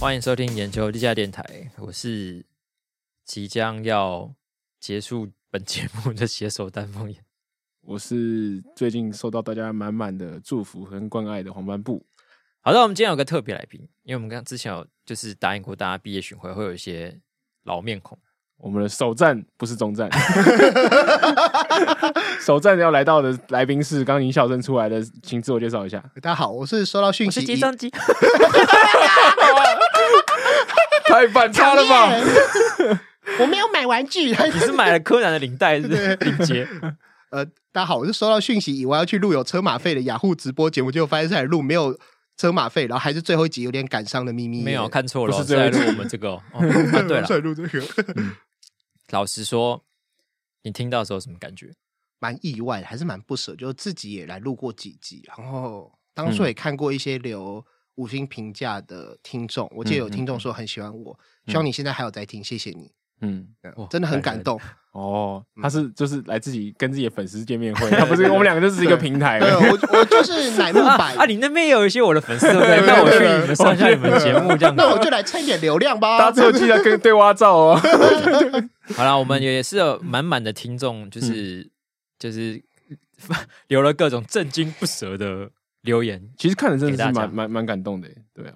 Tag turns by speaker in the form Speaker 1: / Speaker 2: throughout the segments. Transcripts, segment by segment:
Speaker 1: 欢迎收听眼球地下电台，我是即将要结束本节目的携手丹凤眼。
Speaker 2: 我是最近受到大家满满的祝福和关爱的黄斑布。
Speaker 1: 好的，我们今天有个特别来宾，因为我们刚之前有就是答应过大家毕业巡回会有一些老面孔，
Speaker 2: 我们的首站不是中站，首站要来到的来宾是刚您笑声出来的，请自我介绍一下。
Speaker 3: 大家好，我是收到讯
Speaker 1: 我
Speaker 3: 息，
Speaker 1: 是计算机，
Speaker 2: 太反差了吧！
Speaker 3: 我没有买玩具。
Speaker 1: 你是买了柯南的领带是不是领结？
Speaker 3: 呃，大家好，我是收到讯息以为要去录有车马费的雅虎直播节目，结果发现是来录没有车马费，然后还是最后一集有点感伤的秘密。
Speaker 1: 没有看错了哦，
Speaker 2: 不
Speaker 1: 是
Speaker 2: 是这
Speaker 1: 在
Speaker 2: 位
Speaker 1: 录我们这个哦。哦啊 对了，
Speaker 3: 再录这个，
Speaker 1: 老实说，你听到的时候什么感觉？
Speaker 3: 蛮意外的，还是蛮不舍，就自己也来录过几集，然后当
Speaker 1: 嗯
Speaker 3: 初也看过一些留五星评价的听众，我
Speaker 1: 嗯
Speaker 3: 记得有听众说很喜欢我，希望你现在还有在听，谢谢你，
Speaker 2: 嗯，
Speaker 1: 哇
Speaker 3: 真的很
Speaker 1: 感
Speaker 3: 感
Speaker 1: 人
Speaker 3: 动。
Speaker 2: 哦，他是就是来自己跟自己的粉丝见面会，他不是我们两个就是一个平台。
Speaker 3: 对，我 我就是乃木
Speaker 1: 啊
Speaker 3: 坂
Speaker 1: 啊！你那边有一些我的粉丝，对不对？那我去你们上一下你们节目这样子
Speaker 3: 那。我就来蹭一点流量吧。
Speaker 2: 大家只有记得跟对蛙照哦。
Speaker 1: 好啦，我们也是有满满的听众，就是就是 留了各种震惊不舍的留言。
Speaker 2: 其实看了真的
Speaker 1: 给大
Speaker 2: 是
Speaker 1: 家
Speaker 2: 蛮蛮蛮感动的，对啊。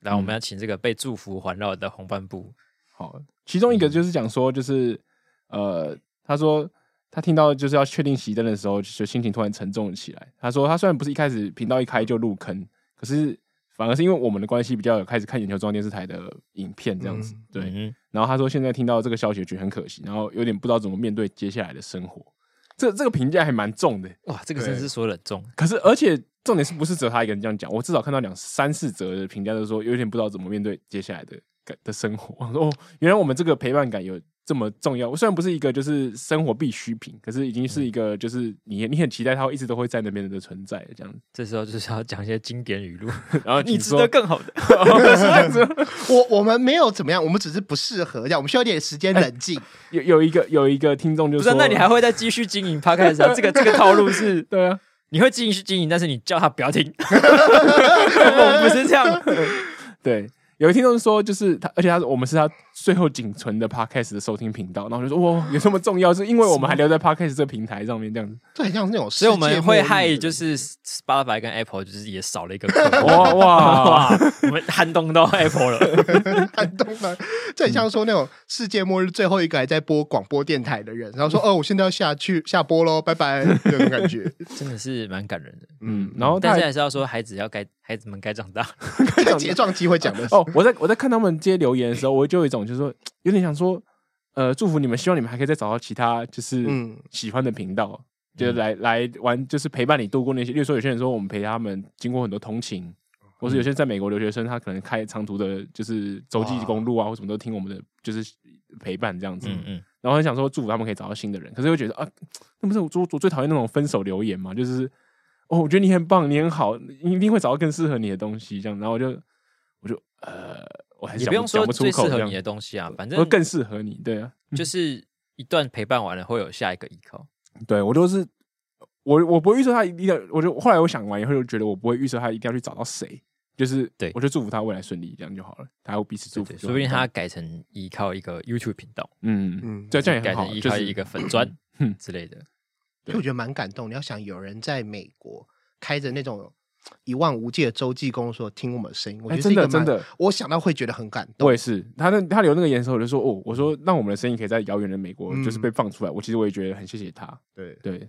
Speaker 1: 然后我们要请这个被祝福环绕的红斑布，
Speaker 2: 好，其中一
Speaker 1: 嗯
Speaker 2: 个就是讲说，就是呃，他说他听到就是要确定熄灯的时候，就心情突然沉重了起来。他说他虽然不是一开始频道一开就入坑，可是反而是因为我们的关系比较有开始看眼球中央电视台的影片这样子。对，
Speaker 1: 嗯，
Speaker 2: 然后他说现在听到这个消息觉得很可惜，然后有点不知道怎么面对接下来的生活。这这个评价还蛮重的，
Speaker 1: 哇，这个真是说得很重，
Speaker 2: 可是而且重点是不是只有他一个人这样讲？我至少看到两三四则的评价，就是说有点不知道怎么面对接下来的感的生活。 我说哦，原来我们这个陪伴感有这么重要。虽然不是一个就是生活必需品，可是已经是一个就是你 你很期待它会一直都会在那边的存在这样子。
Speaker 1: 这时候就是要讲一些经典语录，
Speaker 2: 然 后
Speaker 1: 你
Speaker 2: 请
Speaker 1: 值
Speaker 2: 说
Speaker 1: 得更好 的。
Speaker 3: 我我们没有怎么样，我们只是不适合这样，我们需要一点时间冷静。
Speaker 2: 有有一个有一个听众就
Speaker 1: 不
Speaker 2: 说，
Speaker 1: 是，那你还会再继续经营 podcast 啊？这个这个套路 是，
Speaker 2: 对啊，
Speaker 1: 你会继续经营，但是你叫他不要 听，我们不是这样。
Speaker 2: 对，有一听众说，就是他，而且他我们是他最后仅存的 podcast 的收听频道，然后我就说哇，有这么重要？是因为我们还留在 podcast 这个平台上面这样子。
Speaker 3: 这很像那种世
Speaker 1: 所
Speaker 3: 界
Speaker 1: 以
Speaker 3: 末
Speaker 1: 我
Speaker 3: 日，
Speaker 1: 们会害就是 Spotify 跟 Apple 就是也少了一个客 户
Speaker 2: 哇哇
Speaker 1: 哇，我们寒冬 到 Apple 了，
Speaker 3: 感动的，这很像说那种世界末日最后一个还在播广播电台的人，然后说：“哦，我现在要下去下播喽，拜拜。”这种感觉，
Speaker 1: 真的是蛮感人的。
Speaker 2: 嗯，然后他
Speaker 1: 但
Speaker 2: 还
Speaker 1: 是还是要说，孩子要该孩子们该长大。
Speaker 3: 在睫状肌会 讲的。
Speaker 2: 哦，我在我在看他们接留言的时候，我就有一种就是说，有点想说，呃，祝福你们，希望你们还可以再找到其他就是
Speaker 3: 嗯
Speaker 2: 喜欢的频道，就是来来玩，就是陪伴你度过那些。例如说，有些人说我们陪他们经过很多通勤，或是有些在美国留学生，他可能开长途的，就是洲际
Speaker 3: 哇
Speaker 2: 公路啊，或什么都听我们的，就是陪伴这样子。
Speaker 1: 嗯嗯，
Speaker 2: 然后很想说祝福他们可以找到新的人，可是又觉得啊，那不是我我我最讨厌那种分手留言嘛，就是哦，我觉得你很棒，你很好，你一定会找到更适合你的东西这样，然后我就我就呃，我还
Speaker 1: 也
Speaker 2: 是讲
Speaker 1: 不用说
Speaker 2: 讲不出
Speaker 1: 最适
Speaker 2: 口这
Speaker 1: 合
Speaker 2: 样嗯
Speaker 1: 你，的东西啊，反
Speaker 2: 我
Speaker 1: 正
Speaker 2: 更适合你，对啊，
Speaker 1: 就是一段陪伴完了，会有下一个依靠。
Speaker 2: 对我都是我我不会预测他一定要，我就后来我想完以后就觉得我不会预测他一定要去找到谁，就是
Speaker 1: 对
Speaker 2: 我就祝福他未来顺利这样就好了，大家互彼此
Speaker 1: 对
Speaker 2: 祝福
Speaker 1: 对，
Speaker 2: 就好，
Speaker 1: 说不定
Speaker 2: 这样
Speaker 1: 他改成依靠一个 YouTube 频道，
Speaker 2: 嗯，
Speaker 3: 嗯，
Speaker 2: 对，这样也
Speaker 1: 改
Speaker 2: 很好
Speaker 1: 成，依
Speaker 2: 就
Speaker 1: 靠
Speaker 2: 是嗯
Speaker 1: 一个粉砖之类的。
Speaker 3: 就我觉得蛮感动。你要想，有人在美国开着那种一望无际的洲际公路，说听我们的声音，我
Speaker 2: 哎
Speaker 3: 觉得是
Speaker 2: 真
Speaker 3: 一个
Speaker 2: 的真
Speaker 3: 蛮
Speaker 2: 的，
Speaker 3: 我想到会觉得很感动
Speaker 2: 我。也是，他那他留那个言的时候，我就说哦，我说让我们的声音可以在遥远的美国
Speaker 3: 嗯
Speaker 2: 就是被放出来。我其实我也觉得很谢谢他，
Speaker 3: 对，
Speaker 2: 对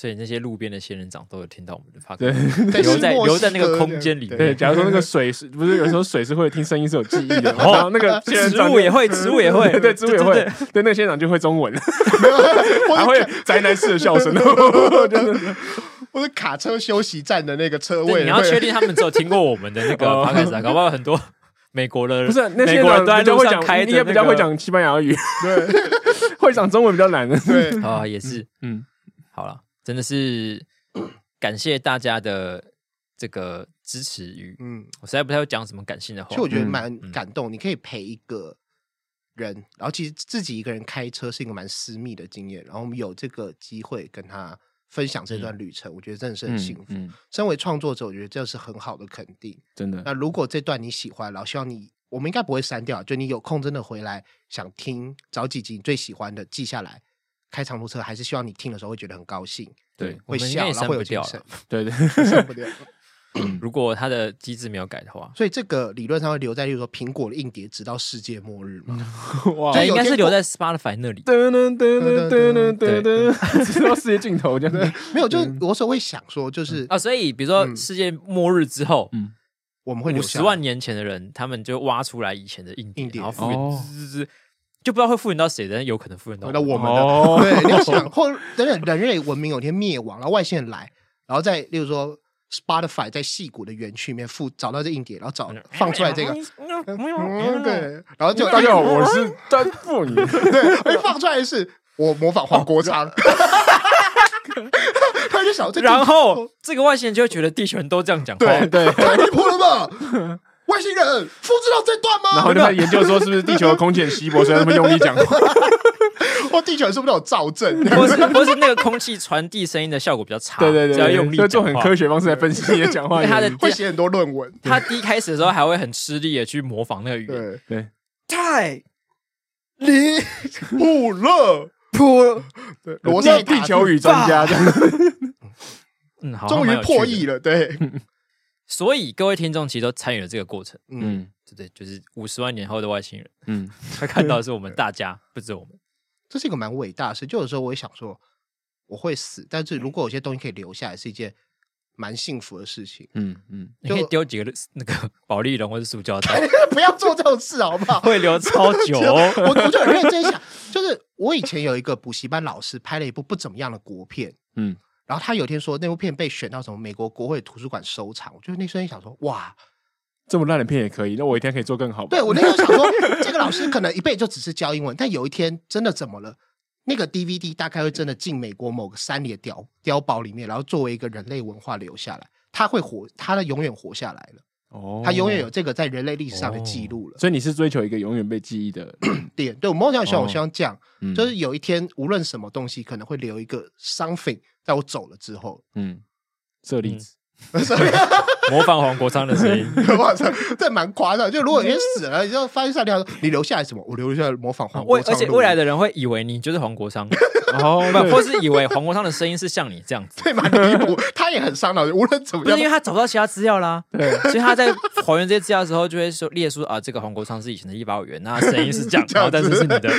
Speaker 1: 所以那些路边的仙人掌都有听到我们 的 p o d
Speaker 2: 对
Speaker 3: 但是
Speaker 1: 留 在
Speaker 3: 墨西
Speaker 1: 留在那个
Speaker 3: 哥
Speaker 1: 空
Speaker 3: 的
Speaker 1: 间里面
Speaker 2: 对。假如说那个水是不是有时候水是会听声音是有记忆的 嘛，然后那个仙人
Speaker 1: 哦植
Speaker 2: 掌，
Speaker 1: 物也会，植物也会
Speaker 2: 对对植物也会
Speaker 1: 对对，
Speaker 2: 对那个仙人掌就会 中文，
Speaker 3: 没有，
Speaker 2: 还
Speaker 3: 我
Speaker 2: 会
Speaker 3: 的
Speaker 2: 有
Speaker 3: 卡
Speaker 2: 宅男式的笑声， 就是
Speaker 3: 我的卡车休息站的那个车
Speaker 1: 对
Speaker 3: 位，
Speaker 1: 你要
Speaker 3: 会
Speaker 1: 确定他们只有听过我们的那个
Speaker 2: 哦
Speaker 1: podcast，啊搞不好很多美国的
Speaker 2: 不是那仙
Speaker 1: 美
Speaker 2: 人
Speaker 1: 国人
Speaker 2: 掌
Speaker 1: 都在
Speaker 2: 比较
Speaker 1: 路
Speaker 2: 会
Speaker 1: 上开
Speaker 2: 讲，
Speaker 1: 着
Speaker 2: 应该比较
Speaker 1: 那个
Speaker 2: 会讲西班牙语，
Speaker 3: 对
Speaker 2: 会讲中文比较难。
Speaker 3: 对。
Speaker 1: 啊， 也是，
Speaker 2: 嗯，
Speaker 1: 好了，真的是感谢大家的这个支持与，
Speaker 3: 嗯，
Speaker 1: 我实在不太会讲什么感性的话
Speaker 3: 所以我觉得
Speaker 2: 嗯
Speaker 3: 蛮
Speaker 1: 嗯
Speaker 3: 感动。你可以陪一个人，然后其实自己一个人开车是一个蛮私密的经验，然后我们有这个机会跟他分享这
Speaker 1: 嗯
Speaker 3: 段旅程，我觉得真的是很幸福。
Speaker 2: 嗯，
Speaker 3: 身为创作者，我觉得这是很好的肯定。
Speaker 2: 真的，
Speaker 3: 那如果这段你喜欢，然后希望你，我们应该不会删掉，就你有空真的回来想听，找几集你最喜欢的记下来。开长途车还是希望你听的时候会觉得很高兴，
Speaker 2: 对
Speaker 1: 我
Speaker 3: 会
Speaker 1: 们应
Speaker 3: 笑，
Speaker 1: 该也
Speaker 3: 然后
Speaker 1: 删
Speaker 3: 会
Speaker 1: 不
Speaker 3: 有精
Speaker 1: 掉
Speaker 3: 神
Speaker 1: 了。，
Speaker 2: 对对，
Speaker 3: 删不掉。
Speaker 1: 如果它的机制没有改的话，
Speaker 3: 所以这个理论上会留在，例如说苹果的硬碟，直到世界末日嘛。
Speaker 2: 哇
Speaker 3: 就
Speaker 1: 哎，
Speaker 3: 有
Speaker 1: 应该
Speaker 3: 天
Speaker 1: 是留
Speaker 3: 过
Speaker 1: 在 Spotify 那里。
Speaker 2: 噔噔噔噔噔噔噔， 直到世界尽头这样子。
Speaker 3: 没有，就是我有时候会想说，就是
Speaker 1: 啊，所以比如说
Speaker 3: 嗯
Speaker 1: 世界末日之后，
Speaker 2: 嗯
Speaker 3: 我们会
Speaker 1: 五
Speaker 3: 留
Speaker 1: 十
Speaker 3: 下
Speaker 1: 万年前的人，他们就挖出来以前的硬碟
Speaker 3: 硬，碟
Speaker 1: 然后复原，
Speaker 2: 哦
Speaker 1: 滋滋滋就不知道会复原到谁，但是有可能复原到
Speaker 3: 回到我们的。
Speaker 2: 哦，
Speaker 3: 对，你 要想，或等等人类文明有一天灭亡，然后外星人来，然后再例如说 Spotify 在戏谷的园区里面附找到这硬碟，然后找
Speaker 1: 嗯
Speaker 3: 放出 来这个，
Speaker 1: 哎
Speaker 3: 嗯，对，然后就
Speaker 2: 大家好， 我是丹凤眼。
Speaker 3: 对，哎，放出来是我模仿黄国 昌，他就想这
Speaker 1: 然后这个外星人就会觉得地球人都这样讲话，
Speaker 2: 对 对，
Speaker 3: 太离谱了吧？外星人复制到这段吗？
Speaker 2: 然后就开始研究说是不是地球的空气很稀薄，所以他们用力讲话。
Speaker 3: 或地球人是不是有造 证？
Speaker 1: 或是或是那个空气传递声音的效果比较差，
Speaker 2: 对对对，
Speaker 1: 只要用力
Speaker 2: 就
Speaker 1: 讲
Speaker 2: 做
Speaker 1: 话
Speaker 2: 很科学方式来分析你的讲话。
Speaker 1: 他的
Speaker 3: 会写很多论文，
Speaker 1: 他第一开始的时候还会很吃力的去模仿那个语言，
Speaker 3: 对，
Speaker 2: 对，
Speaker 1: 太离
Speaker 3: 不乐。
Speaker 1: 谱，
Speaker 3: 对，罗
Speaker 2: 我
Speaker 3: 塞
Speaker 2: 是
Speaker 3: 塔
Speaker 2: 地球语专 家这样。
Speaker 1: 嗯，好
Speaker 3: 终于破
Speaker 1: 还蛮
Speaker 3: 亿。
Speaker 1: 有趣的
Speaker 3: 了，对，
Speaker 1: 所以各位听众其实都参与了这个过程，
Speaker 3: 嗯，
Speaker 2: 嗯
Speaker 1: 对不对？就是五十万年后的外星人，
Speaker 2: 嗯，
Speaker 1: 他看到的是我们大家，不止我们。
Speaker 3: 这是一个蛮伟大的事。就有时候我也想说，我会死，但是如果有些东西可以留下来，是一件蛮幸福的事情。
Speaker 2: 嗯嗯，
Speaker 1: 你 可以丢几个那个保利龙或是塑胶袋，
Speaker 3: 不要做这种事，好不 好？
Speaker 1: 会留超久 哦。
Speaker 3: 我我就很认真想，就是我以前有一个补习班老师拍了一部不怎么样的国片，
Speaker 2: 嗯，
Speaker 3: 然后他有一天说那部片被选到什么美国国会图书馆收藏，我就那瞬间想说，哇，
Speaker 2: 这么烂的片也可以，那我一天可以做更好吧。
Speaker 3: 对我那时候想说，这个老师可能一辈子就只是教英文，但有一天真的怎么了？那个 DVD 大概会真的进美国某个山里的碉碉堡里面，然后作为一个人类文化留下来，它会活，它的永远活下来了，
Speaker 2: 哦
Speaker 3: 它永远有这个在人类历史上的
Speaker 1: 哦
Speaker 3: 记录了。
Speaker 2: 所以你是追求一个永远被记忆的，
Speaker 3: 点对我梦想
Speaker 1: 哦
Speaker 3: 想，我希望这样，
Speaker 2: 嗯
Speaker 3: 就是有一天无论什么东西可能会留一个 something，在我走了 之后，
Speaker 2: 嗯，这例子，
Speaker 1: 模仿黄国昌的 声音，
Speaker 3: 哇塞，这蛮夸张。就如果有一天死了，你就发现上条，你留下来什么？我留下来模仿黄国
Speaker 1: 未
Speaker 3: 昌
Speaker 1: 而
Speaker 3: 的
Speaker 1: 且
Speaker 3: 录音，
Speaker 1: 未来的人会以为你就是黄国 昌，
Speaker 2: 哦，
Speaker 1: 不，或是以为黄国昌的声音是像你这样子，
Speaker 3: 对蛮离谱，他也很伤脑筋。无论怎么
Speaker 1: 不是
Speaker 3: 样
Speaker 1: 因，为他找不到其他资料啦，所以他在还原这些资料的时候，就会说列出啊，这个黄国昌是以前的立法委员，那声音 是这样，然后但是是你的，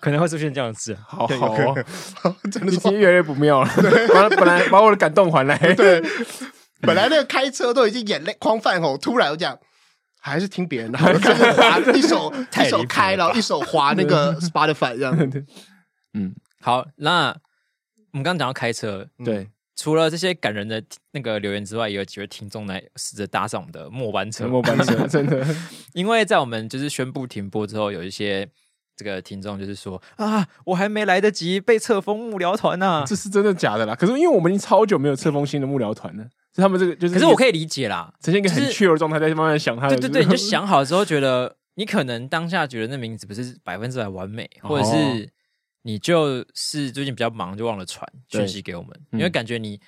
Speaker 1: 可能会出现这样的字。
Speaker 2: 好好哦，
Speaker 3: 真的
Speaker 2: 已
Speaker 3: 是
Speaker 2: 经越来越不妙了。完了，本来 把我的感动还来，对，
Speaker 3: 本来那个开车都已经眼泪眶泛红，突然我讲还是听 别人的好了，开始滑，一手
Speaker 1: 太
Speaker 3: 一
Speaker 1: 离谱了吧
Speaker 3: 手开，然后一手滑那个 Spotify 这样。
Speaker 2: 嗯，
Speaker 1: 好，那我们刚刚讲到开车，
Speaker 2: 对，
Speaker 1: 除了这些感人的那个留言之外，也有几位听众来试着搭嗯上我们的末班车
Speaker 2: 沉。默班车真的，
Speaker 1: 因为在我们就是宣布停播之后，有一些这个听众就是说啊，我还没来得及被册封幕僚团 啊呢、
Speaker 2: 这是真的假的啦？可是因为我们已经超久没有册封新的幕僚团了，所以他们这个就是，
Speaker 1: 可是我可以理解啦，
Speaker 2: 呈现一个很
Speaker 1: 就是
Speaker 2: chill 的状态，在慢慢想他的，
Speaker 1: 对对 对，你就想好之后觉得你可能当下觉得那名字不是百分之百完美，或者
Speaker 2: 哦
Speaker 1: 是你就是最近比较忙就忘了传
Speaker 2: 对
Speaker 1: 讯息给我们，
Speaker 2: 嗯
Speaker 1: 因为感觉你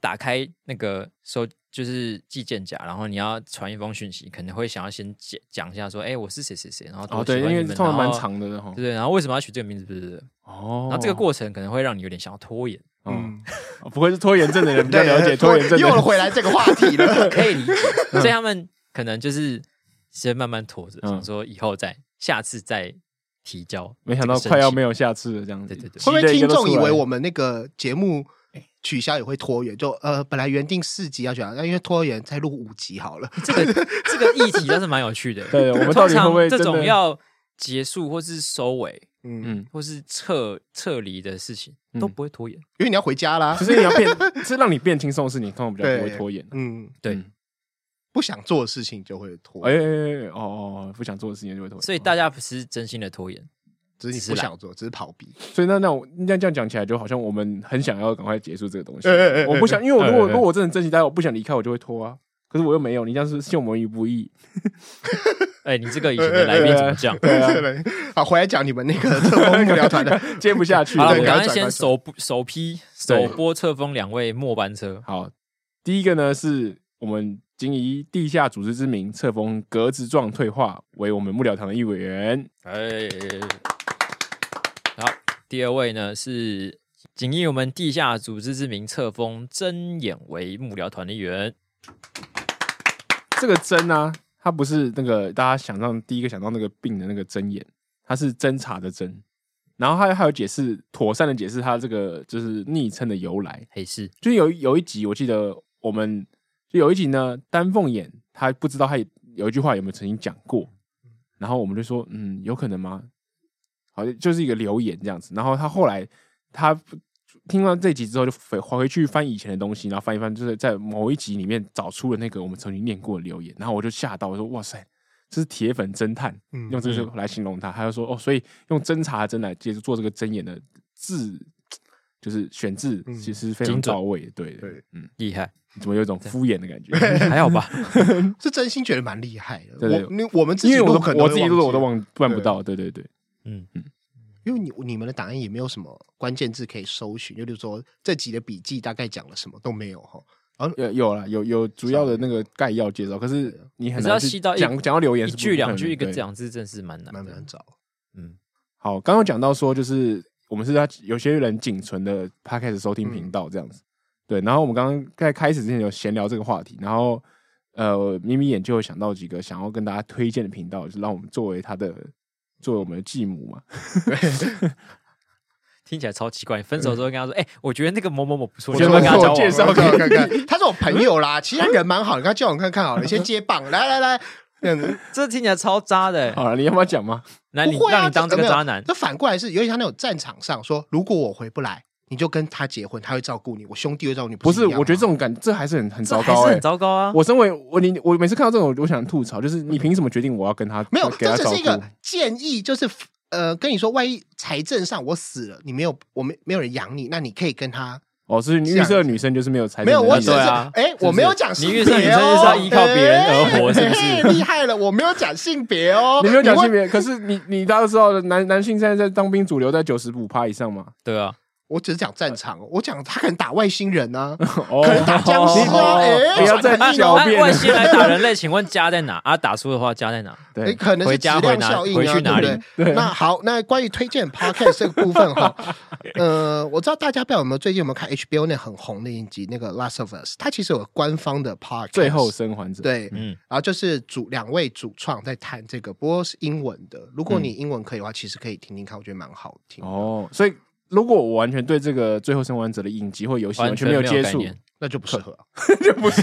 Speaker 1: 打开那个收就是寄件夹，然后你要传一封讯息，可能会想要先讲讲一下说，哎、我是谁谁谁，然后多
Speaker 2: 哦，对，
Speaker 1: 喜
Speaker 2: 因
Speaker 1: 欢你
Speaker 2: 为
Speaker 1: 们
Speaker 2: 通常蛮。
Speaker 1: 然后
Speaker 2: 长的哈
Speaker 1: 对，对，然后为什么要取这个名字？对对对，
Speaker 2: 哦
Speaker 1: 然后这个过程可能会让你有点想要拖延，
Speaker 2: 嗯，哦不愧是拖延症的人比较了解拖
Speaker 3: 对
Speaker 2: 延症的
Speaker 3: 又
Speaker 2: 人，
Speaker 3: 回来这个话 题了。
Speaker 1: 可以理解。所以他们可能就是先慢慢拖着，
Speaker 2: 嗯
Speaker 1: 想说以后再下次再提交。
Speaker 2: 没想到快要没
Speaker 1: 有，
Speaker 2: 有下次了这样子，
Speaker 1: 对对对
Speaker 3: 会不
Speaker 2: 急
Speaker 3: 会
Speaker 2: 得一
Speaker 3: 听
Speaker 2: 个都
Speaker 3: 众以
Speaker 2: 出来
Speaker 3: 为我们那个节目取消也会拖延？就呃，本来原定四集要讲，那因为拖延再录五集好了。
Speaker 1: 这 个这个议题倒是蛮有趣的。
Speaker 2: 对我们到
Speaker 1: 通
Speaker 2: 底会
Speaker 1: 常
Speaker 2: 不会
Speaker 1: 这
Speaker 2: 真
Speaker 1: 种
Speaker 2: 的
Speaker 1: 要结束或是收尾，
Speaker 3: 嗯，
Speaker 2: 嗯，
Speaker 1: 或是撤撤离的事情
Speaker 2: 嗯
Speaker 1: 都不会拖延。
Speaker 3: 因为你要回家啦
Speaker 2: 就。是你要变， 是让你变轻松的事情，通常比较
Speaker 3: 对
Speaker 2: 不会拖延。
Speaker 3: 嗯，
Speaker 1: 对
Speaker 2: 嗯，
Speaker 3: 不想做的事情就会拖
Speaker 2: 哎，哎哎哎哦哦，不想做的事情就会拖延。哦
Speaker 1: 所以大家不是真心的拖延，
Speaker 3: 只是你不想做，只是逃避。
Speaker 2: 所以那那我那这样讲起来，就好像我们很想要赶快结束这个东西
Speaker 3: 哎哎哎 哎。
Speaker 2: 我不想，因为我如果
Speaker 1: 哎哎哎
Speaker 2: 如果我真的珍惜大家，我不想离开，我就会拖啊。可是我又没有，你这样是陷我们于不义。
Speaker 1: 哎，你这个以前的来宾怎么讲？
Speaker 2: 对啊
Speaker 3: 对， 好，回来讲你们那个 特工幕僚团 的，
Speaker 2: 接不下去
Speaker 1: 好了，我
Speaker 2: 了。
Speaker 1: 们
Speaker 3: 对赶
Speaker 1: 刚刚
Speaker 3: 快转
Speaker 1: 先
Speaker 3: 弯
Speaker 1: 首部首批首
Speaker 2: 对
Speaker 1: 播册封两位末班车，
Speaker 2: 好，第一个呢是我们仅以地下组织之名册封格子状退化为我们幕僚堂的一委员。
Speaker 1: 哎，好，第二位呢是谨以我们地下组织之名册封真眼为幕僚团的一员，
Speaker 2: 这个针啊，它不是那个大家想到第一个想到那个病的那个针眼，它是侦查的针。然后还还有解释，妥善的解释它这个就是昵称的由来。
Speaker 1: 嘿是
Speaker 2: 就是有一有一集，我记得我们就有一集呢，丹凤眼他不知道他有一句话有没有曾经讲过，然后我们就说，嗯，有可能吗？好像就是一个留言这样子。然后他后来他听完这集之后，就回回去翻以前的东西，然后翻一翻，就是在某一集里面找出了那个我们曾经念过的留言。然后我就吓到，我说，哇塞！这是铁粉侦探，
Speaker 3: 嗯
Speaker 2: 用这个来形容他，他就说哦，所以用侦查的侦来接着做这个睁眼的字，就是选字，
Speaker 3: 嗯
Speaker 2: 其实非常
Speaker 1: 精准
Speaker 2: 到位。对
Speaker 3: 对，
Speaker 2: 嗯，
Speaker 1: 厉 害，
Speaker 2: 怎么有一种敷衍的感觉？
Speaker 1: 还好吧？
Speaker 3: 是真心觉得蛮厉害的。
Speaker 2: 对对
Speaker 3: 我你我们自
Speaker 2: 因
Speaker 3: 己
Speaker 2: 为我
Speaker 3: 录
Speaker 2: 都
Speaker 3: 可能
Speaker 2: 我
Speaker 3: 会
Speaker 2: 自己录的我都
Speaker 3: 记，
Speaker 2: 忘办不到。对对对，
Speaker 1: 嗯，
Speaker 3: 因为你你们的档案也没有什么关键字可以搜寻，就比如说这集的笔记大概讲了什么都没有哈。
Speaker 2: 有有啦，有有主要的那个概要介绍，可啊是你很
Speaker 1: 可是要
Speaker 2: 难去
Speaker 1: 吸到一
Speaker 2: 讲讲到留言
Speaker 1: 一
Speaker 2: 是不
Speaker 1: 句两句一个。
Speaker 2: 不可能对
Speaker 1: 两字，真是蛮难
Speaker 3: 蛮
Speaker 1: 的
Speaker 3: 难。找。
Speaker 1: 嗯，
Speaker 2: 好，刚刚讲到说，就是我们是他有些人仅存的 p 开始收
Speaker 3: 嗯
Speaker 2: 听频道这样子。对，然后我们刚刚在开始之前有闲聊这个话题，然后呃，眯眯眼就有想到几个想要跟大家推荐的频道，就是让我们作为他的作为我们的继母嘛。
Speaker 1: 听起来超奇怪。分手之后跟他说：“哎，我觉得那个某某某不错，
Speaker 2: 我
Speaker 1: 你
Speaker 2: 觉
Speaker 1: 要
Speaker 2: 得
Speaker 1: 不要跟他交
Speaker 2: 我介
Speaker 1: 往？”啊
Speaker 2: 绍
Speaker 3: 我
Speaker 2: 给
Speaker 3: 看
Speaker 2: 你
Speaker 3: 看看，他是我朋友啦，其实他人蛮好的，跟他交往看看好了，你先接棒，来来来，这样子。
Speaker 1: 这听起来超渣的。
Speaker 2: 好了，你要不要讲吗？
Speaker 1: 来，你
Speaker 3: 不会啊
Speaker 1: 让你当这个渣男，
Speaker 3: 那反过来是，尤其他那种战场上说，如果我回不来，你就跟他结婚，他会照顾你，我兄弟会照顾你，
Speaker 2: 不是，
Speaker 3: 是一样吗？
Speaker 2: 我觉得这种感这还是很很
Speaker 1: 这
Speaker 2: 糟
Speaker 1: 还
Speaker 2: 糕、
Speaker 1: 是
Speaker 2: 欸，
Speaker 1: 很糟糕啊！
Speaker 2: 我身为我你我每次看到这种，我想吐槽，就是你凭什么决定我要跟他
Speaker 3: 没有，
Speaker 2: 给
Speaker 3: 这
Speaker 2: 他
Speaker 3: 只
Speaker 2: 照
Speaker 3: 是一个
Speaker 2: 顾？
Speaker 3: 建议，就是呃，跟你说，万一财政上我死了，你没有我没没有人养你，那你可以跟他
Speaker 2: 哦，所以你预设女生就是没有财
Speaker 3: 没有，
Speaker 2: 政能
Speaker 3: 我
Speaker 2: 力
Speaker 3: 只
Speaker 2: 的
Speaker 3: 是
Speaker 1: 对
Speaker 2: 对啊
Speaker 1: 啊
Speaker 3: 哎，
Speaker 1: 是
Speaker 3: 我
Speaker 1: 不
Speaker 3: 没
Speaker 1: 是
Speaker 3: 有讲性
Speaker 1: 你
Speaker 3: 别
Speaker 1: 预
Speaker 3: 哦，
Speaker 1: 设女生就是要依靠别人而活
Speaker 3: 哎
Speaker 1: 是不是
Speaker 3: 嘿厉害了，我没有讲性 别哦，
Speaker 2: 你没有讲
Speaker 3: 你会
Speaker 2: 性别，可是你你大家都知道的，男男性现在在当兵主流在九十五趴以上嘛？
Speaker 1: 对啊，
Speaker 3: 我只是讲战场哦，我讲他可能打外星人 呢、啊，
Speaker 2: 哦
Speaker 3: 可能打僵尸啊，
Speaker 1: 哦
Speaker 3: 哎、
Speaker 2: 不要再
Speaker 1: 那
Speaker 3: 转移
Speaker 2: 狡
Speaker 3: 哦
Speaker 1: 那
Speaker 2: 辩
Speaker 1: 外星来打人类，请问家在哪？啊，打输的话家在哪？
Speaker 3: 哎，
Speaker 2: 对，
Speaker 3: 可能
Speaker 1: 回
Speaker 3: 是质
Speaker 1: 家回
Speaker 3: 量
Speaker 1: 哪
Speaker 3: 效应
Speaker 1: 回
Speaker 3: 啊，
Speaker 1: 去
Speaker 3: 对
Speaker 1: 哪
Speaker 3: 不
Speaker 1: 里
Speaker 3: 对？那好，那关于推荐 podcast 这个部 分哈，呃，我知道大家不知道有没有最近有没有看 HBO 那很红的一集那个《Last of Us》，它其实有个官方的 podcast，
Speaker 2: 最后生还者，，
Speaker 3: 对，
Speaker 1: 嗯
Speaker 3: 然后就是主两位主创在谈这个，不过是英文的。如果你英文可以的话，其实可以听听看，我觉得蛮好听。
Speaker 2: 哦，所以如果我完全对这个最后生还者的影集或游戏
Speaker 1: 完
Speaker 2: 完
Speaker 1: 全
Speaker 2: 全没有
Speaker 1: 没有
Speaker 2: 接
Speaker 1: 概
Speaker 2: 触，
Speaker 1: 念
Speaker 3: 那就不适合，
Speaker 2: 就不 是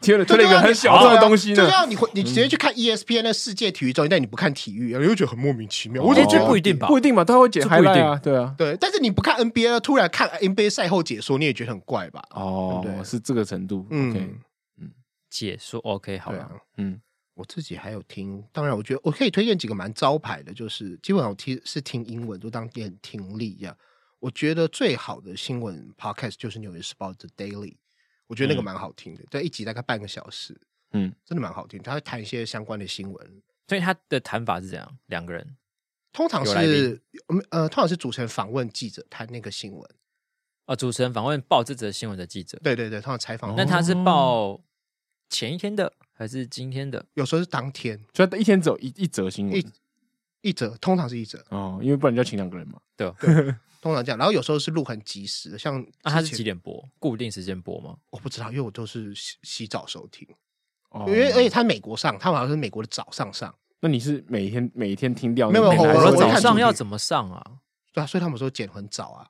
Speaker 2: 推了推了
Speaker 3: 对
Speaker 2: 一
Speaker 3: 啊
Speaker 2: 个很小众的东西
Speaker 3: 对
Speaker 2: 呢
Speaker 3: 啊就。要你会，你直接去看 E ESPN 的世界体育中心，但你不看体育，你就觉得很莫名其妙。我就
Speaker 1: 哦
Speaker 3: 觉
Speaker 1: 这
Speaker 3: 得
Speaker 1: 不一定吧
Speaker 2: 不一定嘛，他会剪
Speaker 1: 这不一
Speaker 2: h
Speaker 1: 定
Speaker 2: i 啊，对啊，
Speaker 3: 对，但是你不看 NBA，了啊突然看 NBA 赛后解说，你也觉得很怪吧？
Speaker 2: 哦
Speaker 3: 对不，对
Speaker 2: 是这个程度，OK，
Speaker 3: 嗯，
Speaker 1: 解说 OK 好
Speaker 3: 对
Speaker 1: 了
Speaker 3: 啊，。
Speaker 2: 嗯，
Speaker 3: 我自己还有听，当然，我觉得我可以推荐几个蛮招牌的，就是基本上我听是听英文，就当练听力一样。我觉得最好的新闻 podcast 就是《纽约时报》的 Daily，我觉得那个
Speaker 2: 嗯
Speaker 3: 蛮好听的，对，一集大概半个小时，
Speaker 2: 嗯，
Speaker 3: 真的蛮好听。他会谈一些相关的新闻，
Speaker 1: 所以他的谈法是这样，两个人
Speaker 3: 通常
Speaker 1: 有来
Speaker 3: 是嗯呃，通常是主持人访问记者谈那个新闻，
Speaker 1: 啊，主持人访问报这则新闻的记者，
Speaker 3: 对对对，通常采访，
Speaker 1: 哦那他是报前一天的还是今天的？
Speaker 3: 有时候是当天
Speaker 2: 所以一天只有一一则新闻
Speaker 3: 一一则，通常是一则，
Speaker 2: 哦，因为不然就要请两个人嘛。
Speaker 1: 对吧，
Speaker 3: 通常这样，然后有时候是录很及时的，像
Speaker 1: 那啊他
Speaker 3: 之
Speaker 1: 是
Speaker 3: 前
Speaker 1: 几点播？固定时间播吗？
Speaker 3: 我不知道，因为我都是洗洗澡收听。
Speaker 2: 哦
Speaker 3: 因为哎而且他美国上，他好像是美国的早上上，
Speaker 2: 那你是每天每天听掉
Speaker 3: 没有
Speaker 2: 那个
Speaker 3: 哦我
Speaker 2: 台
Speaker 1: 美
Speaker 2: 词
Speaker 1: 国
Speaker 3: 我
Speaker 1: 早
Speaker 3: 看主
Speaker 1: 上
Speaker 3: 题
Speaker 1: 要怎么上啊？
Speaker 3: 对啊，所以他们说剪很早啊，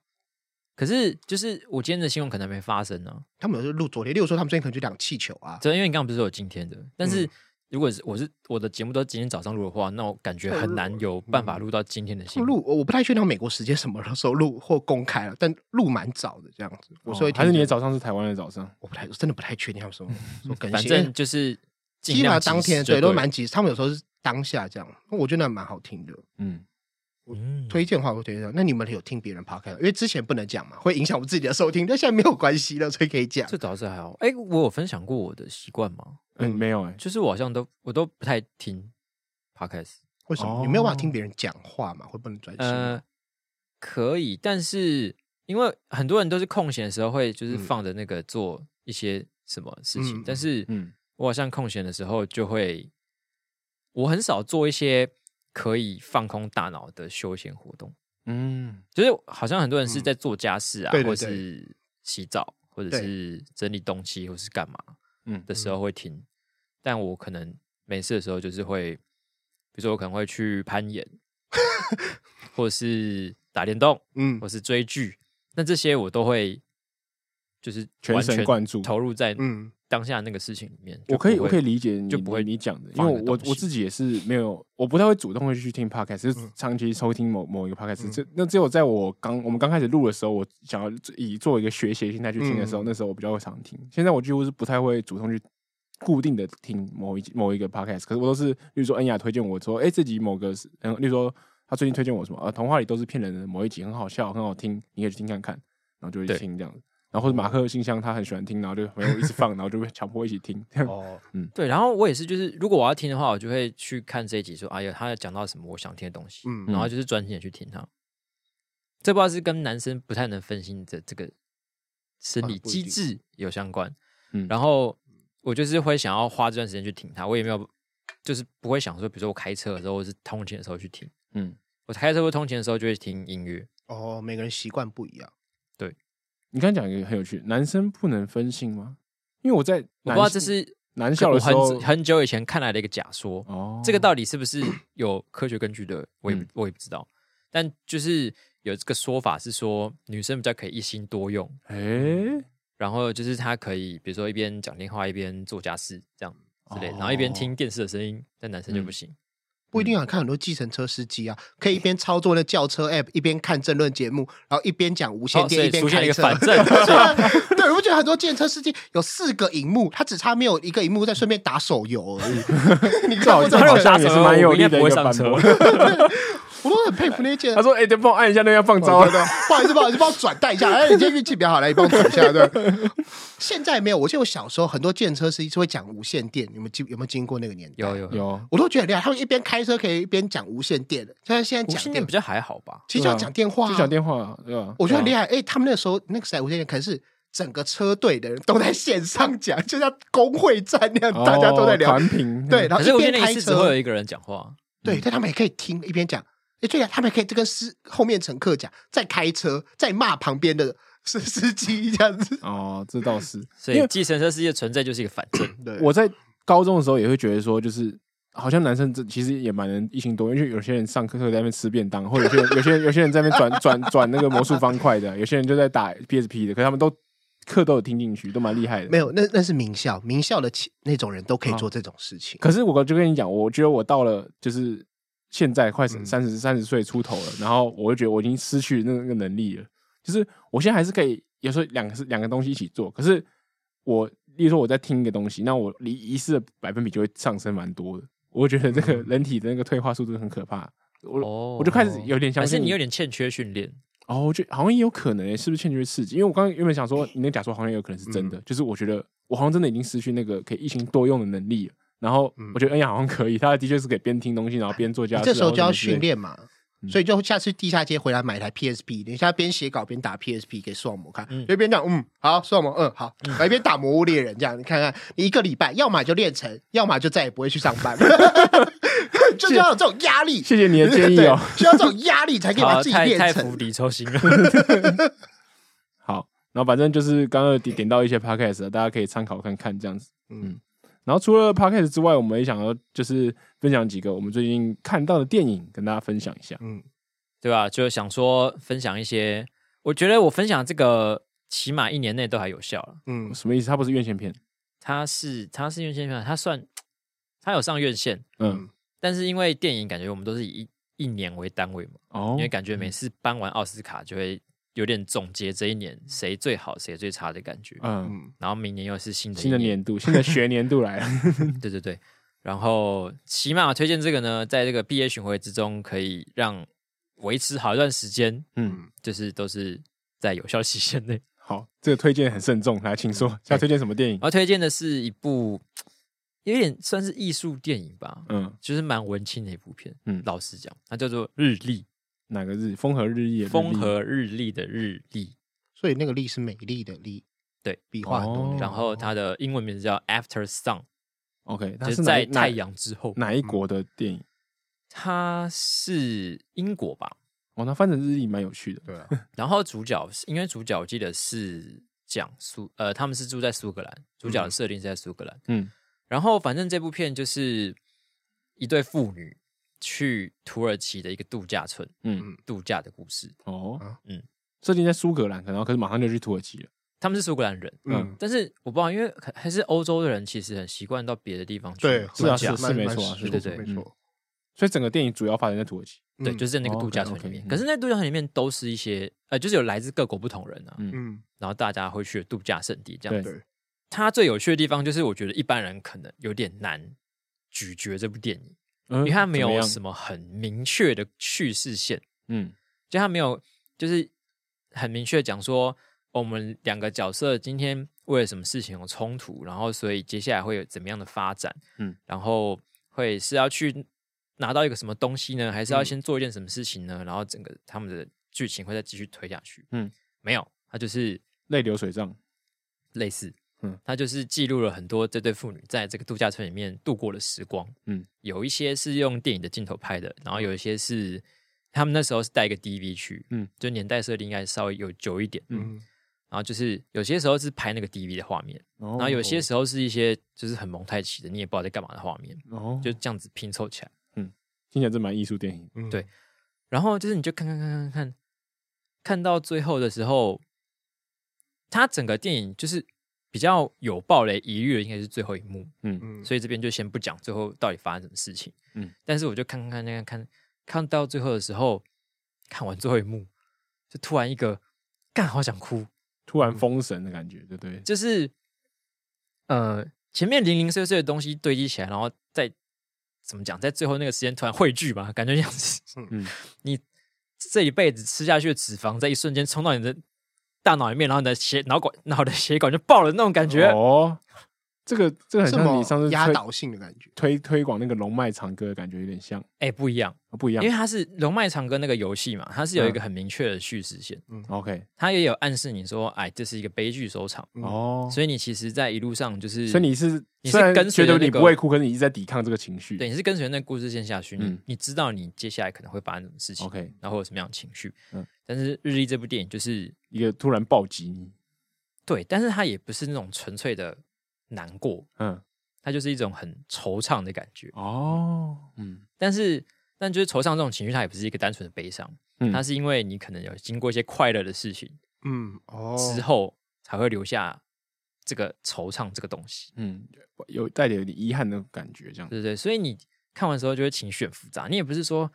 Speaker 1: 可是就是我今天的新闻可能还没发生呢、
Speaker 3: 他们有时候录昨天，例如说他们最近可能就两气球啊，
Speaker 1: 对，因为你刚刚不是有今天的，但
Speaker 3: 嗯
Speaker 1: 是如果是我是我的节目都是今天早上录的话，那我感觉很难有办法录到今天的
Speaker 3: 他
Speaker 1: 新
Speaker 3: 们
Speaker 1: 闻。
Speaker 3: 嗯哦录我我不太确定他们美国时间什么时候录或公开了，但录蛮早的这样子，我所以
Speaker 2: 哦还是你的早上是台湾的早上，
Speaker 3: 我不太我真的不太确定他们 什么什么更
Speaker 1: 反
Speaker 3: 新，因
Speaker 1: 正
Speaker 3: 为
Speaker 1: 就是尽
Speaker 3: 基本
Speaker 1: 量
Speaker 3: 上当
Speaker 1: 及时
Speaker 3: 天
Speaker 1: 就
Speaker 3: 对都
Speaker 1: 了
Speaker 3: 蛮及时，他们有时候是当下这样，我觉得蛮好听的。
Speaker 2: 嗯，
Speaker 1: 嗯
Speaker 3: 推荐的话，我会推荐。那你们有听别人 podcast？因为之前不能讲嘛，会影响我们自己的收听，但现在没有关系了，所以可以讲
Speaker 1: 这。倒是还好。哎、我有分享过我的习惯吗？
Speaker 2: 嗯，
Speaker 3: 嗯
Speaker 2: 没有哎，
Speaker 1: 就是我好像都我都不太听， podcast。
Speaker 3: 为什么、你没有办法听别人讲话嘛？会不能专心？
Speaker 1: 哦呃，可以，但是因为很多人都是空闲的时候会就是
Speaker 3: 嗯
Speaker 1: 放着那个做一些什么事情，
Speaker 3: 嗯
Speaker 1: 但是
Speaker 2: 嗯
Speaker 1: 我好像空闲的时候就会，我很少做一些可以放空大脑的休闲活动，
Speaker 2: 嗯
Speaker 1: 就是好像很多人是
Speaker 3: 嗯
Speaker 1: 在做家事啊，
Speaker 3: 对对
Speaker 1: 或
Speaker 3: 对
Speaker 1: 是洗澡，或者
Speaker 3: 对
Speaker 1: 是整理东西，或是干嘛
Speaker 2: 嗯
Speaker 1: 的时候会听，但我可能没事的时候就是会，比如说我可能会去攀 岩，或是打电动。
Speaker 3: 嗯
Speaker 1: 或是追剧，那这些我都会就是
Speaker 2: 全
Speaker 1: 完
Speaker 2: 神
Speaker 1: 全
Speaker 2: 贯注
Speaker 1: 投入在
Speaker 3: 嗯，
Speaker 1: 当下那个事情里面。
Speaker 2: 我可以，
Speaker 1: 就不
Speaker 2: 我
Speaker 1: 会
Speaker 2: 可以理解你，
Speaker 1: 就不会
Speaker 2: 你讲的，因
Speaker 1: 放
Speaker 2: 为
Speaker 1: 你的
Speaker 2: 我
Speaker 1: 东
Speaker 2: 我
Speaker 1: 西嗯
Speaker 2: 自己也是没有，我不太会主动会去听 podcast，就是长期收听某某一个 podcast，这、那只有在我刚我们刚开始录的时候，我想要以做一个学习的心态去听的时候，
Speaker 3: 嗯
Speaker 2: 那时候我比较会常听。现在我几乎是不太会主动去固定的听某一某一个 podcast，可是我都是，例如说恩雅推荐我说，哎、这集某个是，嗯，例如说他最近推荐我什么，呃，童话里都是骗人的某一集很好笑，很好听，你可以去听看看，然后就会
Speaker 1: 对
Speaker 2: 听这样子。然后或者马克信箱他很喜欢听，然后就朋友一直 放，然后就会强迫一起听。这样
Speaker 3: 哦，
Speaker 1: 对。然后我也是，就是如果我要听的话，我就会去看这一集说，哎呀，他要讲到什么我想听的东西，
Speaker 3: 嗯
Speaker 1: 然后就是专心的去听他。这不知道是跟男生不太能分心的这个生
Speaker 2: 哦
Speaker 3: 啊
Speaker 1: 理
Speaker 3: 不一
Speaker 1: 机
Speaker 3: 定
Speaker 1: 制有相关。
Speaker 2: 嗯
Speaker 1: 然后我就是会想要花这段时间去听它，我也没有就是不会想说，比如说我开车的时候，或是通勤的时候去听。
Speaker 2: 嗯，
Speaker 1: 我开车或通勤的时候就会听音乐，
Speaker 3: 哦，每个人习惯不一
Speaker 1: 嗯
Speaker 3: 样。
Speaker 2: 你刚才讲一个很有趣，男生不能分性吗？因为我在
Speaker 1: 我
Speaker 2: 男
Speaker 1: 不知道这是
Speaker 2: 男校
Speaker 1: 我
Speaker 2: 的时候
Speaker 1: 很很久以前看来的一个假说，
Speaker 2: 哦，嗯
Speaker 1: 这个到底是不是有科学根据的，我也不、我也不知道。但就是有这个说法是说，女生比较可以一心多用，
Speaker 2: 哎、
Speaker 1: 然后就是她可以比如说一边讲电话一边做家事这样之类的，
Speaker 2: 哦嗯
Speaker 1: 然后一边听电视的声音，但男生就不行。
Speaker 3: 不一定啊，看很多计程车司机啊，可以一边操作那轿车 app，一边看政论节目，然后一边讲无线
Speaker 1: 哦所
Speaker 3: 电，
Speaker 1: 以
Speaker 3: 一边
Speaker 1: 出现
Speaker 3: 开
Speaker 1: 一个
Speaker 3: 车。
Speaker 1: 反证
Speaker 3: 对，我觉得很多计程车司机有四个荧幕，他只差没有一个荧幕在顺便打手游 而已。你看
Speaker 2: 好
Speaker 3: 我怎
Speaker 2: 这
Speaker 3: 么
Speaker 2: 好
Speaker 3: 会？
Speaker 2: 像也是蛮有力
Speaker 1: 我应该
Speaker 2: 的一
Speaker 1: 不会
Speaker 2: 个
Speaker 1: 上
Speaker 2: 反
Speaker 1: 车
Speaker 2: 驳。
Speaker 3: 我都很佩服那些计程
Speaker 2: 他说：“哎、等帮我按一下那个要放招
Speaker 3: 哦，
Speaker 2: 了
Speaker 3: 对。对， 不好意思，不好意思，帮我转带 一下。哎，你今天运气比较好，来，你帮我转一下。对，现在没有。我记得我小时候很多建车司机是会讲无线电，你们经有没有经过那个年代？
Speaker 1: 有有有，
Speaker 2: 有，
Speaker 3: 我都觉得很厉害。他们一边开车可以一边讲无线电的，虽然现在
Speaker 1: 无
Speaker 3: 讲
Speaker 1: 线电
Speaker 3: 电
Speaker 1: 比，较啊还好吧？
Speaker 3: 其实就要讲电话、啊
Speaker 2: 就讲电话，对吧？
Speaker 3: 我觉得很厉
Speaker 2: 害。
Speaker 1: 啊
Speaker 3: 害。哎、他们那个时候那个时代无线电可能是。整个车队的人都在线上讲，就像工会战那样，大家都在聊
Speaker 2: 哦。产品，
Speaker 3: 对，然
Speaker 1: 可
Speaker 3: 后
Speaker 1: 是
Speaker 3: 一
Speaker 1: 我觉
Speaker 3: 边
Speaker 1: 得
Speaker 3: 开
Speaker 1: 一次只会有
Speaker 3: 车，
Speaker 1: 一个人讲话，
Speaker 3: 对，但他们也可以听一边讲。哎，对呀，他们也可以跟司后面乘客讲，在开车，在骂旁边的司司机这样子。
Speaker 2: 哦，这倒是。
Speaker 1: 所
Speaker 2: 因
Speaker 1: 以
Speaker 2: 为
Speaker 1: 计程车司机的存在就是一个反证。
Speaker 3: 嗯对，
Speaker 2: 我在高中的时候也会觉得说，就是好像男生这其实也蛮能一心多用，因为有些人上课会在那边吃便当，或者有些人有些人有些人在那边转转转那个魔术方块的，有些人就在打 PSP 的，可是他们都课都有听进去，都蛮厉害的。
Speaker 3: 没有，那那是名校，名校的其那种人都可以做这种事情。
Speaker 2: 可是我就跟你讲，我觉得我到了就是现在快
Speaker 3: 嗯
Speaker 2: 三十三十岁出头了，然后我就觉得我已经失去那个能力了。就是我现在还是可以，有时候两个是两个东西一起做，可是我，例如说我在听一个东西，那我离遗失的百分比就会上升蛮多的。我觉得这
Speaker 3: 嗯
Speaker 2: 个人体的那个退化速度很可怕，我、
Speaker 1: 哦
Speaker 2: 我就开始有点相
Speaker 1: 还
Speaker 2: 信
Speaker 1: 是你有点欠缺训练，
Speaker 2: 哦，我觉得好像也有可能、欸，是不是欠缺刺激？因为我刚刚原本想说，你那假说好像也有可能是真的，就是我觉得我好像真的已经失去那个可以一心多用的能力了。然后我觉得恩雅好像可以，他的确是可以边听东西，然后边做家
Speaker 3: 你
Speaker 2: 事。
Speaker 3: 啊这时
Speaker 2: 然
Speaker 3: 候
Speaker 2: 后
Speaker 3: 就要
Speaker 2: 什么之类
Speaker 3: 训练嘛，所以就下次地下街回来买一台 PSP，等一下边写稿边打 PSP 给苏某看，就一边讲嗯好，苏某嗯好，然后一边打魔物猎人这样，你看看你一个礼拜，要么就练成，要么就再也不会去上班， 就是要有这种压力。
Speaker 2: 谢谢你的建议哦
Speaker 3: 对需要这种压力才可以把
Speaker 1: 好，
Speaker 3: 自己
Speaker 1: 太
Speaker 3: 练
Speaker 1: 太釜
Speaker 3: 成。
Speaker 1: 底抽薪 了。
Speaker 2: 好，然后反正就是刚刚有点点到一些 podcast，大家可以参考看看这样子。嗯
Speaker 3: 嗯，
Speaker 2: 然后除了 podcast 之外，我们也想要就是分享几个我们最近看到的电影，跟大家分享一下。
Speaker 3: 嗯，
Speaker 1: 对吧？就想说分享一些，我觉得我分享这个起码一年内都还有效了。
Speaker 3: 嗯
Speaker 2: 什么意思？它不是院线片，
Speaker 1: 它是它是院线片，它算它有上院线，
Speaker 2: 嗯，
Speaker 1: 但是因为电影感觉我们都是以一一年为单位嘛，
Speaker 2: 哦
Speaker 1: 因为感觉每次颁完奥斯卡就会有点总结这一年谁最好谁最差的感觉，
Speaker 2: 嗯，
Speaker 3: 嗯，
Speaker 1: 然后明年又是新的一
Speaker 2: 新的年度，新的学年度来了。
Speaker 1: 对对对。然后起码推荐这个呢，在这个毕业巡回之中，可以让维持好一段时间，
Speaker 2: 嗯
Speaker 1: 嗯，就是都是在有效期限内。嗯呃
Speaker 2: 好，这个推荐很慎重，来，请说，要推荐什么电影
Speaker 1: 我？要推荐的是一部有点算是艺术电影吧，
Speaker 2: 嗯，
Speaker 1: 就是蛮文青的一部片。
Speaker 2: 嗯
Speaker 1: 老实讲，它叫做《日历
Speaker 2: 哪个日？风和日丽，》，
Speaker 1: 风和日丽的日历。
Speaker 3: 所以那个“丽”是美丽的“丽”，
Speaker 1: 对，
Speaker 3: 笔画很多那
Speaker 2: 哦
Speaker 3: 个。
Speaker 1: 然后它的英文名字叫《After Sun
Speaker 2: OK，》，它
Speaker 1: 就是是
Speaker 2: 哪
Speaker 1: 在
Speaker 2: 一哪
Speaker 1: 太阳嗯之后。
Speaker 2: 哪一国的电影？
Speaker 1: 它是英国吧？
Speaker 2: 哦，那翻成日历蛮有趣的。
Speaker 3: 对啊，
Speaker 1: 然后主角是因为主角我记得是讲苏呃，他们是住在苏格兰，主角的设定是在苏格兰。
Speaker 2: 嗯
Speaker 1: 然后反正这部片就是一对父女去土耳其的一个度假村
Speaker 2: 嗯，
Speaker 1: 度假的故事。
Speaker 2: 哦，
Speaker 1: 嗯，
Speaker 2: 设定在苏格兰，可能可是马上就去土耳其了。
Speaker 1: 他们是苏格兰人，
Speaker 2: 嗯
Speaker 3: 嗯，
Speaker 1: 但是我不知道，因为可还是欧洲的人其实很习惯到别的地方去
Speaker 3: 对，
Speaker 2: 是
Speaker 1: 度
Speaker 2: 啊
Speaker 1: 假
Speaker 2: 是没错啊
Speaker 3: 蛮
Speaker 2: 是
Speaker 1: 对对
Speaker 3: 没
Speaker 2: 对
Speaker 3: 错，
Speaker 2: 所以整个电影主要发生在土耳其。
Speaker 1: 对，就是是在那个
Speaker 2: 哦
Speaker 1: 度假村里
Speaker 2: OK，OK，
Speaker 1: 面。
Speaker 2: 嗯
Speaker 1: 可是那度假村里面都是一些呃，就是有来自各国不同人啊，
Speaker 2: 嗯
Speaker 3: 嗯，
Speaker 1: 然后大家会去的度假胜地这样
Speaker 2: 对
Speaker 1: 子。
Speaker 3: 对，
Speaker 1: 它最有趣的地方就是，我觉得一般人可能有点难咀嚼这部电影，
Speaker 2: 嗯
Speaker 1: 因为它没有
Speaker 2: 么
Speaker 1: 什么很明确的叙事线。
Speaker 2: 样，嗯
Speaker 1: 就他没有就是很明确地讲说哦我们两个角色今天为了什么事情有冲突，然后所以接下来会有怎么样的发展，
Speaker 2: 嗯，
Speaker 1: 然后会是要去拿到一个什么东西呢，还是要
Speaker 2: 嗯
Speaker 1: 先做一件什么事情呢？然后整个他们的剧情会再继续推下去，
Speaker 2: 嗯，
Speaker 1: 没有，它就是
Speaker 2: 泪流水账。
Speaker 1: 类似，
Speaker 2: 嗯
Speaker 1: 嗯，它就是记录了很多这对父女在这个度假村里面度过的时光，
Speaker 2: 嗯
Speaker 1: 嗯，有一些是用电影的镜头拍的，然后有一些是他们那时候是带一个 DV 去，
Speaker 2: 嗯
Speaker 1: 嗯，就年代设定应该稍微有久一点，
Speaker 2: 嗯
Speaker 1: 嗯，
Speaker 3: 嗯，
Speaker 1: 然后就是有些时候是拍那个 DV 的画面，
Speaker 2: 然
Speaker 1: 然后有些时候是一些就是很蒙太奇的，你也不知道在干嘛的画面，
Speaker 2: 哦，
Speaker 1: 就这样子拼凑起来，
Speaker 2: 听起来真蛮艺术电影。
Speaker 3: 嗯
Speaker 1: 对然后就是你就看看看看看，看到最后的时候，它整个电影就是比较有暴雷疑虑的，应该是最后一幕。
Speaker 2: 嗯
Speaker 3: 嗯，
Speaker 1: 所以这边就先不讲最后到底发生什么事情。
Speaker 2: 嗯
Speaker 1: 嗯，但是我就看看看看看看到最后的时候，看完最后一幕，就突然一个干好想哭，
Speaker 2: 突
Speaker 1: 嗯
Speaker 2: 然封神的感觉，对不对？
Speaker 1: 就是呃前面零零碎碎的东西堆积起来，然后再怎么讲，在最后那个时间突然汇聚吧，感觉像是
Speaker 2: 嗯
Speaker 1: 嗯， 你这一辈子吃下去的脂肪，在一瞬间冲到你的大脑里面，然后你的血脑管脑的血管就爆了那种感觉。
Speaker 2: 哦，这个这个很
Speaker 3: 这
Speaker 2: 像
Speaker 3: 么
Speaker 2: 你上次
Speaker 3: 压
Speaker 2: 推
Speaker 3: 倒性的感觉，
Speaker 2: 推推广那个龙脉长歌的感觉有点像，
Speaker 1: 哎、不一样，
Speaker 2: 哦不一样
Speaker 1: 因为。它是龙脉长歌那个游戏嘛，它是有一个
Speaker 2: 嗯
Speaker 1: 很明确的叙事线。
Speaker 2: OK，
Speaker 1: 他也有暗示你说，哎，这是一个悲剧收场，
Speaker 3: 嗯
Speaker 2: 哦，
Speaker 1: 所以你其实，在一路上就是，
Speaker 2: 所以你是
Speaker 1: 你
Speaker 2: 虽
Speaker 1: 是
Speaker 2: 然
Speaker 1: 跟
Speaker 2: 觉
Speaker 1: 随
Speaker 2: 得
Speaker 1: 着那
Speaker 2: 你
Speaker 1: 个
Speaker 2: 不会哭，可是你一直在抵抗这个情绪。
Speaker 1: 对你是跟随那个故事线下去，你
Speaker 2: 嗯
Speaker 1: 你知道你接下来可能会发生什么事情，
Speaker 2: ，OK，
Speaker 1: 然后有什么样的情绪。
Speaker 2: 嗯
Speaker 1: 但是《日历》这部电影就是
Speaker 2: 一个突然暴击你，
Speaker 1: 对，但是它也不是那种纯粹的难过，
Speaker 2: 嗯，
Speaker 1: 它就是一种很惆怅的感觉。
Speaker 2: 哦，嗯
Speaker 1: 但是，但就是惆怅这种情绪，它也不是一个单纯的悲伤，
Speaker 2: 嗯，
Speaker 1: 它是因为你可能有经过一些快乐的事情
Speaker 3: 嗯，哦，
Speaker 1: 之后，才会留下这个惆怅这个东西。
Speaker 2: 嗯有带点有点遗憾的感觉，这样。
Speaker 1: 对对，所以你看完的时候就会情绪很复杂。你也不是说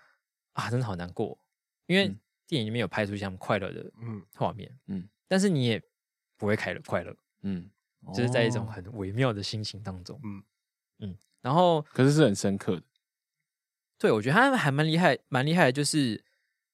Speaker 1: 啊，真的好难过，因为
Speaker 2: 嗯
Speaker 1: 电影里面有拍出像快乐的
Speaker 3: 嗯，
Speaker 1: 画面，
Speaker 2: 嗯
Speaker 1: 嗯，但是你也不会开了快乐，
Speaker 2: 嗯，
Speaker 1: 就是在一种
Speaker 2: 哦，
Speaker 1: 很微妙的心情当中，
Speaker 3: 嗯
Speaker 1: 嗯嗯。然后，
Speaker 2: 可是是很深刻的。
Speaker 1: 对我觉得他还蛮厉害，蛮厉害的，就是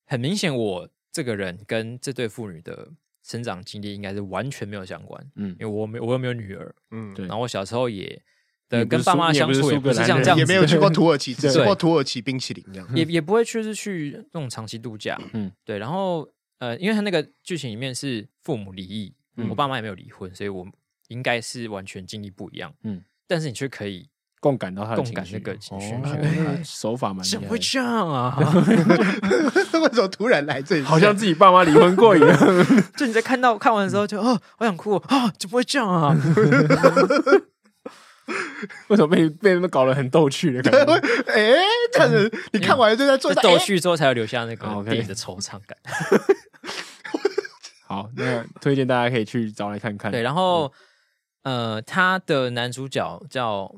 Speaker 1: 很明显，我这个人跟这对父女的生长经历应该是完全没有相关，
Speaker 2: 嗯
Speaker 1: 因为我没我又没有女儿，
Speaker 3: 嗯，
Speaker 2: 对
Speaker 1: 然后我小时候也
Speaker 2: 也
Speaker 1: 的
Speaker 2: 不
Speaker 1: 跟
Speaker 2: 是
Speaker 1: 爸
Speaker 2: 苏
Speaker 1: 妈
Speaker 2: 你也
Speaker 1: 相
Speaker 2: 不是
Speaker 1: 处也
Speaker 2: 苏
Speaker 1: 不
Speaker 2: 格
Speaker 1: 是
Speaker 2: 兰
Speaker 1: 像
Speaker 2: 人
Speaker 1: 这样
Speaker 3: 也
Speaker 1: 子
Speaker 3: 没
Speaker 1: 的
Speaker 3: 有去过土耳其，只吃
Speaker 1: 对嗯
Speaker 3: 过土耳其冰淇淋这样，
Speaker 1: 也也不会去是去那种长期度假，
Speaker 2: 嗯
Speaker 1: 嗯，对。然后呃，因为他那个剧情里面是父母离异，
Speaker 2: 嗯
Speaker 1: 我爸妈也没有离婚，所以我应该是完全经历不一样，
Speaker 2: 嗯
Speaker 1: 嗯。但是你却可以
Speaker 2: 共感到他的
Speaker 1: 共
Speaker 2: 情
Speaker 1: 感
Speaker 2: 绪
Speaker 1: 那个情绪哎
Speaker 2: 哦
Speaker 1: 很
Speaker 2: 那个手法蛮厉
Speaker 1: 怎么
Speaker 2: 害
Speaker 1: 会
Speaker 2: 的，
Speaker 1: 这样啊？
Speaker 3: 为什么突然来这里？
Speaker 2: 好像自己爸妈离 婚过一样。
Speaker 1: 就你在看到看完的时候就哦，好想哭哦啊，怎么会这样啊？
Speaker 2: 为什么被被他们搞得很逗趣的感觉？
Speaker 3: 哎，这样子你看完就在做
Speaker 1: 就逗趣之后才会留下那
Speaker 2: 啊
Speaker 1: 个
Speaker 2: ，OK
Speaker 1: 电影的惆怅 感。
Speaker 2: 好，那推荐大家可以去找来看看。
Speaker 1: 对，然后呃，他的男主角叫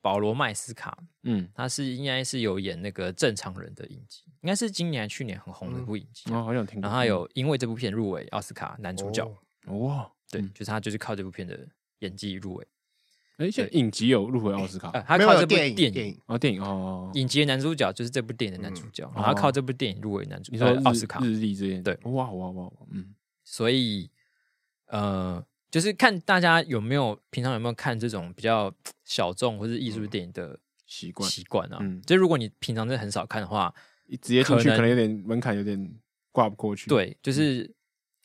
Speaker 1: 保罗麦斯卡，
Speaker 2: 嗯，
Speaker 1: 他是应该是有演那个正常人的影集，应该是今年还去年很红的一部影集。
Speaker 2: 哦，好想听。
Speaker 1: 然后他有因为这部片入围奥斯卡男主角，
Speaker 3: 哦
Speaker 2: 哇，
Speaker 1: 对，
Speaker 2: 嗯
Speaker 1: 就是他就是靠这部片的演技入围。
Speaker 2: 哎，现在影集有入围奥斯卡
Speaker 1: 呃，他
Speaker 3: 没有
Speaker 1: 靠这部
Speaker 3: 电影
Speaker 1: 电
Speaker 3: 电影，
Speaker 2: 啊哦，电影哦，
Speaker 1: 影集的男主角就是这部电影的男主角，然后他靠这部电影入围男主
Speaker 2: 你
Speaker 1: 角
Speaker 2: 说
Speaker 1: 奥斯卡
Speaker 2: 日，历这些，
Speaker 1: 对
Speaker 2: 哇哇哇，哇嗯
Speaker 1: 所以呃，就是看大家有没有平常有没有看这种比较小众或是艺术电影的
Speaker 2: 习惯
Speaker 1: 习惯啊。
Speaker 2: 嗯
Speaker 1: 就如果你平常真的很少看的话，
Speaker 2: 直接进去
Speaker 1: 可能
Speaker 2: 可能有点门槛，有点挂不过去。
Speaker 1: 对，就是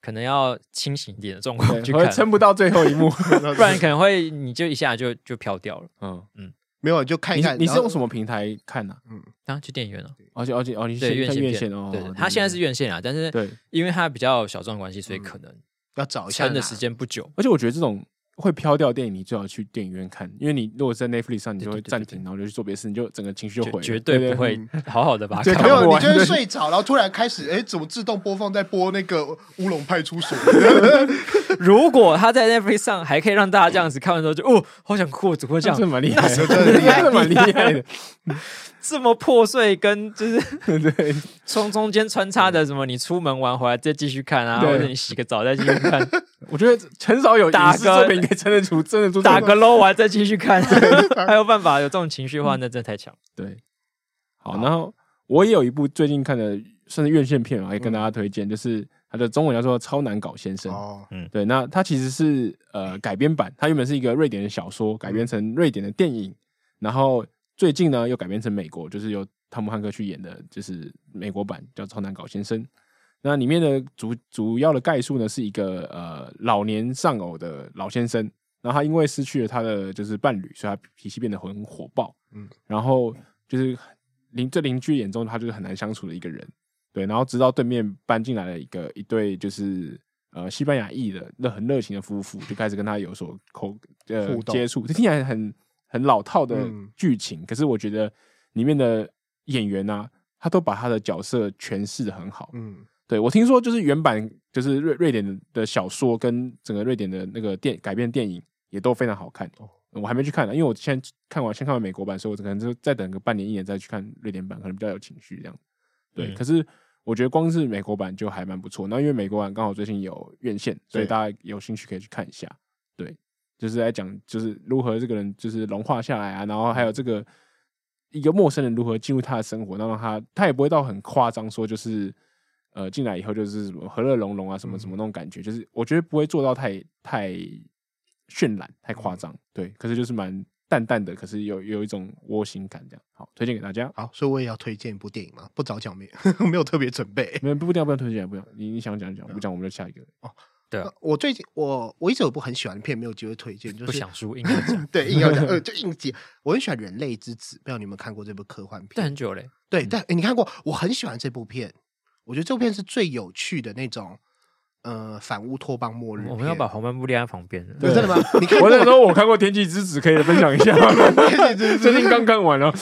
Speaker 1: 可能要清醒一点的状况 去
Speaker 2: 对，会
Speaker 1: 看，
Speaker 2: 撑不到最后一幕。
Speaker 1: 不然可能会你就一下就就飘掉了。
Speaker 2: 嗯，
Speaker 3: 没有就看一
Speaker 2: 你
Speaker 3: 看。
Speaker 2: 你是
Speaker 3: 然后
Speaker 2: 用什么平台看的？
Speaker 1: 当然去电影院了，
Speaker 2: 而且而且哦，你
Speaker 1: 啊对
Speaker 2: 是
Speaker 1: 院
Speaker 2: 看
Speaker 1: 线
Speaker 2: 院
Speaker 1: 片
Speaker 2: 线哦。
Speaker 1: 对，它现在是院线啊，但是
Speaker 2: 对，
Speaker 1: 因为它比较小众的关系，所以可能
Speaker 3: 要找一下
Speaker 1: 撑的
Speaker 3: 哪
Speaker 1: 时？间不久。
Speaker 2: 而且我觉得这种会飘掉的电影，你最好去电影院看，因为你如果在 Netflix 上，你就会
Speaker 1: 对对对
Speaker 2: 暂停，然后就去做别的事，你就整个情绪就
Speaker 1: 绝
Speaker 2: 毁了，
Speaker 1: 绝对不会好好的 把它
Speaker 2: 对
Speaker 1: 看
Speaker 3: 没
Speaker 1: 完
Speaker 2: 看
Speaker 3: 有，
Speaker 2: 不完
Speaker 3: 你就会
Speaker 2: 对
Speaker 3: 睡着，然后突然开始，哎，怎么自动播放在播那个《乌龙派出 所》？
Speaker 1: 如果他在 Netflix 上还可以让大家这样子看完之后就哦，好想哭，怎么会这
Speaker 2: 这
Speaker 1: 样
Speaker 2: 样 真的蛮厉害的，
Speaker 3: 真的厉害
Speaker 2: 真的蛮厉害的。
Speaker 1: 这么破碎？跟就是
Speaker 2: 对，
Speaker 1: 从中间穿插的什么，你出门玩回来再继续看啊，
Speaker 2: 对
Speaker 1: 或者你洗个澡再继续看，
Speaker 2: 我觉得很少 有
Speaker 1: 打
Speaker 2: 影视
Speaker 1: 个
Speaker 2: 作品可以撑得出，撑得住这
Speaker 1: 打
Speaker 2: 种
Speaker 1: 个 low 完再继续看， 还有办法有这种情绪化，那真的太强。
Speaker 2: 对，好，然后我也有一部最近看的，算是院线片嘛，也跟大家推荐，就是它的中文叫做《超难搞先生》。
Speaker 3: 哦，
Speaker 2: 对，那它其实是呃改编版，它原本是一个瑞典的小说改编成瑞典的电影，然后最近呢又改编成美国，就是由汤姆汉克去演的，就是美国版叫《超难搞先生》。那里面的主主要的概述呢，是一个呃老年丧偶的老先生，然后他因为失去了他的就是伴侣，所以他脾气变得很火爆，嗯
Speaker 3: 嗯，
Speaker 2: 然后就是邻这邻居眼中他就是很难相处的一个人，对，然后直到对面搬进来了一个一对就是呃西班牙裔的那很热情的夫妇，就开始跟他有所口呃
Speaker 3: 互动
Speaker 2: 接触，这听起来很很老套的
Speaker 3: 嗯
Speaker 2: 剧情，可是我觉得里面的演员啊，他都把他的角色诠释的很好，
Speaker 3: 嗯，
Speaker 2: 对我听说，就是原版就是瑞瑞典的小说跟整个瑞典的那个电改编电影也都非常好看。
Speaker 3: 哦
Speaker 2: 我还没去看呢，因为我先看完先看完美国版，所以我可能就再等个半年一年再去看瑞典版，可能比较有情绪这样。对，
Speaker 1: 嗯
Speaker 2: 可是我觉得光是美国版就还蛮不错。那因为美国版刚好最近有院线，所以
Speaker 3: 对
Speaker 2: 大家有兴趣可以去看一下。对，就是在讲就是如何这个人就是融化下来啊，然后还有这个一个陌生人如何进入他的生活，然后让他他也不会到很夸张说就是呃进来以后就是什么和乐融融啊什么什
Speaker 3: 嗯
Speaker 2: 么那种感觉，就是我觉得不会做到太太渲染太
Speaker 3: 嗯
Speaker 2: 夸张，对，可是就是蛮淡淡的，可是有有一种窝心感这样。好，推荐给大家。
Speaker 3: 好，所以我也要推荐一部电影嘛，不早讲没 没有特别准备。
Speaker 2: 没有不一定要不要推荐，不要你你想讲就讲，不
Speaker 3: 嗯
Speaker 2: 讲我们就下一个。
Speaker 1: 对啊
Speaker 3: 呃我最近我我一直有部很喜欢的片没有机会推荐，就
Speaker 1: 不
Speaker 3: 是
Speaker 1: 想输，硬要讲，
Speaker 3: 对硬要讲，呃，就硬挤。我很喜欢《人类之子》，不知道你们有没有看过这部科幻
Speaker 1: 但
Speaker 3: 片？
Speaker 1: 很久嘞，
Speaker 3: 对，但欸诶你看过？我很喜欢这部片，我觉得这部片是最有趣的那种，呃，反乌托邦末日片。
Speaker 1: 我们要把黄斑布列在旁边了。
Speaker 3: 真的吗？你看
Speaker 2: 嗯我那时候我看过《天气之子》，可以分享一下， 最近刚看完了。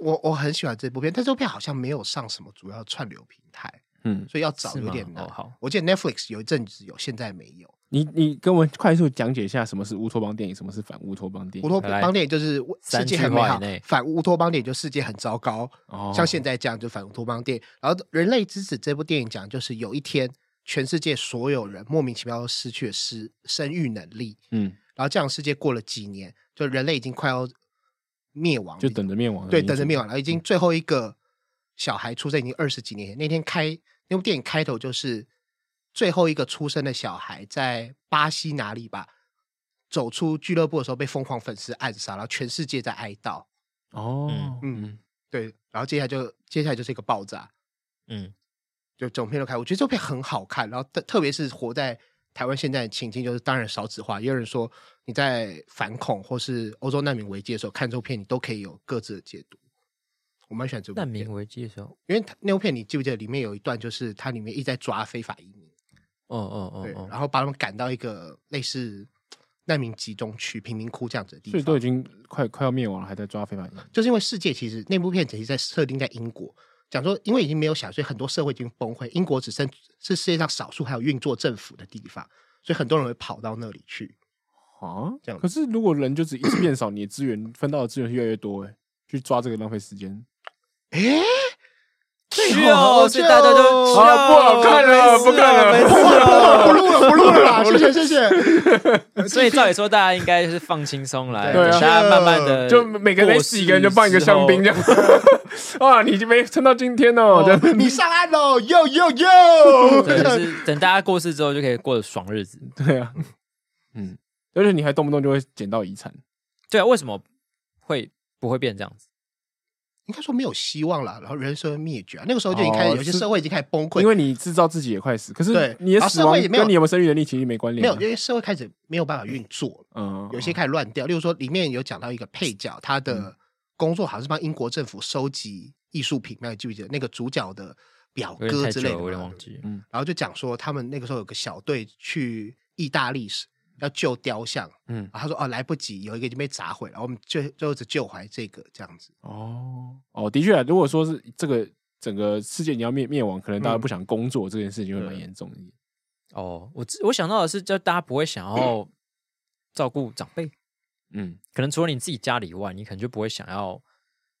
Speaker 3: 我我很喜欢这部片，但这部片好像没有上什么主要串流平台，
Speaker 2: 嗯，
Speaker 3: 所以要找
Speaker 1: 是
Speaker 3: 有
Speaker 1: 吗
Speaker 3: 点难。
Speaker 1: 哦好，
Speaker 3: 我记得 Netflix 有一阵子有，现在没有。
Speaker 2: 你你跟我快速讲解一下什么是乌托邦电影，什么是反乌托邦电
Speaker 3: 乌
Speaker 2: 影。
Speaker 3: 托
Speaker 1: 来
Speaker 3: 邦电影就是世
Speaker 1: 三
Speaker 3: 界
Speaker 1: 句
Speaker 3: 很美
Speaker 1: 话以
Speaker 3: 好
Speaker 1: 内，
Speaker 3: 反乌托邦电影就世界很糟糕，
Speaker 2: 哦
Speaker 3: 像现在这样就反乌托邦电影。然后《人类之子》这部电影讲就是有一天，全世界所有人莫名其妙都失去了失生育能力，
Speaker 2: 嗯，
Speaker 3: 然后这样的世界过了几年，就人类已经快要灭亡，
Speaker 2: 就等着灭亡的
Speaker 3: 对
Speaker 2: 民族，
Speaker 3: 等着灭亡，然后已经
Speaker 1: 嗯
Speaker 3: 最后一个小孩出生已经二十几年前。那天开那部电影开头就是最后一个出生的小孩在巴西哪里吧，走出俱乐部的时候被疯狂粉丝暗杀，然后全世界在哀悼。
Speaker 2: 哦，
Speaker 3: 嗯
Speaker 2: 嗯，
Speaker 3: 对，然后接下来就接下来就是一个爆炸，
Speaker 1: 嗯，
Speaker 3: 就整片都开。我觉得这部片很好看，然后特特别是活在台湾现在的情境，就是当然少子化，也有人说你在反恐或是欧洲难民危机的时候看这部片，你都可以有各自的解读。我蛮喜欢这部
Speaker 1: 难
Speaker 3: 片
Speaker 1: 民危机的时候，
Speaker 3: 因为它那部片你记不记得里面有一段，就是它里面一直在抓非法移民，
Speaker 1: 哦哦哦
Speaker 2: 嗯
Speaker 3: 对，啊
Speaker 1: 哦，
Speaker 3: 然后把他们赶到一个类似难民集中区、贫民窟这样子的
Speaker 2: 所
Speaker 3: 地
Speaker 2: 以都
Speaker 3: 方
Speaker 2: 已。经快快要灭亡了，还在抓非法移民。
Speaker 3: 就是因为世界其实那部片其实在设定在英国，讲说因为已经没有小孩，所以很多社会已经崩溃，英国只剩是世界上少数还有运作政府的地方，所以很多人会跑到那里去。
Speaker 2: 啊，
Speaker 3: 这样
Speaker 2: 可是如果人就只一直变少，你的资 源分到的资源是越来越多、欸，去抓这个浪费时间。
Speaker 3: 诶，对
Speaker 1: 去哦，
Speaker 3: 好
Speaker 1: 所以大家就
Speaker 3: 好
Speaker 2: 啊不好看了
Speaker 1: 没事
Speaker 2: 不看了
Speaker 1: 没事
Speaker 3: 不录了，不录了 啦，谢谢谢谢。
Speaker 1: 所以照理说，大家应该是放轻松来，
Speaker 2: 对
Speaker 1: 大
Speaker 2: 啊
Speaker 1: 家慢慢的，
Speaker 2: 就每个人死一个人就办一个香槟这样。 哇，你就没撑到今天哦，这样
Speaker 3: 你上岸喽，哟哟 哟！
Speaker 1: 对，就是等大家过世之后，就可以过得爽日子。
Speaker 2: 对啊，嗯，而且你还动不动就会捡到遗产，
Speaker 1: 对啊，为什么会不会变这样子？
Speaker 3: 应该说没有希望了，然后人生会灭绝啊。那个时候就已经开始，
Speaker 2: 哦
Speaker 3: 有些
Speaker 2: 是
Speaker 3: 社会已经开始崩溃，
Speaker 2: 因为你制造自己也快死，可是
Speaker 3: 对
Speaker 2: 你的
Speaker 3: 啊
Speaker 2: 死
Speaker 3: 社
Speaker 2: 亡
Speaker 3: 会也没有
Speaker 2: 跟你有没有生育能力其实没关
Speaker 3: 没
Speaker 2: 联
Speaker 3: 有，
Speaker 2: 啊。
Speaker 3: 因为社会开始没有办法运作，
Speaker 2: 嗯，
Speaker 3: 有些开始乱掉。例如说，里面有讲到一个配角，他
Speaker 2: 嗯
Speaker 3: 的工作好像是帮英国政府收集艺术品，那你记不记得那个主角的表
Speaker 1: 有点
Speaker 3: 哥
Speaker 1: 太
Speaker 3: 之
Speaker 1: 久
Speaker 3: 类
Speaker 1: 了，
Speaker 3: 的
Speaker 1: 我有点
Speaker 3: 嘛？
Speaker 1: 忘记。
Speaker 3: 然后就讲说，他们那个时候有个小队去意大利要救雕像，
Speaker 2: 嗯
Speaker 3: 嗯，他说哦来不及，有一个已经被砸毁了，我们最最后只救回来这个这样子。
Speaker 2: 哦哦，的确啊，如果说是这个整个世界你要灭灭亡，可能大家
Speaker 3: 嗯
Speaker 2: 不想工作这件事情会蛮
Speaker 3: 对
Speaker 2: 严重的。
Speaker 1: 哦，我知我想到的是，就大家不会想 要照顾长辈，
Speaker 2: 嗯，
Speaker 1: 可能除了你自己家里以外，你可能就不会想要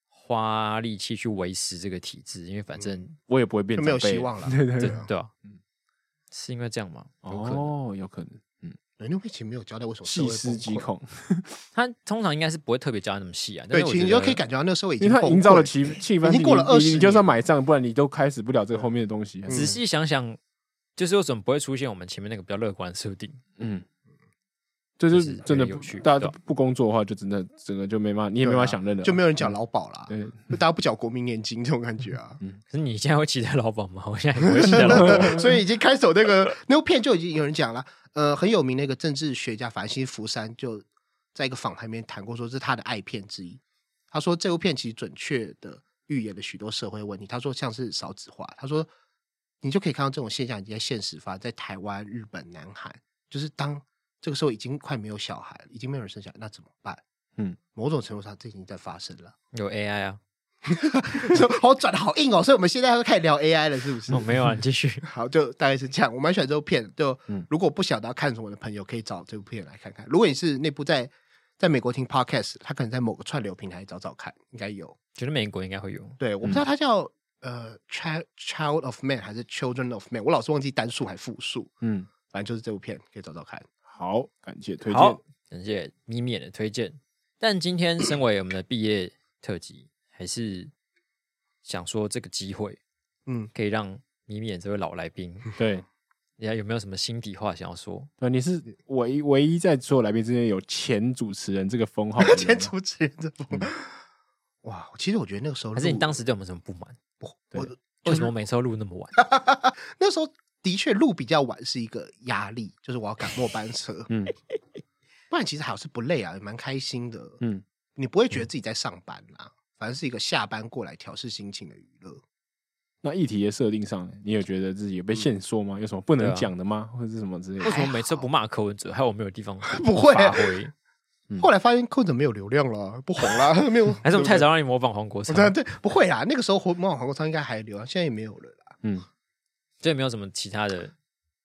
Speaker 1: 花力气去维持这个体制，因为反正
Speaker 2: 我也不会变
Speaker 3: 就没有
Speaker 2: 长辈
Speaker 3: 希望了
Speaker 2: 对对
Speaker 1: 对
Speaker 2: 对，
Speaker 1: 对吧？
Speaker 3: 嗯
Speaker 1: 是因为这样吗？有可能。
Speaker 2: 哦，有可能，嗯，
Speaker 3: 对，那边其实没有交代为什么
Speaker 2: 细
Speaker 3: 社会
Speaker 2: 思
Speaker 3: 崩
Speaker 2: 极
Speaker 3: 溃，
Speaker 2: 恐，
Speaker 1: 他通常应该是不会特别教那么细啊。但
Speaker 3: 对，
Speaker 1: 是我
Speaker 3: 其实
Speaker 1: 觉
Speaker 3: 你就
Speaker 1: 得
Speaker 3: 可以感觉到那个社会已
Speaker 2: 因为
Speaker 3: 经
Speaker 2: 他
Speaker 3: 崩
Speaker 2: 营造
Speaker 3: 溃
Speaker 2: 了气气氛，
Speaker 3: 已经
Speaker 2: 你
Speaker 3: 过了
Speaker 2: 你
Speaker 3: 20
Speaker 2: 你就是要
Speaker 3: 年
Speaker 2: 买账，不然你都开始不了这个后面的东西啊。
Speaker 1: 仔细想想，就是为什么不会出现我们前面那个比较乐观的设定？
Speaker 2: 嗯，这
Speaker 1: 就
Speaker 2: 就是是真
Speaker 1: 有
Speaker 2: 的
Speaker 1: 点
Speaker 2: 不
Speaker 1: 有趣
Speaker 2: 大家
Speaker 1: 对
Speaker 2: 都
Speaker 1: 吧
Speaker 2: 不工作的话，就真的整个就没办法，你也
Speaker 3: 啊对
Speaker 2: 没
Speaker 3: 啊
Speaker 2: 办法想任了，嗯
Speaker 3: 就没有人缴劳保啊啦，
Speaker 2: 对，
Speaker 3: 就大家不缴国民年金这种感觉啊。
Speaker 1: 可是你现在会期待老板吗？我现在也不会期待老板。
Speaker 3: 所以已经开始有那个那部片就已经有人讲了，呃，很有名那个政治学家法西福山就在一个访谈里面谈过，说这是他的爱片之一。他说这部片其实准确的预言了许多社会问题。他说像是少子化，他说你就可以看到这种现象已经在现实发，在台湾、日本、南韩，就是当这个时候已经快没有小孩了，已经没有人生小孩，那怎么办？
Speaker 2: 嗯，
Speaker 3: 某种程度上这已经在发生了。
Speaker 1: 有 AI 啊？
Speaker 3: 好转的好硬哦，所以我们现在要开始聊 AI 了，是不是？
Speaker 1: 哦，没有啊，你继续。
Speaker 3: 好，就大概是这样。我蛮喜欢这部片的，就
Speaker 2: 嗯
Speaker 3: 如果不晓得要看什么的朋友，可以找这部片来看看。如果你是内部在在美国听 podcast，他可能在某个串流平台找找看，应该有。
Speaker 1: 觉得美国应该会有。
Speaker 3: 对，我不知道它叫、呃 child child of man 还是 children of man，我老是忘记单数还复数，
Speaker 2: 嗯，
Speaker 3: 反正就是这部片可以找找看。
Speaker 2: 好，感谢推荐
Speaker 1: 好，，感谢咪咪的推荐。但今天身为我们的毕业特辑，还是想说这个机会
Speaker 3: 嗯，
Speaker 1: 可以让咪咪这位老来 宾，
Speaker 2: 对。
Speaker 1: 人家有没有什么心底话想要说？
Speaker 2: 对，你 是唯唯一在所有来宾之间有前主持人这个封号 的人哦
Speaker 3: 前
Speaker 2: 吗
Speaker 3: 主持人这部。哇，其实我觉得那个时候录，
Speaker 1: 还是你当时对我们有什么不满？
Speaker 3: 我
Speaker 1: 为什么每次都录那么 晚？
Speaker 3: 那时候的确录比较晚是一个压力，就是我要赶末班车。
Speaker 2: 嗯
Speaker 3: 不然其实好是不累啊，也蛮开心的。
Speaker 2: 嗯，
Speaker 3: 你不会觉得自己在上班啦、反正是一个下班过来调试心情的娱乐。
Speaker 2: 那议题的设定上，你有觉得自己有被限缩吗？有什么不能讲的吗？或者是什么之类
Speaker 1: 为
Speaker 2: 的？
Speaker 1: 什么每次都不骂柯文哲，还有我没有地方
Speaker 3: 不会
Speaker 1: 发挥？
Speaker 2: 嗯
Speaker 3: 后来发现扣子没有流量了，不红了， 没有，
Speaker 1: 还是我们太
Speaker 3: 对
Speaker 1: 早让你模仿黄国
Speaker 3: 不
Speaker 1: 昌，
Speaker 3: 对？对，不会啦。那个时候红模仿黄国昌应该还流啊，现在也没有了啦。
Speaker 2: 嗯，
Speaker 1: 这也没有什么其他的。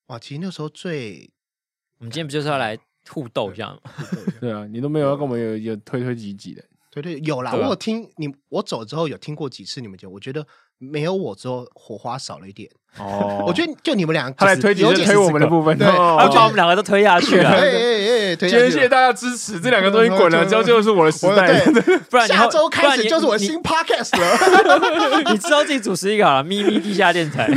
Speaker 3: 哇，其实那时候最
Speaker 1: 我们今天不就是要来互斗一下吗？
Speaker 2: 对啊，你都没有要跟我们有有推推挤挤的，
Speaker 3: 对对有啦，
Speaker 1: 对啊
Speaker 3: 我有听你我走之后有听过几次你们节目，我觉得没有我之后火花少了一点。
Speaker 2: 哦
Speaker 3: 我觉得就你们俩，
Speaker 2: 他来推己
Speaker 3: 有
Speaker 2: 就
Speaker 3: 点
Speaker 2: 推我们的部分，
Speaker 3: 对
Speaker 2: 哦
Speaker 1: 他把我们两个都推下去
Speaker 3: 哎
Speaker 1: 了，
Speaker 3: 哎哎，
Speaker 2: 今
Speaker 3: 推下去
Speaker 2: 天
Speaker 3: 了
Speaker 2: 谢谢大家支持，这两个东西滚了，
Speaker 3: 对
Speaker 2: 这就是我的时
Speaker 3: 我
Speaker 2: 代。
Speaker 3: 对，
Speaker 1: 不然你
Speaker 3: 下
Speaker 1: 后
Speaker 3: 周开始就是我的。新 podcast 了。
Speaker 1: 不然你你你知道自己主持一个好了，咪咪地下电台，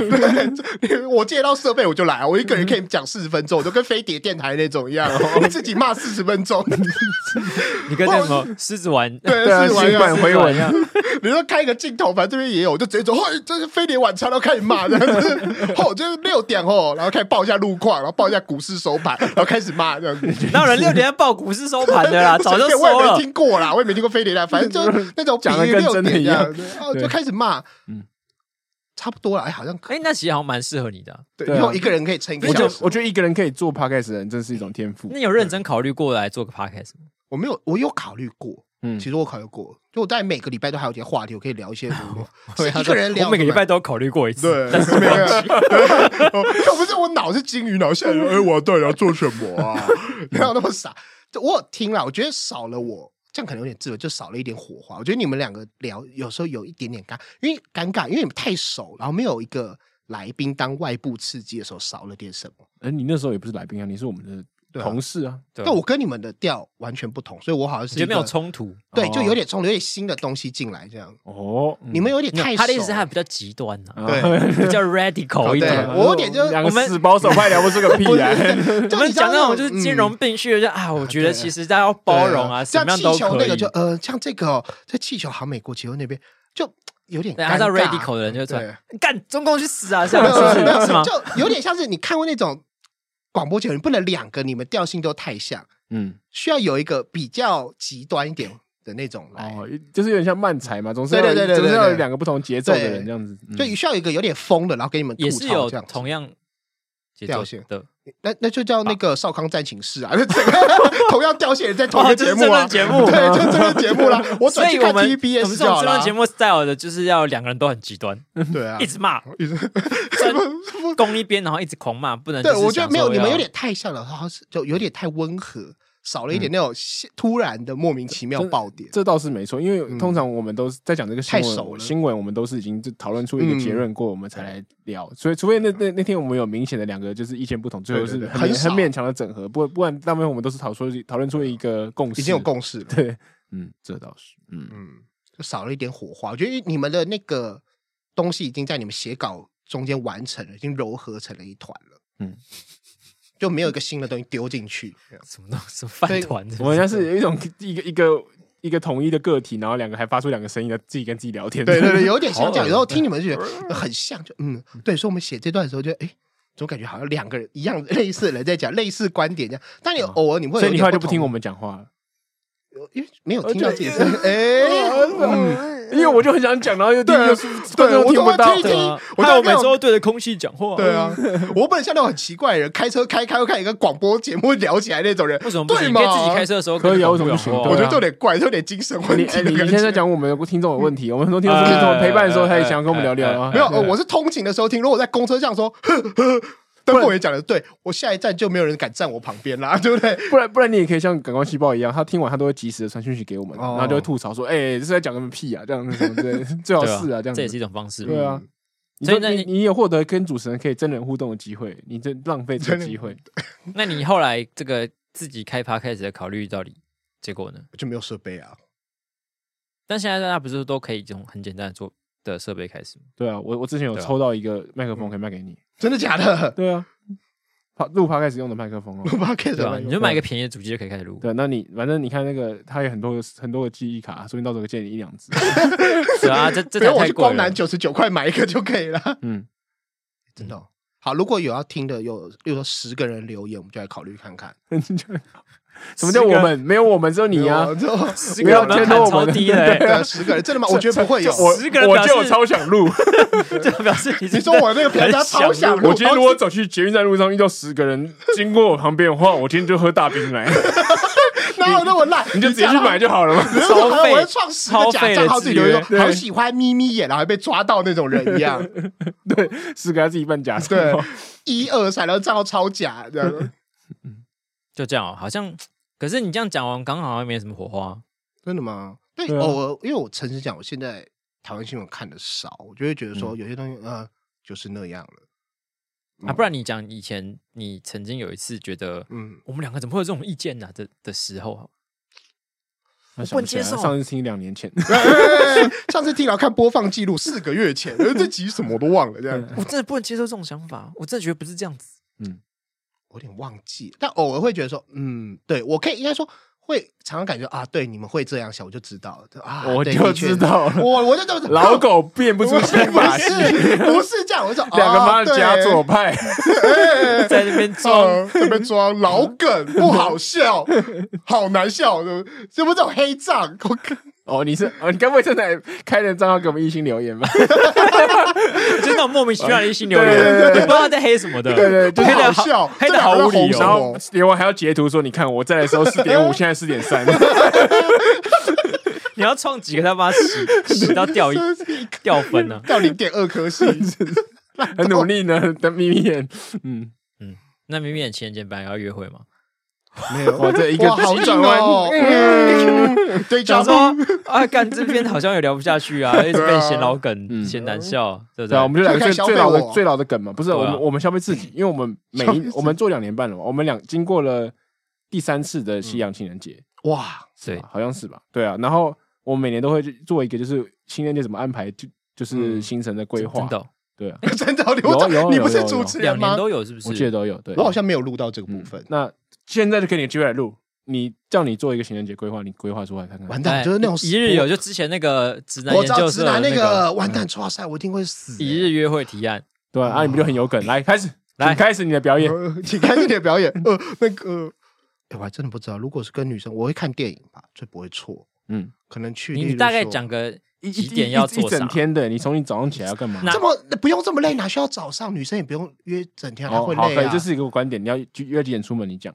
Speaker 3: 我借到设备我就来啊，我一
Speaker 2: 嗯
Speaker 3: 个人可以讲四十分钟，我就跟飞碟电台那种一样，
Speaker 2: 哦
Speaker 3: 我自己骂四十 分钟。
Speaker 1: 你跟那什么狮子丸，
Speaker 3: 对
Speaker 2: 对啊，
Speaker 3: 是玩
Speaker 2: 新版
Speaker 3: 是
Speaker 2: 回文啊，
Speaker 3: 你说开个镜头，反正这边也有，我就直接说，嘿，这是飞碟晚餐，然后开始骂这 样子。哦，就是六点哦，然后开始报一下路况，然后报一下股市收盘，然后开始骂 这样子。
Speaker 1: 哪有人六点要报股市收盘的 啦？啊早就
Speaker 3: 我也
Speaker 1: 收
Speaker 3: 没
Speaker 1: 了。
Speaker 3: 听过啦，我也没听过飞 碟啦，反正就那种比
Speaker 2: 讲得
Speaker 3: 喻
Speaker 2: 跟
Speaker 3: 六
Speaker 2: 真的
Speaker 3: 点
Speaker 2: 一
Speaker 3: 这
Speaker 2: 样
Speaker 3: 样子，哦，
Speaker 2: 对
Speaker 3: 就开始骂，
Speaker 2: 嗯
Speaker 3: 嗯，差不多了，哎，好像可以
Speaker 1: 哎，那其实好像蛮适合你的啊。
Speaker 3: 对，
Speaker 2: 对啊
Speaker 3: 以后一个人可以撑一个
Speaker 2: 我觉
Speaker 3: 小
Speaker 2: 得
Speaker 3: 时。
Speaker 2: 我觉得一个人可以做 podcast 的人，真是一种天赋
Speaker 1: 那。你有认真考虑过来做个 podcast 吗？
Speaker 3: 我没有，我有考虑过，
Speaker 2: 嗯
Speaker 3: 其实我考虑过，就我在每个礼拜都还有一些话题，我可以聊一些什 么，是一个人聊，
Speaker 1: 啊我每个礼拜。都有考虑过一次。
Speaker 3: 对，每个对哦要不是我脑是金鱼脑，现在就哎，我到底要做什么啊？没有那么傻。就我有听了，我觉得少了我这样可能有点自由，就少了一点火花。我觉得你们两个聊有时候有一点点尴，因为尴尬，因为你们太熟，然后没有一个来宾当外部刺激的时候少了点什么。
Speaker 2: 而你那时候也不是来宾啊，你是我们的
Speaker 3: 对啊
Speaker 2: 同事啊，
Speaker 1: 对
Speaker 3: 但我跟你们的调完全不同，所以我好像
Speaker 1: 你
Speaker 3: 是
Speaker 1: 觉得没有
Speaker 3: 一个
Speaker 1: 冲突？
Speaker 3: 对，
Speaker 2: 哦
Speaker 3: 就有点冲，有点新的东西进来这样。
Speaker 2: 哦，嗯
Speaker 3: 你们有点
Speaker 1: 没有
Speaker 3: 太哦
Speaker 1: 他的意思
Speaker 3: 熟
Speaker 1: 是他比较极端啊，
Speaker 2: 啊
Speaker 3: 对
Speaker 1: 比 较 radical 一
Speaker 3: 对
Speaker 1: 点。
Speaker 3: 我有点就是
Speaker 2: 两个
Speaker 1: 我们
Speaker 2: 死保守派聊不出个屁来，
Speaker 1: 我
Speaker 3: 就
Speaker 1: 们
Speaker 3: 你知道
Speaker 1: 讲那种就是
Speaker 3: 嗯
Speaker 1: 兼容并蓄，就啊，我觉得
Speaker 3: 对
Speaker 1: 其实大家要包容啊，
Speaker 3: 对
Speaker 1: 什
Speaker 3: 像
Speaker 1: 么样都
Speaker 3: 气球
Speaker 1: 可
Speaker 3: 那个
Speaker 1: 以
Speaker 3: 就。呃，像这个哦，在气球好像美国气球那边就有点
Speaker 1: 对，
Speaker 3: 尴
Speaker 1: 按照
Speaker 3: 尬。
Speaker 1: radical 的人就会出
Speaker 3: 对
Speaker 1: 来，干中共去死啊，这样
Speaker 3: 没有没有
Speaker 1: 是
Speaker 3: 没
Speaker 1: 不
Speaker 3: 有
Speaker 1: 是？是吗？
Speaker 3: 就有点像是你看过那种广播节目，你不能两个你们调性都太像，
Speaker 2: 嗯，
Speaker 3: 需要有一个比较极端一点的那种来，
Speaker 2: 哦，就是有点像漫才嘛，总是要
Speaker 3: 对对对对
Speaker 2: 总是
Speaker 3: 对
Speaker 2: 要有
Speaker 3: 对
Speaker 2: 两个不同节奏的
Speaker 3: 对
Speaker 2: 人这样子，嗯
Speaker 3: 就需要有一个有点疯的，然后给你们吐
Speaker 1: 也是有
Speaker 3: 槽这样子。
Speaker 1: 同啊样节奏
Speaker 3: 调性
Speaker 1: 的，
Speaker 3: 那那就叫那个少康战寝室啊， 就整个同样调性在同一
Speaker 1: 哦
Speaker 3: 个
Speaker 1: 这是
Speaker 3: 节目啊，
Speaker 1: 争论节目
Speaker 3: 对， 就争论节目啦。我
Speaker 1: 所
Speaker 3: 转
Speaker 1: 以
Speaker 3: 去
Speaker 1: 我
Speaker 3: 看
Speaker 1: 们我
Speaker 3: TBS
Speaker 1: 们这
Speaker 3: 就
Speaker 1: 种
Speaker 3: 好
Speaker 1: 争论节
Speaker 3: 了。
Speaker 1: 目 style 的，就是要两个人都很极端，
Speaker 3: 对啊
Speaker 1: 一，直骂，
Speaker 3: 一直
Speaker 1: 攻一边，然后一直狂骂，不能。
Speaker 3: 对，我觉得没有，你们有点太像了，好像是就有点太温和，少了一
Speaker 1: 嗯
Speaker 3: 点那种现突然的莫名其妙爆点。
Speaker 2: 这倒是没错，因为通常我们都是在讲这个新
Speaker 3: 嗯太熟
Speaker 2: 闻，
Speaker 3: 了嗯
Speaker 2: 新闻我们都是已经就讨论出一个结论过，我们才来聊。所以，除非那那那天我们有明显的两个就是意见不同，最后
Speaker 3: 对
Speaker 2: 是
Speaker 3: 对
Speaker 2: 很
Speaker 3: 很
Speaker 2: 勉
Speaker 3: 少
Speaker 2: 很勉强的整合，不不然大部分我们都是讨论讨论出一个共识，
Speaker 3: 已经有共识了，
Speaker 2: 对，嗯，这倒是，嗯，
Speaker 3: 嗯，就少了一点火花。我觉得你们的那个东西已经在你们写稿中间完成了，已经柔合成了一团了。
Speaker 2: 嗯
Speaker 3: 嗯，就没有一个新的东西丢进去。
Speaker 1: 什么东 什么饭团是不
Speaker 2: 我们
Speaker 1: 是，
Speaker 2: 像是有一种一个一个一个统一的个体，然后两个还发出两个声音，在自己跟自己聊天，
Speaker 3: 对对对，有点像
Speaker 1: 好
Speaker 3: 这
Speaker 1: 恶
Speaker 3: 样。有时候听你们就觉得很像，就嗯，对。所以我们写这段的时候就，哎，总感觉好像两个人一样类似的人在讲类似观点这样。但你偶尔你会
Speaker 2: 所以
Speaker 3: 有一
Speaker 2: 你
Speaker 3: 点
Speaker 2: 后来就不
Speaker 3: 同
Speaker 2: 听我们讲话了。
Speaker 3: 因为没有听到自己的声音，
Speaker 2: 啊
Speaker 3: 哎，
Speaker 2: 因为我就很想讲，然后又
Speaker 3: 对
Speaker 2: 又是观众
Speaker 3: 我
Speaker 2: 听
Speaker 3: 都
Speaker 2: 不
Speaker 3: 会
Speaker 2: 到，
Speaker 3: 听一
Speaker 1: 对
Speaker 3: 听
Speaker 1: 啊，我到我每
Speaker 3: 还有那种
Speaker 1: 周对着空气讲话，
Speaker 3: 对啊，我本来像那种很奇怪的人，开车开开会看一个广播节目聊起来那种人，
Speaker 1: 为什么不行？
Speaker 3: 对
Speaker 1: 你
Speaker 3: 嘛？
Speaker 1: 可以自己开，车的时候
Speaker 2: 可以啊
Speaker 1: 跟你朋友
Speaker 2: 为什么不行
Speaker 1: 讲话
Speaker 2: 对啊
Speaker 3: 我觉得就有点怪，就有点精神问
Speaker 2: 你
Speaker 3: 题
Speaker 2: 哎，
Speaker 3: 的
Speaker 2: 你
Speaker 3: 感
Speaker 2: 你
Speaker 3: 觉。
Speaker 2: 现在讲我们有听众有问题，我们很多听众是我们陪伴的时候，他也想要跟我们聊聊啊。
Speaker 3: 没有，呃我是通勤的时候听，如果我在公车上说， 呵呵，邓凤也讲的对，我下一站就没有人敢站我旁边啦，对不对？
Speaker 2: 不然不然你也可以像感光细胞一样，他听完他都会及时的传讯息给我们，
Speaker 3: 哦
Speaker 2: 然后就会吐槽说：“哎，这是在讲什么屁啊？这样子什么之类的，最好
Speaker 1: 对
Speaker 2: 是啊，这样
Speaker 1: 这也是
Speaker 2: 子。
Speaker 1: 一种方”式。
Speaker 2: 对啊，你
Speaker 1: 所以
Speaker 2: 说
Speaker 1: 那
Speaker 2: 你你有获得跟主持人可以真人互动的机会，你这浪费这个机会。
Speaker 1: 那你后来这个自己开趴开始的考虑到底结果呢？
Speaker 3: 就没有设备啊，
Speaker 1: 但现在大家不是都可以从很简单的做的设备开始吗？
Speaker 2: 对啊，我我之前有
Speaker 1: 对啊
Speaker 2: 抽到一个麦克风可以卖给你。
Speaker 3: 真的假的？
Speaker 2: 对啊，啪录趴开始用的麦克风哦
Speaker 3: 我。不知道开什
Speaker 1: 对吧？
Speaker 3: 么，
Speaker 1: 你就买一个便宜的主机就可以开始录，
Speaker 2: 对，那你反正你看那个，它有很多很多的记忆卡，说不定到时候借你一两只。
Speaker 1: 是啊，这这
Speaker 3: 比
Speaker 1: 台
Speaker 3: 如我
Speaker 1: 太
Speaker 3: 去
Speaker 1: 贵
Speaker 3: 光
Speaker 1: 了
Speaker 3: 南。九十九块买一个就可以了。
Speaker 2: 嗯，
Speaker 3: 真的哦、好，如果有要听的，有例如说十个人留言，我们就来考虑看看。
Speaker 2: 什么叫我们？没有我们，只有你啊！
Speaker 3: 没有 就
Speaker 1: 这个
Speaker 2: 不要
Speaker 1: 门
Speaker 2: 监
Speaker 1: 槛
Speaker 2: 督我
Speaker 1: 超
Speaker 2: 们
Speaker 1: 低的
Speaker 3: 对
Speaker 1: 欸，
Speaker 3: 啊，十个人真的吗？我觉得不会有。
Speaker 1: 我十个人
Speaker 2: 我
Speaker 1: 表示
Speaker 2: 就超想录。
Speaker 1: 就表示你
Speaker 3: 你说我那个评价超想录，
Speaker 2: 我今天如果走去捷运站路上遇到十个人经过我旁边的话，我今天就喝大冰来，
Speaker 3: 哪有那么烂？
Speaker 2: 你就直接去买就好了嘛。
Speaker 3: 你这样。
Speaker 1: 超
Speaker 3: 然后
Speaker 1: 费
Speaker 3: 我会创十个假账号，自己留言
Speaker 1: 超
Speaker 2: 费的制约
Speaker 3: 说好喜欢眯眯眼，然后还被抓到那种人一样。
Speaker 2: 对，十个他自己办假哦账
Speaker 3: 对
Speaker 2: 号，
Speaker 3: 一二三，然后账号超假，这样
Speaker 1: 就这样哦，好像。可是你这样讲完，刚好像没什么火花。啊
Speaker 3: 真的吗？对，
Speaker 2: 对啊
Speaker 3: 偶尔因为我诚实讲，我现在台湾新闻看的少，我就会觉得
Speaker 2: 嗯
Speaker 3: 说有些东西呃就是那样了。
Speaker 1: 啊，不然你讲以前你曾经有一次觉得
Speaker 3: 嗯，
Speaker 1: 我们两个怎么会有这种意见呢、啊的的时候，
Speaker 2: 我
Speaker 1: 不能接受
Speaker 2: 上次听两年前，哎
Speaker 3: 上次听了看播放记录，四个月前，呃这集什么我都忘了，这
Speaker 2: 啊
Speaker 3: 样。
Speaker 1: 我真的不能接受这种想法，我真的觉得不是这样子。
Speaker 3: 我有点忘记，但偶尔会觉得说，嗯，对我可以应该说会常常感觉啊，对你们会这样想，我就知道了对啊，
Speaker 2: 我
Speaker 3: 对
Speaker 2: 就
Speaker 3: 的确
Speaker 2: 知道了
Speaker 3: 我我就这么
Speaker 2: 老狗变不
Speaker 3: 不哦
Speaker 2: 出
Speaker 3: 是
Speaker 2: 新把戏，
Speaker 3: 不 是不是这样，我说
Speaker 2: 两个妈的家 左，派，
Speaker 3: 啊对
Speaker 1: 在那边装，
Speaker 3: 装这 边装老梗不好笑，好难笑，是不是这不是这种黑账？我靠
Speaker 2: 哦，你是哦，你该不会正在开的账号给我们一星留言吧？
Speaker 1: 就那种莫名其妙的一些留言，
Speaker 2: 对对对对
Speaker 1: 也不知道在黑什么的。
Speaker 2: 对对
Speaker 1: 就
Speaker 3: 不
Speaker 1: 黑的
Speaker 3: 好哦笑
Speaker 1: 黑的
Speaker 3: 这两
Speaker 1: 毫
Speaker 3: 个
Speaker 1: 无
Speaker 3: 都
Speaker 1: 理
Speaker 3: 红
Speaker 1: 由
Speaker 3: 什
Speaker 2: 然
Speaker 3: 么。
Speaker 2: 后连完还要截图说，你看我再来收四点五，现在四点 三，
Speaker 1: 你要创几个他妈洗洗到 掉一掉啊分呢、
Speaker 3: 掉零点二颗星，
Speaker 2: 很努力呢，但眯眯眼，嗯，
Speaker 1: 那明明情人节本来要约会嘛，
Speaker 3: 没有，
Speaker 2: 哇这一个
Speaker 3: 哇好
Speaker 2: 急
Speaker 3: 转
Speaker 2: 转
Speaker 3: 弯
Speaker 2: 弯，
Speaker 3: 嗯对
Speaker 1: 想
Speaker 3: 讲
Speaker 1: 说啊，干这边好像也聊不下去啊，一直被嫌老梗、
Speaker 2: 嗯
Speaker 1: 嫌难笑，对不
Speaker 2: 对啊，我
Speaker 1: 对？
Speaker 2: 们就两个
Speaker 3: 就开
Speaker 2: 最
Speaker 3: 始消
Speaker 2: 最
Speaker 3: 费
Speaker 2: 老的
Speaker 3: 我
Speaker 2: 最老的梗嘛，不是
Speaker 1: 对啊
Speaker 2: 我们我们消费自己，因为我们每
Speaker 3: 消费自
Speaker 2: 一
Speaker 3: 己
Speaker 2: 我们做两年半了嘛，我们两经过了第三次的西洋情人节，
Speaker 3: 哇，
Speaker 2: 是吧
Speaker 1: 对
Speaker 2: 好像是吧？对啊，然后我每年都会去做一个就是情人节怎么安排，就就是
Speaker 3: 嗯
Speaker 2: 行程的规划
Speaker 1: 真，的哦
Speaker 2: 对啊，
Speaker 3: 真的，你我
Speaker 2: 有有
Speaker 3: 你不是
Speaker 2: 有
Speaker 3: 主持人
Speaker 1: 两
Speaker 3: 吗
Speaker 1: 年？都有，是不
Speaker 2: 我记得
Speaker 1: 是？
Speaker 2: 都有，对，嗯
Speaker 3: 我好像没有录到这个部分，
Speaker 2: 那现在就给你机会来录，你叫你做一个情人节规划，你规划出来看看
Speaker 3: 完。蛋，就是那种
Speaker 1: 哎一日游，就之前那个直男
Speaker 3: 我
Speaker 1: 研
Speaker 3: 知道
Speaker 1: 究
Speaker 3: 直
Speaker 1: 社的
Speaker 3: 男
Speaker 1: 那嗯
Speaker 3: 个完蛋，哇塞，我一定会死。
Speaker 1: 一日约会提案，
Speaker 2: 对啊，啊你不就很有梗？来开始，
Speaker 1: 哦来
Speaker 2: 请开始你的表演。
Speaker 3: 呃请看这点表演，呃，那个，哎，我还真的不知道，如果是跟女生，我会看电影吧，最不会错，
Speaker 2: 嗯，
Speaker 3: 可能去
Speaker 1: 你
Speaker 3: 例
Speaker 1: 你
Speaker 3: 如
Speaker 1: 大概
Speaker 3: 说
Speaker 1: 讲个
Speaker 2: 一
Speaker 1: 几
Speaker 2: 一
Speaker 1: 点
Speaker 2: 一
Speaker 1: 要
Speaker 2: 一
Speaker 1: 做啥
Speaker 2: 整？天的，你从你早上起来要干嘛？
Speaker 1: 那
Speaker 3: 这么不用这么累，哪需要早上？女生也不用约整天，她
Speaker 2: 哦，
Speaker 3: 会
Speaker 2: 好，可
Speaker 3: 累
Speaker 2: 以，
Speaker 3: 啊。
Speaker 2: 这是一个观点，你要去约几点出门？你讲。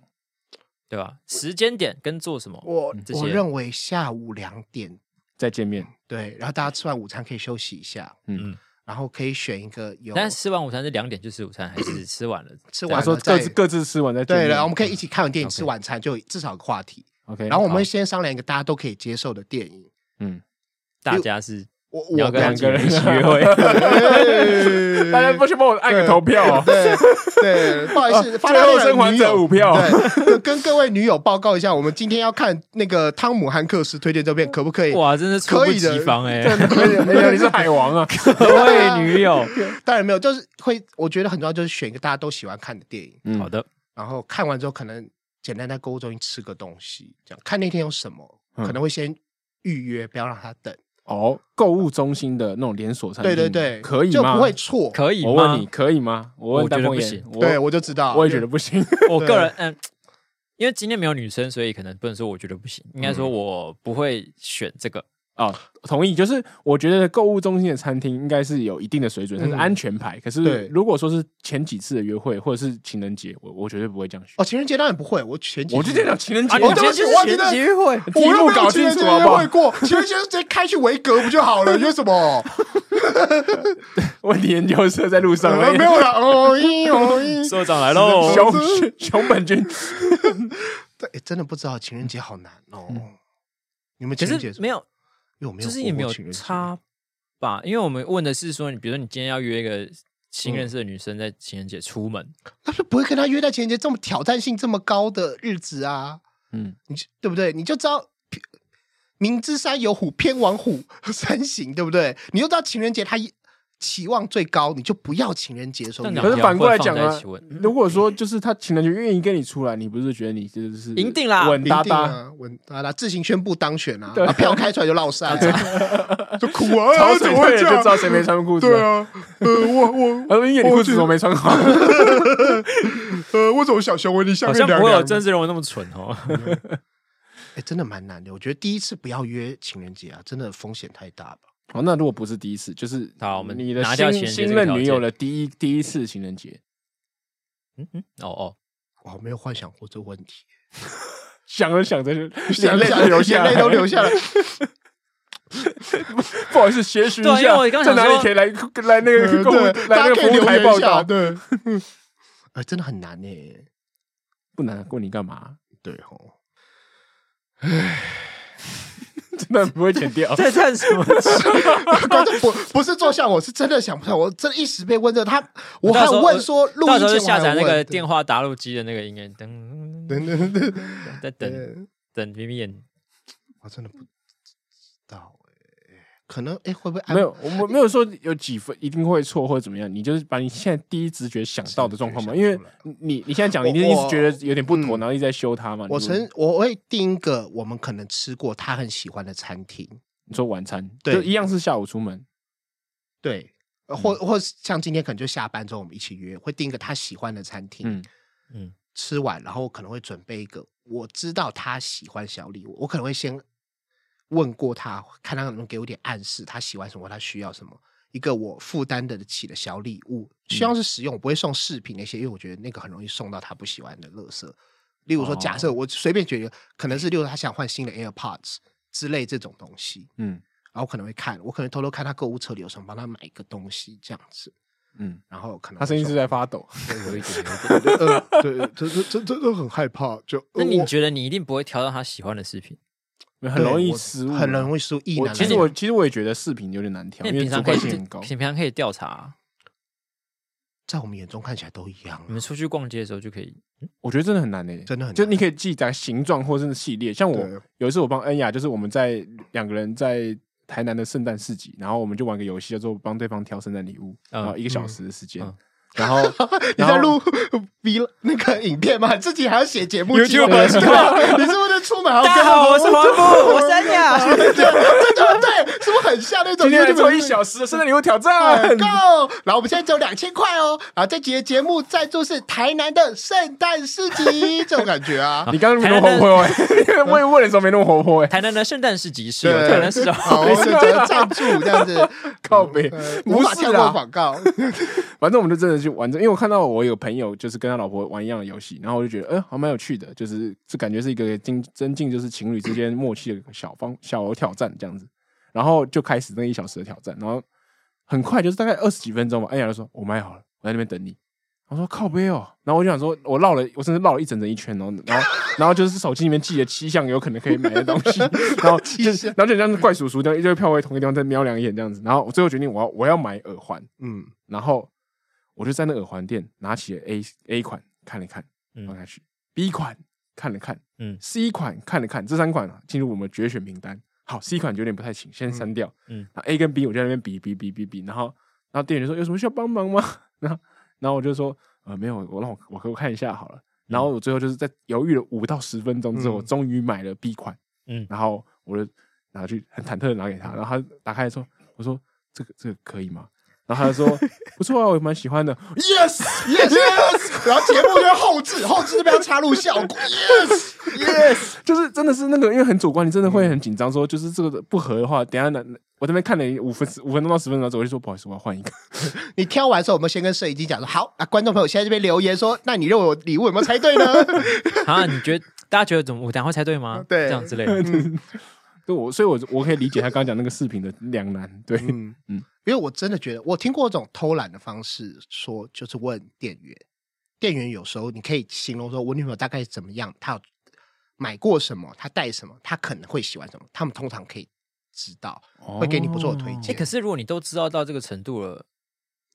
Speaker 1: 对吧？时间点跟做什么？
Speaker 2: 嗯
Speaker 3: 我
Speaker 1: 这
Speaker 3: 我
Speaker 1: 些
Speaker 3: 认为下午两点
Speaker 2: 再见面，
Speaker 3: 对，然后大家吃完午餐可以休息一下，
Speaker 2: 嗯
Speaker 1: 嗯
Speaker 3: 然后可以选一个有
Speaker 1: 但是吃完午餐是两点就吃午餐，还是吃完了？
Speaker 3: 吃
Speaker 2: 他
Speaker 3: 完
Speaker 2: 说
Speaker 3: 了
Speaker 2: 各
Speaker 3: 再
Speaker 2: 自各自吃完再见
Speaker 3: 对
Speaker 2: 面。
Speaker 3: 了，我们可以一起看完电影
Speaker 1: OK
Speaker 3: 吃晚餐，就有至少有个话题。
Speaker 2: OK，
Speaker 3: 然后我们
Speaker 2: 好
Speaker 3: 会先商量一个大家都可以接受的电影。
Speaker 2: 嗯，
Speaker 1: 大家是
Speaker 3: 我
Speaker 1: 你要
Speaker 3: 我
Speaker 1: 跟他
Speaker 2: 两
Speaker 3: 感
Speaker 2: 个
Speaker 1: 几
Speaker 3: 觉
Speaker 1: 人一起
Speaker 2: 人
Speaker 1: 约会？
Speaker 3: 对
Speaker 2: 大家不去帮我按个投票哦。
Speaker 3: 对对，不 好意思，发
Speaker 2: 最
Speaker 3: 大
Speaker 2: 后
Speaker 3: 恋人
Speaker 2: 生还
Speaker 3: 女
Speaker 2: 者
Speaker 3: 友
Speaker 2: 五票。
Speaker 3: 对，跟跟各位女友报告一下，我们今天要看那个汤姆汉克斯推荐这片，可不可以？
Speaker 1: 哇，真是猝
Speaker 3: 可
Speaker 1: 不
Speaker 3: 以的
Speaker 1: 及防哎！
Speaker 2: 没 有没 有，你是海王啊！
Speaker 1: 各 位女友，
Speaker 3: 当然没有，就是会，我觉得很重要，就是选一个大家都喜欢看的电影，
Speaker 2: 嗯
Speaker 1: 好的，
Speaker 3: 然后看完之后可能简单在购物中心吃个东西，这样看那天有什么，
Speaker 2: 嗯
Speaker 3: 可能会先预约，不要让他等。
Speaker 2: 哦，购物中心的那种连锁餐
Speaker 3: 对
Speaker 2: 厅，
Speaker 3: 对对，
Speaker 2: 嗯可以
Speaker 3: 就
Speaker 2: 吗？
Speaker 3: 不会错。
Speaker 1: 可以吗？
Speaker 2: 我问你，可以吗？我
Speaker 1: 我
Speaker 2: 问
Speaker 1: 觉
Speaker 2: 丹
Speaker 1: 得
Speaker 2: 凤
Speaker 1: 不
Speaker 2: 眼
Speaker 1: 行，
Speaker 3: 对，我就知道，
Speaker 2: 我也觉得不行。
Speaker 1: 我
Speaker 3: 对
Speaker 1: 个人嗯，因为今天没有女生，所以可能不能说我觉得不行，应该说我不会选这个。
Speaker 2: 哦，同意，就是我觉得购物中心的餐厅应该是有一定的水准，它是
Speaker 3: 嗯
Speaker 2: 安全牌。可是
Speaker 3: 对
Speaker 2: 如果说是前几次的约会或者是情人节，我我绝对不会这样选。
Speaker 3: 哦，情人节当然不会，我前几
Speaker 2: 我就这
Speaker 3: 天
Speaker 2: 样，情人节，
Speaker 1: 啊，你
Speaker 3: 我
Speaker 1: 今
Speaker 3: 对
Speaker 1: 天就
Speaker 3: 不起
Speaker 1: 是
Speaker 3: 我
Speaker 1: 情
Speaker 3: 觉
Speaker 1: 人
Speaker 3: 得
Speaker 1: 节约会，
Speaker 2: 题
Speaker 3: 我又
Speaker 2: 目
Speaker 3: 没
Speaker 2: 搞
Speaker 3: 有情
Speaker 2: 清
Speaker 3: 人
Speaker 2: 楚
Speaker 3: 节
Speaker 2: 好
Speaker 3: 约
Speaker 2: 不好
Speaker 3: 会？过，情人节直接开去维格不就好了？约什 么？
Speaker 2: 问题研究 社在路上
Speaker 3: 呃
Speaker 2: 了，
Speaker 3: 没有了，哦咦 哦 咦。
Speaker 1: 社长来喽，
Speaker 2: 熊熊本
Speaker 1: 嗯
Speaker 2: 君，
Speaker 3: 对，诶真的不知道情人节好难哦。
Speaker 2: 嗯
Speaker 3: 你们
Speaker 1: 可
Speaker 3: 情人节
Speaker 1: 是没有，
Speaker 3: 有没有？
Speaker 1: 就是也没有差吧，因为我们问的是说，你比如说你今天要约一个新认识的女生在情人节出门，
Speaker 3: 他就不会跟他约在情人节这么挑战性这么高的日子啊，
Speaker 2: 嗯，
Speaker 3: 你就对不对？你就知道明知山有虎，偏往虎 山行，对不对？你就知道情人节他期望最高，你就不要情人节的时候
Speaker 1: 但
Speaker 3: 约。
Speaker 1: 两
Speaker 2: 可是
Speaker 1: 条
Speaker 2: 反过来讲
Speaker 1: 会放
Speaker 2: 啊
Speaker 1: 在一起问，
Speaker 2: 如果说就是他情人节愿意跟你出来，你不是觉得你就是
Speaker 1: 赢定啦
Speaker 2: 稳
Speaker 3: 一
Speaker 2: 哒
Speaker 3: 定
Speaker 2: 哒，
Speaker 3: 啊，稳哒哒，自行宣布当选啊，
Speaker 2: 对
Speaker 3: 啊票开出来就落晒、啊，就哭 啊，
Speaker 2: 潮
Speaker 3: 怎
Speaker 2: 水退
Speaker 3: 么会
Speaker 2: 了
Speaker 3: 这
Speaker 2: 就知
Speaker 3: 样？
Speaker 2: 道谁没穿裤子
Speaker 3: 对
Speaker 2: 了。
Speaker 3: 啊，呃，我我
Speaker 2: 他说：“你你裤子怎么没穿好？
Speaker 3: 呃，我怎么想成为你下
Speaker 1: 好
Speaker 3: 面
Speaker 1: 像
Speaker 3: 两
Speaker 1: 不
Speaker 3: 个
Speaker 1: 会有
Speaker 3: 人？
Speaker 1: 真实人物那么蠢哦。
Speaker 3: 哎、真的蛮难的。我觉得第一次不要约情人节啊，真的风险太大吧。
Speaker 2: 好，哦那如果不是第一次，就是
Speaker 1: 好我们
Speaker 2: 你的
Speaker 1: 拿掉情
Speaker 2: 新
Speaker 1: 人节
Speaker 2: 新
Speaker 1: 这个
Speaker 2: 任
Speaker 1: 条
Speaker 2: 女
Speaker 1: 件
Speaker 2: 友的第一第一次情人节，
Speaker 1: 嗯嗯，哦哦，
Speaker 3: 我没有幻想过这个问题，
Speaker 2: 想着想着就
Speaker 3: 眼
Speaker 2: 眼泪都流下来，
Speaker 3: 眼泪都流下 来。
Speaker 2: 不好意思，协寻一
Speaker 1: 对因为
Speaker 2: 下
Speaker 1: 我刚，想
Speaker 2: 在哪里
Speaker 1: 说
Speaker 2: 可以来来那个
Speaker 3: 呃
Speaker 2: 购物
Speaker 3: 对，
Speaker 2: 来那
Speaker 3: 大家
Speaker 2: 个
Speaker 3: 可以
Speaker 2: 服
Speaker 3: 留
Speaker 2: 务台
Speaker 3: 言
Speaker 2: 报
Speaker 3: 一下
Speaker 2: 道？
Speaker 3: 对， 呃，真的很难呢、
Speaker 2: 不难过你干嘛？啊
Speaker 3: 对吼，
Speaker 2: 真的不会剪 掉。
Speaker 1: 在叹什么 气？
Speaker 3: 观众不不是坐下，我是真的想不到，我真的一时被问着他，我
Speaker 1: 到
Speaker 3: 还
Speaker 1: 时候
Speaker 3: 有问说录
Speaker 1: 到
Speaker 3: 音
Speaker 1: 时候就
Speaker 3: 前
Speaker 1: 下
Speaker 3: 我还
Speaker 1: 载
Speaker 3: 有
Speaker 1: 那个
Speaker 3: 问
Speaker 1: 电话打录机的那个音乐，噔
Speaker 3: 等等等等，
Speaker 1: 在等
Speaker 3: 对
Speaker 1: 等眯眯眼，
Speaker 3: 我真的不知道哎、可能哎、会不会安
Speaker 2: 没？有，我们没有说有几分一定会错或者怎么样，你就是把你现在第一直觉想到的状况嘛，
Speaker 3: 直觉
Speaker 2: 因为
Speaker 3: 想出来
Speaker 2: 你你现在讲，你一
Speaker 3: 我
Speaker 2: 定是
Speaker 3: 我
Speaker 2: 觉得有点不妥，
Speaker 3: 嗯
Speaker 2: 然后一直在修它嘛。
Speaker 3: 我
Speaker 2: 你
Speaker 3: 曾我会定一个我们可能吃过他很喜欢的餐厅，
Speaker 2: 你说晚餐，
Speaker 3: 对
Speaker 2: 就一样是下午出门，
Speaker 3: 对，呃
Speaker 1: 嗯
Speaker 3: 或或是像今天可能就下班之后我们一起约，会定一个他喜欢的餐厅，
Speaker 2: 嗯
Speaker 1: 嗯，
Speaker 3: 吃完，然后我可能会准备一个我知道他喜欢小礼物，我可能会先问过他，看他能不能给我点暗示，他喜欢什么，他需要什么，一个我负担得起的小礼物，希
Speaker 2: 嗯
Speaker 3: 望是实用，我不会送饰品那些，因为我觉得那个很容易送到他不喜欢的垃圾。例如说，假
Speaker 2: 哦
Speaker 3: 设我随便觉得可能是，例如他想换新的 AirPods 之类这种东西，
Speaker 2: 嗯
Speaker 3: 然后我可能会看，我可能偷偷看他购物车里有什么，帮他买一个东西这样子。
Speaker 2: 嗯，
Speaker 3: 然后可能
Speaker 2: 他声音是在发抖，
Speaker 1: 有一点。
Speaker 3: 我就，呃， 对，真真真真的很害怕，就
Speaker 1: 那
Speaker 3: 呃
Speaker 1: 你觉得你一定不会挑到他喜欢的视频？
Speaker 2: 很容易失误，啊
Speaker 3: 很容易失误，意
Speaker 2: 我
Speaker 3: 难欸
Speaker 2: 其实
Speaker 3: 来
Speaker 2: 我
Speaker 3: 讲
Speaker 2: 其实我也觉得视频有点难挑，
Speaker 1: 那
Speaker 2: 因
Speaker 1: 你
Speaker 2: 为
Speaker 1: 平
Speaker 2: 主
Speaker 1: 常可以
Speaker 2: 观
Speaker 1: 平
Speaker 2: 性很高。
Speaker 1: 平常可以调查啊，
Speaker 3: 在我们眼中看起来都一样啊
Speaker 1: 你，们出去逛街的时候就可以。
Speaker 2: 我觉得真的很难诶、
Speaker 3: 真的很
Speaker 2: 就
Speaker 3: 难
Speaker 2: 你可以记载形状或者是系列。像我
Speaker 3: 对
Speaker 2: 有一次我帮恩雅，就是我们在两个人在台南的圣诞市集，然后我们就玩个游戏叫做帮对方挑圣诞礼物，
Speaker 1: 嗯
Speaker 2: 然后一个小时的时间，
Speaker 1: 嗯
Speaker 2: 然后
Speaker 3: 你
Speaker 2: 然
Speaker 3: 在
Speaker 2: 后
Speaker 3: 录 比那个影片吗？自己还要写节目
Speaker 1: YouTube
Speaker 3: 计划
Speaker 1: 的计划
Speaker 3: 你是不是出门还要
Speaker 1: 哦大
Speaker 3: 跟
Speaker 1: 家好，我
Speaker 3: 他
Speaker 1: 是黄布，我是安雅。
Speaker 3: 对对对，是不是很像那种
Speaker 2: 今天来
Speaker 3: YouTube 哎
Speaker 2: 做一 小时的圣诞礼物挑战，
Speaker 3: Go！然后我们现在只有两千块哦。然后这集的节目赞助是台南的圣诞市集，这种感觉啊。
Speaker 2: 你刚刚没那么活泼 哎、问问的时候没那么活泼 哎、
Speaker 1: 台南的圣诞市集是
Speaker 3: 对
Speaker 1: 有台南市哦
Speaker 2: 哦
Speaker 1: 长。
Speaker 3: 好，我们只能赞助这样子，
Speaker 2: 靠背、
Speaker 3: 呃无
Speaker 2: 不
Speaker 3: 法
Speaker 2: 是啊
Speaker 3: 跳过
Speaker 2: 啦，
Speaker 3: 广告。
Speaker 2: 反正我们就真的去玩这，因为我看到我有朋友就是跟他老婆玩一样的游戏，然后我就觉得，哎、还蛮有趣的，就是这感觉是一个精增进就是情侣之间默契的小方小挑战这样子，然后就开始那一小时的挑战，然后很快就是大概二十几分钟吧，哎呀就说我买好了，我在那边等你。我说靠背哦，然后我就想说，我绕了，我甚至绕了一整整一圈，然后，然后，然后就是手机里面记了七项有可能可以买的东西， 然后就
Speaker 3: 七项，
Speaker 2: 然后就像是怪叔叔这样一堆票回同一个地方再瞄两眼这样子，然后我最后决定我要我要买耳环，
Speaker 3: 嗯，
Speaker 2: 然后我就在那耳环店拿起了 A A 款看了看，
Speaker 1: 嗯
Speaker 2: 放下去、b 款看了看，
Speaker 1: 嗯
Speaker 2: ，C 款看了看，这三款啊进入我们决选名单。好，C 款有点不太行，先删掉。
Speaker 1: 嗯嗯
Speaker 2: 嗯，那 A 跟 B 我就在那边比比比比比，然后然后店员就说有什么需要帮忙吗？ 然后然后我就说呃没有，我让我我给我看一下好了。然后我最后就是在犹豫了五到十分钟之后，
Speaker 3: 嗯
Speaker 2: 我终于买了 B 款。
Speaker 1: 嗯
Speaker 2: 然后我就拿去很忐忑的拿给他，然后他打开来说：“我说这个这个可以吗？”然后他 就说：“不错啊，我蛮喜欢的。”Yes
Speaker 3: Yes Yes，然后 节目就是后置，后置这边要插入效果。Yes
Speaker 2: Yes，就是真的是那个，因为很主观，你真的会很紧张，说就是这个不合的话，等一下那我这边看了五分五分钟到十分钟之后，我就说不好意思，我要 换一个。
Speaker 3: 你挑完之后，我们先跟摄影机讲说，好啊，观众朋友现在这边留言说，那你认为我礼物有没有猜对呢？
Speaker 1: 啊，你觉得大家觉得怎么？我等下会猜对吗？
Speaker 3: 对
Speaker 1: 这样之类的。
Speaker 2: 就我，所以我我可以理解他刚刚讲那个视频的两难，对，
Speaker 3: 嗯
Speaker 2: 嗯
Speaker 3: 嗯，因为我真的觉得，我听过一种偷懒的方式说，就是问店员。店员有时候你可以形容说，我女朋友大概怎么样，她有买过什么，她带什么，她可能会喜欢什么，他们通常可以知道，会给你不错的推
Speaker 1: 哎，
Speaker 3: 荐。
Speaker 1: 可是如果你都知道到这个程度了，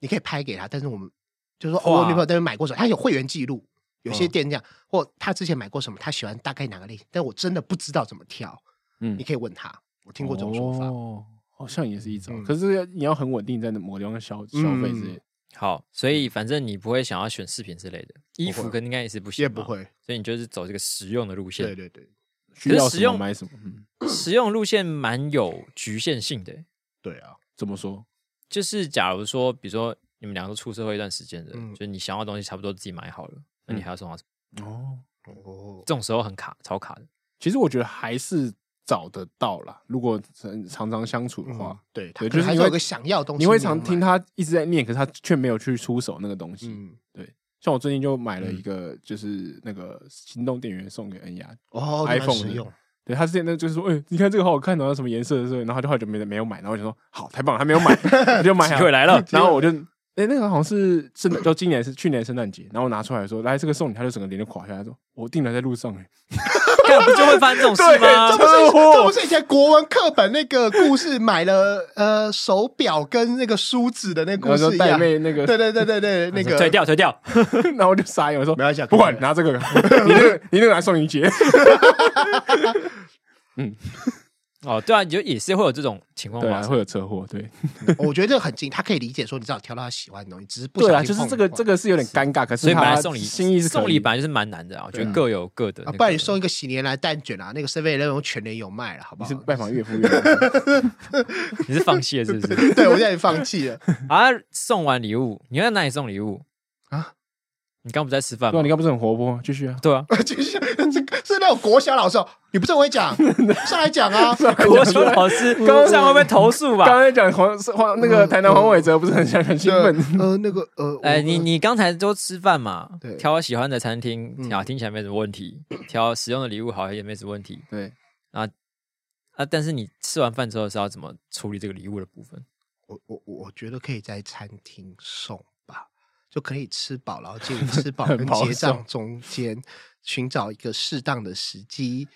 Speaker 3: 你可以拍给她，但是我们就是说，
Speaker 1: 哇
Speaker 3: 哦，我女朋友在那边买过什么，她有会员记录，有些
Speaker 2: 嗯
Speaker 3: 店这样，或她之前买过什么，她喜欢大概哪个类型，但我真的不知道怎么挑，
Speaker 2: 嗯
Speaker 3: 你可以问她。我听过这种说法，
Speaker 2: 哦，好像也是一种，
Speaker 3: 嗯
Speaker 2: 可是你要很稳定在某个地方消消费之类的。
Speaker 1: 好，所以反正你不会想要选饰品之类的，衣服跟应该也是不行，
Speaker 3: 也不，会。
Speaker 1: 所以你就是走这个实用的路
Speaker 3: 对
Speaker 1: 线。
Speaker 3: 对对
Speaker 2: 需要什
Speaker 1: 实
Speaker 2: 么
Speaker 1: 用
Speaker 2: 买什么，嗯，
Speaker 1: 实用路线蛮有局限性的，
Speaker 3: 对啊，
Speaker 2: 怎么说？
Speaker 1: 就是假如说，比如说你们两个都出社会一段时间的，
Speaker 3: 嗯
Speaker 1: 就是你想要的东西差不多自己买好了，那你还要送他什么？
Speaker 2: 哦，
Speaker 3: 哦，
Speaker 1: 这种时候很卡，超卡的。
Speaker 2: 其实我觉得还是找得到啦。如果常常常相处的
Speaker 3: 嗯
Speaker 2: 话，，
Speaker 3: 对，他
Speaker 2: 对
Speaker 3: 可
Speaker 2: 就是
Speaker 3: 能还
Speaker 2: 因
Speaker 3: 是有
Speaker 2: 为
Speaker 3: 个想要的东西，
Speaker 2: 你会常听，他一直在念，可是他却没有去出手那个东西。
Speaker 3: 嗯，
Speaker 2: 像我最近就买了一个，就是那个行动电源送给恩雅，
Speaker 3: 哦
Speaker 2: iPhone
Speaker 3: 使
Speaker 2: 的
Speaker 3: 用，
Speaker 2: 对他之前那就是说，哎、你看这个好好看哦，然后什么颜色的，然后他就好久没没有买，然后我就说好，太棒了，还没有 买，我就买
Speaker 1: 机
Speaker 2: 了。
Speaker 1: 会来了，
Speaker 2: 然后我就，哎、那个好像是圣诞，就今年是去年圣诞节，然后我拿出来说，来这个送你，他就整个脸就垮下来，说我订了在路上、哎，
Speaker 1: 干不就会发生这种事
Speaker 3: 这
Speaker 1: 吗？
Speaker 3: 不是
Speaker 2: 哦
Speaker 3: 这不是以前国文课本那个故事，买了呃手表跟那个梳子的那个
Speaker 2: 然后
Speaker 3: 故事
Speaker 2: 说
Speaker 3: 一
Speaker 2: 带
Speaker 3: 样，
Speaker 2: 妹啊那个
Speaker 3: 对对对 对对，那个
Speaker 1: 退掉，退掉。
Speaker 2: 然后我就傻眼，我说
Speaker 3: 没关系啊
Speaker 2: 不管
Speaker 3: 可以
Speaker 2: 拿这个，你那个你那个来送你 姐，
Speaker 1: 哦，对啊，你就也是会有这种情况
Speaker 2: 对
Speaker 1: 发
Speaker 2: 啊，
Speaker 1: 生。
Speaker 2: 会有车祸，对
Speaker 3: 哦我觉得这个很近，他可以理解说你至少挑到他喜欢的东西，只是不
Speaker 2: 对啊，
Speaker 3: 小
Speaker 2: 就
Speaker 3: 心
Speaker 2: 是
Speaker 3: 碰
Speaker 2: 这个
Speaker 3: 到
Speaker 2: 这个是有点尴尬，可是
Speaker 1: 所以本
Speaker 2: 他
Speaker 1: 来送礼
Speaker 2: 心意是
Speaker 1: 送
Speaker 2: 礼
Speaker 1: 礼本来就是蛮难的啊，我觉得各有各的那
Speaker 3: 啊，
Speaker 1: 个。
Speaker 3: 不然你送一个喜年来蛋卷啊，那个 s e v e 用全年有卖了，好不
Speaker 2: 你
Speaker 3: 好
Speaker 2: 是？拜 访岳父岳母，
Speaker 1: 你是放弃了是不是？
Speaker 3: 对，我现在也放弃了。
Speaker 1: 啊，送完礼物，你要在哪里送礼物
Speaker 3: 啊
Speaker 1: 啊？你刚不是在吃饭
Speaker 2: 对啊，
Speaker 1: 吗
Speaker 2: 你？刚不是很活泼，继续啊，
Speaker 1: 对啊，
Speaker 3: 就是 是是那种国小老师哦，你不是很会 讲，上来讲啊，
Speaker 1: 国球老师
Speaker 2: 刚刚
Speaker 1: 这样会被投诉
Speaker 2: 刚
Speaker 1: 吧？
Speaker 2: 才讲黄是黄那个台南黄伟哲不是很想很兴奋，
Speaker 3: 呃那个呃，
Speaker 1: 哎，
Speaker 3: 我
Speaker 1: 你你刚才都吃饭嘛
Speaker 3: 对，
Speaker 1: 挑喜欢的餐厅
Speaker 3: 嗯，
Speaker 1: 啊，听起来没什么问题，挑实用的礼物好像也没什么问题啊
Speaker 2: 对，
Speaker 1: 啊。但是你吃完饭之后是要怎么处理这个礼物的部分？
Speaker 3: 我我我觉得可以在餐厅送吧，就可以吃饱，然后介于吃饱跟
Speaker 2: 保
Speaker 3: 结
Speaker 2: 守
Speaker 3: 账中间寻找一个适当的时机，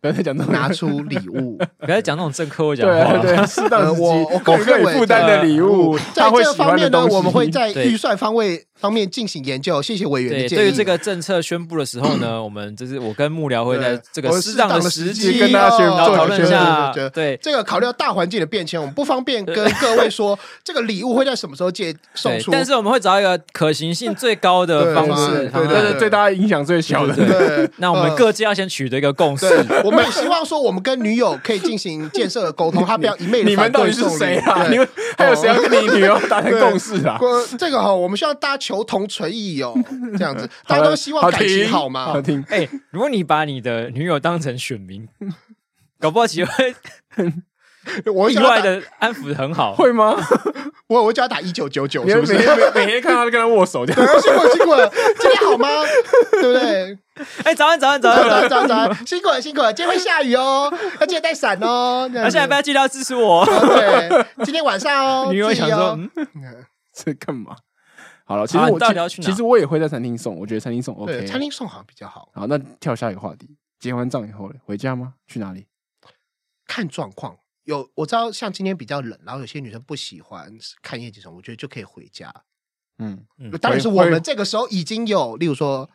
Speaker 2: 不要再讲这种
Speaker 3: 拿出礼物。
Speaker 1: 不要再讲那种政客会讲
Speaker 2: 对
Speaker 1: 话
Speaker 2: 啊对
Speaker 1: 了。
Speaker 2: 啊，适当时
Speaker 3: 呃
Speaker 2: 机，
Speaker 3: 我我个人
Speaker 2: 可以
Speaker 3: 认为
Speaker 2: 负担的礼物，
Speaker 3: 哦在
Speaker 2: 他会
Speaker 3: 这
Speaker 2: 喜
Speaker 3: 方
Speaker 2: 欢的
Speaker 3: 面呢，
Speaker 2: 东西。
Speaker 3: 我们会在
Speaker 1: 对
Speaker 3: 预算方位方面进行研究。谢谢委员的
Speaker 1: 对，
Speaker 3: 建议。
Speaker 1: 对于这个政策宣布的时候呢，我们就是我跟幕僚会在
Speaker 3: 对
Speaker 1: 这
Speaker 3: 我
Speaker 1: 个
Speaker 3: 们
Speaker 1: 适当的
Speaker 3: 的
Speaker 1: 时
Speaker 2: 机
Speaker 1: 机
Speaker 2: 跟大家宣
Speaker 1: 然
Speaker 2: 做
Speaker 1: 后
Speaker 2: 一
Speaker 1: 讨
Speaker 2: 个
Speaker 1: 论一
Speaker 2: 宣布
Speaker 1: 下，
Speaker 3: 对
Speaker 1: 对
Speaker 3: 这个考虑到大环境的变迁，我们不方便跟各位说这个礼物会在什么时候借送
Speaker 1: 对
Speaker 3: 出。，
Speaker 1: 但是我们会找一个可行性最高的
Speaker 3: 对
Speaker 1: 方
Speaker 3: 方
Speaker 1: 式
Speaker 3: 式
Speaker 1: 方
Speaker 2: 对
Speaker 1: 案，
Speaker 3: 对
Speaker 2: 对对，最大的影响最小的。
Speaker 1: 对对
Speaker 3: 对，
Speaker 1: 那我们
Speaker 3: 呃
Speaker 1: 各界要先取得一个共识，
Speaker 3: 对，我们也希望说，我们跟女友可以进行建设的沟通，她不要一昧 的
Speaker 2: 你们到底是谁啊？你们还有谁要跟你女友达成共识啊？
Speaker 3: 过这个哈，我们希望大家求同存异哦，这样子，大家
Speaker 2: 了
Speaker 3: 都希望感情好嘛
Speaker 2: 好。听，
Speaker 1: 哎、如果你把你的女友当成选 民，搞不好其实会
Speaker 3: 我
Speaker 1: 意
Speaker 3: 想要
Speaker 1: 外
Speaker 3: 打，
Speaker 1: 的安抚的很好。
Speaker 2: 会吗？
Speaker 3: 我我就要打一九九九，
Speaker 2: 你
Speaker 3: 是
Speaker 2: 每
Speaker 3: 不是？
Speaker 2: 天每每天看到他跟他握手这样，
Speaker 3: 辛苦辛苦了，今天好吗？对不对？
Speaker 1: 哎、早安，早安，早安，
Speaker 3: 走
Speaker 1: 早安！
Speaker 3: 走走走，辛苦了辛苦了，今天会下雨哦，要记得带伞哦。
Speaker 1: 那下一班记得要支持我。
Speaker 3: 对，今天晚上哦，
Speaker 1: 女友
Speaker 3: 注意
Speaker 1: 想说，
Speaker 3: 哦，
Speaker 1: 嗯，
Speaker 2: 这干嘛？好了，其实
Speaker 1: 啊
Speaker 2: 我
Speaker 1: 你到底要去哪
Speaker 2: 其实我也会在餐厅送，我觉得餐厅送 OK
Speaker 3: 对，。餐厅送好像比较好，
Speaker 2: 好，那跳下一个话题，结完账以后嘞，回家吗？去哪里？
Speaker 3: 看状况。有我知道，像今天比较冷，然后有些女生不喜欢看夜景什么，我觉得就可以回家。
Speaker 2: 嗯，
Speaker 1: 嗯
Speaker 3: 当然是
Speaker 2: 回
Speaker 3: 我
Speaker 2: 回
Speaker 3: 们这个时候已经有，例如说，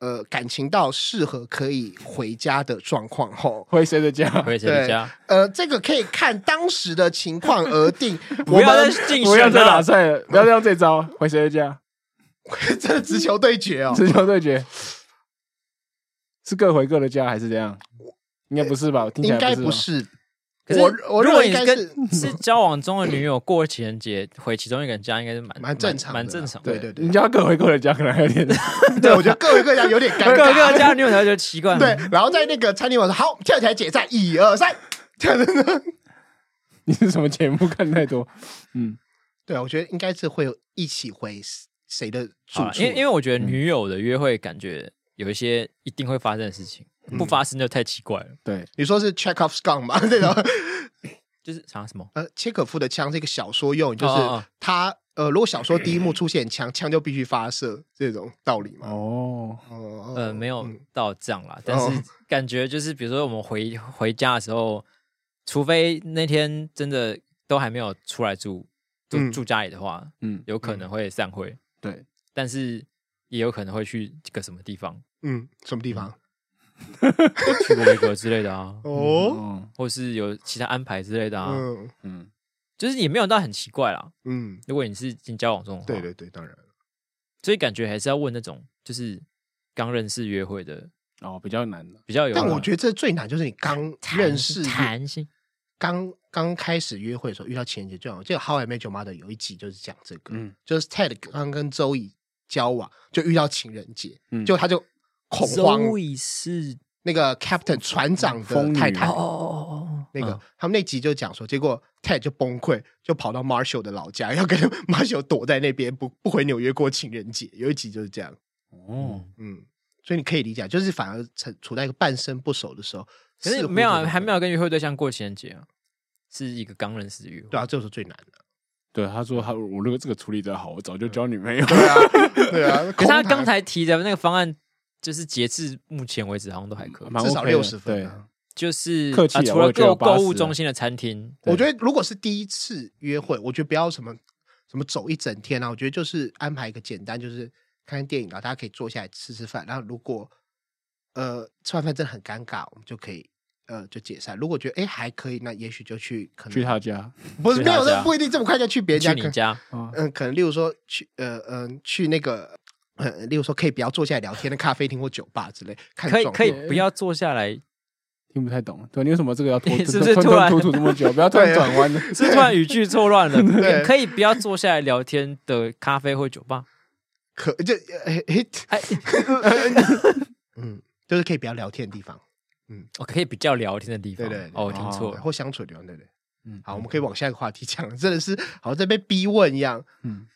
Speaker 3: 呃，感情到适合可以回家的状况后，
Speaker 2: 回谁的家？
Speaker 1: 回谁家？
Speaker 3: 呃，这个可以看当时的情况而定。
Speaker 1: 不要
Speaker 3: 我
Speaker 1: 再
Speaker 3: 们
Speaker 1: 竞
Speaker 2: 不
Speaker 1: 选
Speaker 2: 要
Speaker 3: 啊
Speaker 2: 再打
Speaker 1: 了。
Speaker 2: 赛了，不要再用这招，回谁的家？
Speaker 3: 这直球对决哦，
Speaker 2: 直球对决，是各回各的家还是怎样？应该不是吧？听起来
Speaker 3: 应该
Speaker 2: 不
Speaker 3: 不
Speaker 2: 是吧。
Speaker 3: 是。
Speaker 1: 可是
Speaker 3: 我我
Speaker 1: 如
Speaker 3: 认
Speaker 1: 果
Speaker 3: 为
Speaker 1: 你
Speaker 3: 应该
Speaker 1: 跟
Speaker 3: 是
Speaker 1: 是交往中的女友过情人节回其中一个人家，应该是蛮
Speaker 3: 蛮正常的
Speaker 1: 蛮正常的。
Speaker 3: 对对对
Speaker 2: 人家各回各的家，可能还有点
Speaker 3: 对，我觉得各位各家有点尴
Speaker 1: 各
Speaker 3: 尬。
Speaker 1: 个家的女友才会觉得奇怪。
Speaker 3: 对，，然后在那个餐厅我说好，跳起来解散，一二三，这样子呢。
Speaker 2: 你是什么节目看太多？嗯，
Speaker 3: 对，我觉得应该是会有一起回谁的住
Speaker 1: 好啦啊
Speaker 3: 处，嗯
Speaker 1: 因为因为我觉得女友的约会感觉有一些一定会发生的事情，
Speaker 3: 嗯
Speaker 1: 不发生就太奇怪了。
Speaker 2: 对，
Speaker 3: 你说是 check off gun 嘛？那种
Speaker 1: 就是啥什么？
Speaker 3: 呃，切可夫的枪是一个小说用语，就
Speaker 1: 哦哦哦
Speaker 3: 是他呃，如果小说第一幕出现枪，枪就必须发射这种道理嘛。
Speaker 2: 哦，
Speaker 3: 哦，
Speaker 1: 呃，没有
Speaker 3: 嗯
Speaker 1: 到这样啦，但是感觉就是，比如说我们回回家的时候，除非那天真的都还没有出来住，住
Speaker 3: 嗯
Speaker 1: 住家里的话，
Speaker 2: 嗯，
Speaker 1: 有可能会散会，
Speaker 2: 对，
Speaker 1: 但是也有可能会去个什么地方，
Speaker 3: 嗯，什么地方？
Speaker 1: 去维格之类的啊，
Speaker 3: 哦，
Speaker 2: 嗯
Speaker 1: 或是有其他安排之类的啊，
Speaker 3: 嗯
Speaker 2: 嗯，
Speaker 1: 就是也没有到很奇怪啦。
Speaker 3: 嗯，
Speaker 1: 如果你是已经交往中的话，
Speaker 3: 对对对，当然。
Speaker 1: 所以感觉还是要问那种就是刚认识约会的
Speaker 2: 哦，比较难的，
Speaker 1: 比较有，
Speaker 3: 但我觉得这最难就是你刚认识
Speaker 1: 弹性，
Speaker 3: 刚刚开始约会的时候遇到情人节最好，就《How I Met Your Mother》有一集就是讲这个，
Speaker 2: 嗯
Speaker 3: 就是 Ted 刚跟周易交往，就遇到情人节，
Speaker 2: 嗯
Speaker 3: 就他就恐慌。
Speaker 1: Zoe 是
Speaker 3: 那个 Captain 船长
Speaker 2: 嗯疯
Speaker 3: 的
Speaker 2: 女
Speaker 3: 太太
Speaker 1: 哦，哦哦哦，
Speaker 3: 那个、
Speaker 1: 嗯
Speaker 3: 他们那集就讲说，结果 Ted 就崩溃，就跑到 Marshall 的老家，要跟 Marshall 躲在那边，不不回纽约过情人节。有一集就是这样，
Speaker 2: 哦，
Speaker 3: 嗯，所以你可以理解，就是反而处处在一个半生不熟的时候，
Speaker 1: 可是
Speaker 3: 似乎
Speaker 1: 没有
Speaker 3: 这
Speaker 1: 啊，
Speaker 3: 个
Speaker 1: 还没有跟约会对象过情人节啊，是一个刚认识的约会
Speaker 3: 对。啊，这是最难的。
Speaker 2: 对，他说他我如果这个处理得好，我早
Speaker 3: 嗯
Speaker 2: 就交女朋友。
Speaker 3: 对啊，对啊，
Speaker 1: 可是他
Speaker 3: 空谈
Speaker 1: 刚才提的那个方案，就是截至目前为止好像都还可以，
Speaker 2: 蛮
Speaker 3: 至少
Speaker 2: OK 的
Speaker 3: 60分啊
Speaker 1: 就是
Speaker 2: 客气啊
Speaker 1: 啊除了
Speaker 2: 我觉得
Speaker 1: 购购
Speaker 2: 有80
Speaker 1: 物
Speaker 2: 啊
Speaker 1: 中心的餐厅，
Speaker 2: 对
Speaker 3: 我觉得如果是第一次约会，我觉得不要什么什么走一整天啊，我觉得就是安排一个简单，就是看看电影，然后啊大家可以坐下来吃吃饭。然后如果呃吃完饭真的很尴尬，我们就可以呃就解散。如果觉得哎还可以，那也许就去可
Speaker 2: 对，去
Speaker 3: 能
Speaker 2: 他家
Speaker 3: 不是
Speaker 1: 去他
Speaker 3: 没有，
Speaker 1: 家
Speaker 3: 那不一定这么快就去别人
Speaker 1: 去
Speaker 3: 家。
Speaker 1: 你
Speaker 3: 可
Speaker 1: 家，
Speaker 2: 啊，
Speaker 3: 嗯，可能例如说去呃嗯、去那个。呃，例如说可以不要坐下来聊天的咖啡厅或酒吧之类，看
Speaker 1: 可以
Speaker 3: 状
Speaker 1: 可以
Speaker 3: 况
Speaker 1: 不要坐下来，
Speaker 2: 听不太懂。对，你为什么这个要拖
Speaker 1: 是不是
Speaker 2: 吞
Speaker 1: 突然
Speaker 2: 吞吐吐这么久？不要突然转弯的。
Speaker 1: 是突然语句错乱了
Speaker 3: 对，
Speaker 1: 可以不要坐下来聊天的咖啡或酒吧，
Speaker 3: 可就哎哎，
Speaker 1: 哎，
Speaker 3: 嗯，就是可以不要聊天的地方。
Speaker 1: 我哦可以比较聊天的地方，
Speaker 3: 对对对
Speaker 1: 哦，我听错
Speaker 3: 对
Speaker 1: 了，
Speaker 3: 或相处的地方，对不对？
Speaker 2: 嗯，
Speaker 3: 好，我们可以往下一个话题讲，真的是好像在被逼问一样。
Speaker 2: 嗯，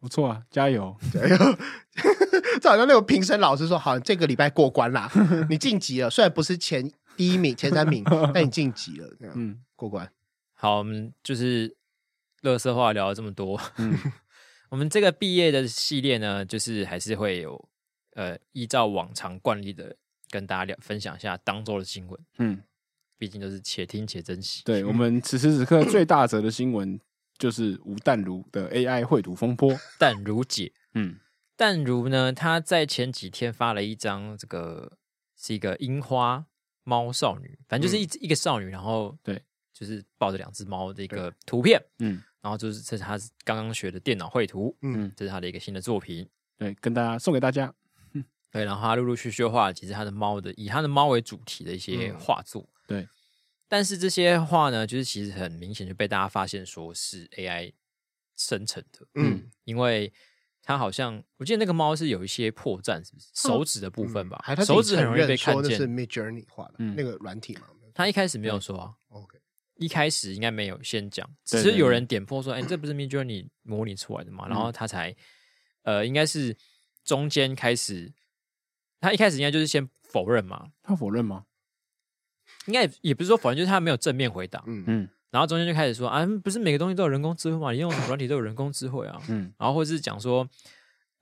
Speaker 2: 不错啊，加油！
Speaker 3: 对， 这好像那种评审老师说，好，这个礼拜过关啦，你晋级了，虽然不是前第一名、前三名，但你晋级了，这样
Speaker 2: 嗯，
Speaker 3: 过关。
Speaker 1: 好，我们就是乐色话聊了这么多，
Speaker 2: 嗯
Speaker 1: 我们这个毕业的系列呢，就是还是会有呃，依照往常惯例的跟大家聊分享一下当周的新闻，
Speaker 2: 嗯，
Speaker 1: 毕竟都是且听且珍惜。
Speaker 2: 对我们此时此刻最大则的新闻就是吴淡如的 AI 绘图风波。
Speaker 1: 淡如姐，
Speaker 2: 嗯，
Speaker 1: 淡如呢，她在前几天发了一张这个是一个樱花猫少女，反正就是一、一个少女，然后
Speaker 2: 嗯对，
Speaker 1: 就是抱着两只猫的一个图片，
Speaker 2: 嗯，
Speaker 1: 然后就是这是她刚刚学的电脑绘图，
Speaker 3: 嗯
Speaker 1: 这是她的一个新的作品。
Speaker 2: 对，跟大家送给大家。
Speaker 1: 对，然后他陆陆续续画了几只他的猫的，以他的猫为主题的一些
Speaker 3: 嗯
Speaker 1: 画作。
Speaker 2: 对，
Speaker 1: 但是这些画呢，就是其实很明显就被大家发现说是 AI 生成的，
Speaker 3: 嗯，
Speaker 1: 因为它好像我记得那个猫是有一些破绽，是不是手指的部分吧？
Speaker 3: 哦嗯还他自己
Speaker 1: 手指很容易被
Speaker 3: 承认
Speaker 1: 看
Speaker 3: 说那是
Speaker 1: 见。
Speaker 3: Mid Journey 画的
Speaker 2: 嗯
Speaker 3: 那个软体嘛。
Speaker 1: 他一开始没有说啊，
Speaker 3: OK，
Speaker 1: 一开始应该没有先讲，只
Speaker 2: 对
Speaker 1: 是
Speaker 2: 对
Speaker 1: 有
Speaker 2: 对
Speaker 1: 人点破说，哎，这不是 Mid Journey 模拟出来的嘛？
Speaker 3: 嗯
Speaker 1: 然后他才，呃，应该是中间开始，他一开始应该就是先否认嘛，
Speaker 2: 他否认吗？
Speaker 1: 应该也也不是说否认，就是他没有正面回答。
Speaker 3: 嗯
Speaker 2: 嗯
Speaker 1: 然后中间就开始说啊，不是每个东西都有人工智慧嘛，你用什么软体都有人工智慧啊。
Speaker 2: 嗯
Speaker 1: 然后或者是讲说，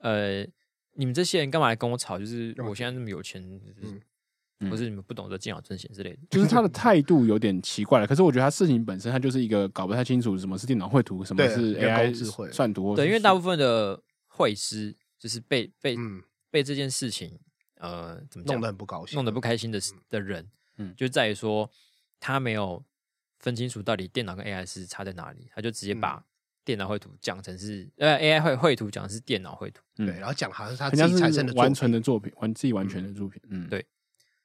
Speaker 1: 呃，你们这些人干嘛来跟我吵？就是我现在那么有钱，就是
Speaker 2: 嗯
Speaker 1: 或是你们不懂得敬老尊贤之类的。
Speaker 2: 就是他的态度有点奇怪了。可是我觉得他事情本身，他就是一个搞不太清楚什么是电脑绘图，什么
Speaker 3: 对
Speaker 2: 是
Speaker 3: 人工
Speaker 2: AI
Speaker 3: 智慧
Speaker 2: 算图。
Speaker 1: 对，因为大部分的会师就是被被、
Speaker 3: 嗯，
Speaker 1: 被这件事情，呃，怎么讲
Speaker 3: 弄得很不高兴，
Speaker 1: 弄得不开心的事的人，
Speaker 2: 嗯
Speaker 1: 就在于说他没有分清楚到底电脑跟 AI 是差在哪里，他就直接把电脑绘图讲成是、呃 AI 绘绘图讲的是电脑绘图，
Speaker 2: 嗯
Speaker 3: 对，然后讲好像是他自
Speaker 2: 人家
Speaker 3: 己产生
Speaker 2: 是
Speaker 3: 的作
Speaker 2: 完
Speaker 3: 品
Speaker 2: 全的作品，完自己完全的作品。嗯，
Speaker 1: 对